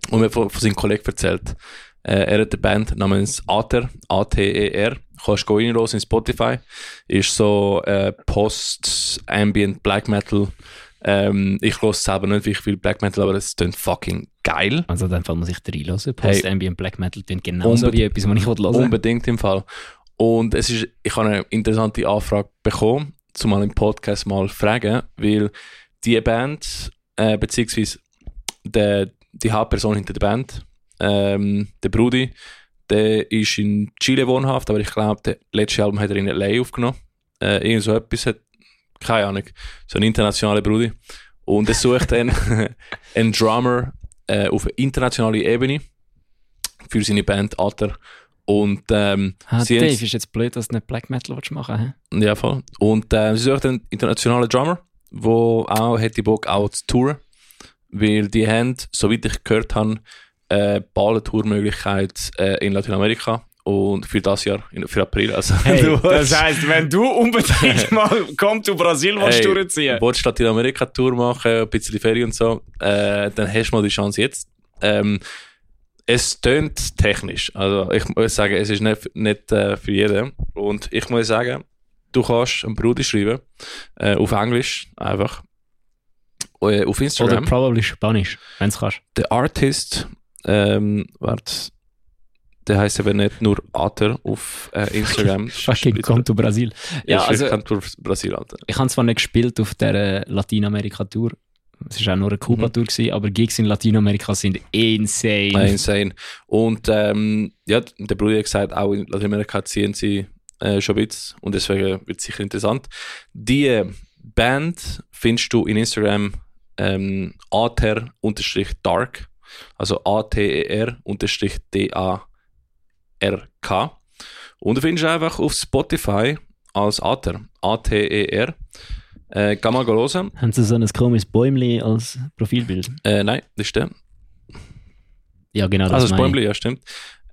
S1: Und mir von, von seinem Kollegen erzählt. Äh, er hat eine Band namens Ater, A-T-E-R. Kannst du rein los in Spotify. Ist so äh, Post-Ambient Black Metal Ähm, ich höre selber nicht wirklich viel Black Metal, aber es klingt fucking geil.
S2: Also, in dem Fall muss ich reinlassen. Post-Ambient Black Metal klingt genauso
S1: Unbe-
S2: wie etwas, was ich hören will.
S1: Unbedingt im Fall. Und es ist, ich habe eine interessante Anfrage bekommen, zumal im Podcast mal fragen, weil die Band, äh, beziehungsweise der, die Hauptperson hinter der Band, ähm, der Brudi, der ist in Chile wohnhaft, aber ich glaube, das letzte Album hat er in LA aufgenommen. Äh, irgend so etwas hat, keine Ahnung, so ein internationaler Brudi. Und er sucht einen, einen Drummer äh, auf internationaler Ebene für seine Band Alter. Und ähm,
S3: Ah,
S1: sie
S3: Dave,
S1: haben-
S3: ist jetzt blöd, dass du nicht Black Metal willst machen willst.
S1: ja, voll. Und äh, sie sucht einen internationalen Drummer, der auch hätte Bock auch zu touren. Weil die haben, soweit ich gehört habe, äh, bald eine Tourmöglichkeit äh, in Lateinamerika. Und für das Jahr, in, für April. Also, du willst-
S2: heisst, wenn du unbedingt mal komm zu Brasil
S1: Hey, Willst du Lateinamerika-Tour machen, ein bisschen Ferien und so, äh, dann hast du mal die Chance jetzt. Ähm, es tönt technisch. Also ich muss sagen, es ist nicht, nicht äh, für jeden. Und ich muss sagen, du kannst einen Bruder schreiben, äh, auf Englisch einfach, äh, auf
S2: Oder
S1: Instagram.
S2: probably Spanisch, wenn du kannst.
S1: Der Artist, ähm, warte, der heißt eben nicht nur Ater auf äh, Instagram.
S2: Fucking komm zu Brasil.
S1: Ja,
S2: Ja,
S1: ich
S2: also-
S1: also, kann durch Brasil, Alter.
S2: ich habe zwar nicht gespielt auf der äh, Lateinamerika-Tour, es war auch nur eine Kuba-Tour, gewesen, aber Gigs in Lateinamerika sind insane.
S1: Nein, insane. Und ähm, ja, der Bruder hat gesagt, auch in Lateinamerika ziehen sie äh, schon Witz und deswegen wird es sicher interessant. Die äh, Band findest du in Instagram ähm, ater-dark, also A-T-E-R-D-A-R-K. Und du findest einfach auf Spotify als E Ater, A-T-E-R. Äh, kann man hören.
S2: Haben sie so ein komisches Bäumli als Profilbild?
S1: Äh, nein, das ist der.
S2: Ja, genau, das
S1: Also das
S2: meine ich.
S1: Bäumli, ja, stimmt.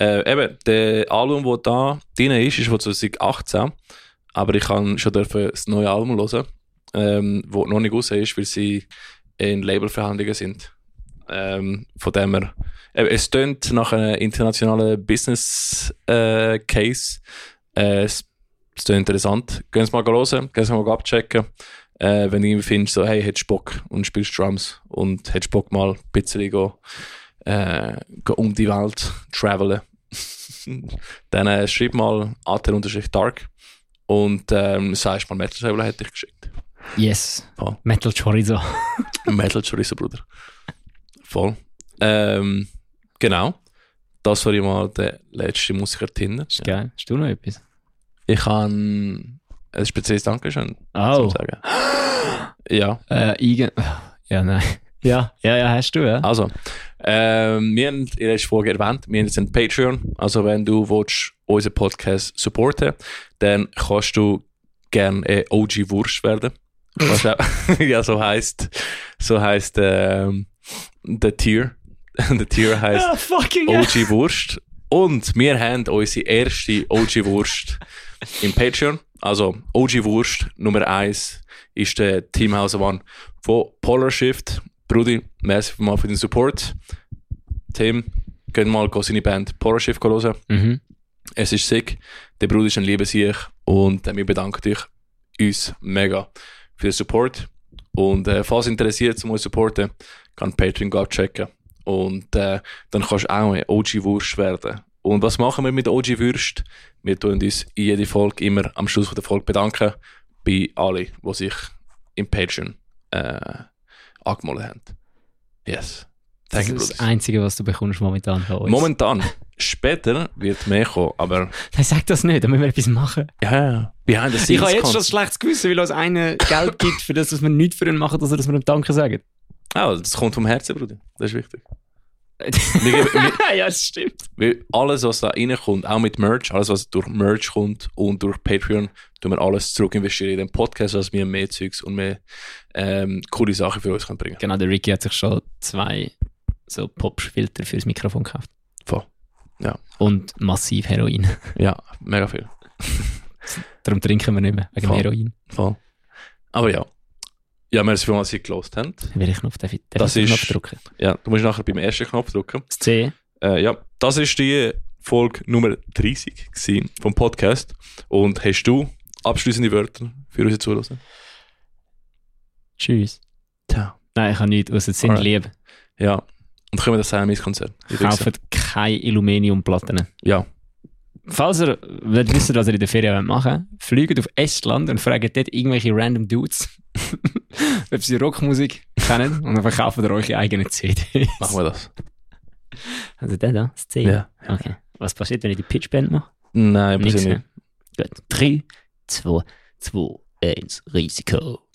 S1: Äh, eben, der Album, wo da drin ist, ist von 2018. Aber ich kann schon dürfen das neue Album hören, ähm, wo noch nicht raus ist, weil sie in Labelverhandlungen sind. Ähm, von dem her. Eben, es tönt nach einem internationalen Business äh, Case. Äh, es es tönt interessant. Gehen Sie mal hören, gehen Sie mal abchecken. Äh, wenn du irgendwie findest, so, hey, hättest du Bock und spielst Drums und hättest Bock mal ein bisschen go, äh, go um die Welt travelen, dann äh, schreib mal Ater-Dark und ähm, sagst mal Metal Table hätte ich geschickt.
S2: Yes.
S1: Voll.
S2: Metal Chorizo.
S1: Metal Chorizo, Bruder. Voll. Ähm, genau. Das war ja mal der letzte Musiker Tinder.
S2: Ist geil. Hast du noch etwas?
S1: Ich kann ein spezielles Dankeschön
S2: Oh.
S1: zum sagen. Ja.
S2: Äh, Igen. Ja, nein. Ja, ja, ja, hast du, ja.
S1: Also, ähm, wir haben in der letzten Folge erwähnt, wir haben jetzt einen Patreon. Also, wenn du willst, unseren Podcast supporten dann kannst du gerne äh, OG Wurst werden. Was auch, ja, so heißt so heißt ähm, der Tier. der Tier heißt
S2: fucking
S1: OG Wurst. Und wir haben unsere erste OG Wurst im Patreon. Also OG Wurst Nummer 1 ist der Teamhouse One von Polar Shift. Brudi, merci mal für den Support. Tim, gehen mal go seine Band Polar Shift hören.
S2: Mhm.
S1: Es ist sick. Der Bruder ist ein lieber Sieg und äh, wir bedanken dich uns mega für den Support. Und äh, falls interessiert zum uns supporten, kann Patreon go checken. Und äh, dann kannst du auch ein OG-Wurst werden. Und was machen wir mit OG-Würst? Wir tun uns in jeder Folge immer am Schluss von der Folge bedanken bei allen, die sich im Patreon äh, angemeldet haben. Yes.
S2: Das
S1: Danke,
S2: ist das
S1: Bruder.
S2: Einzige, was du bekommst momentan von uns.
S1: Momentan. Später wird mehr kommen, aber
S2: Nein, sag das nicht, da müssen wir etwas machen.
S1: Ja, ja, ja. Behind the scenes.
S2: Ich habe jetzt schon ein
S1: Content.
S2: schlechtes Gewissen, weil uns einer Geld gibt, für das, dass wir nichts für ihn machen, dass er das mir ihm Danke sagt.
S1: Ah, das kommt vom Herzen, Bruder. Das ist wichtig. wir, geben- wir,
S2: ja, das stimmt.
S1: wir, alles, was da reinkommt, auch mit Merch, alles, was durch Merch kommt und durch Patreon, tun wir alles zurück investieren in den Podcast, dass wir mehr Zeugs und mehr ähm, coole Sachen für uns können bringen
S2: Genau, der Ricky hat sich schon zwei so Popfilter fürs Mikrofon gekauft.
S1: Voll. Ja.
S2: Und massiv Heroin.
S1: Ja, mega viel.
S2: Darum trinken wir nicht mehr, wegen
S1: Voll.
S2: Heroin.
S1: Voll. Aber ja. Ja, merci vielmals, dass ihr gelost habt.
S2: Will ich Knopf, darf ich darf
S1: Das
S2: ich den
S1: ist-
S2: Knopf drücken?
S1: Ja, du musst nachher beim ersten Knopf drücken.
S2: Das C.
S1: Äh, ja, das ist die Folge Nummer 30 gewesen vom Podcast. Und hast du abschließende Wörter für unsere Zuhörer?
S2: Tschüss.
S1: Town.
S2: Nein, ich habe nichts, außer sie sind
S1: Alright.
S2: lieb.
S1: Ja. Und kommen das sein an mein Konzert. Ich denke,
S2: Kauft keine Aluminiumplatten.
S1: Ja.
S2: Falls ihr nicht wisst, was ihr in der Ferien machen wollt, fliegt auf Estland und fragt dort irgendwelche random Dudes, ob sie Rockmusik kennen und dann verkauft ihr euch eigene CD.
S1: machen wir das.
S2: Also der da, das C.
S1: Ja.
S2: Okay. Was passiert, wenn ich die Pitchband mache?
S1: Nein,
S2: Nix,
S1: passiert nicht.
S2: ne? Gut. 3, 2, 2, 1, Risiko.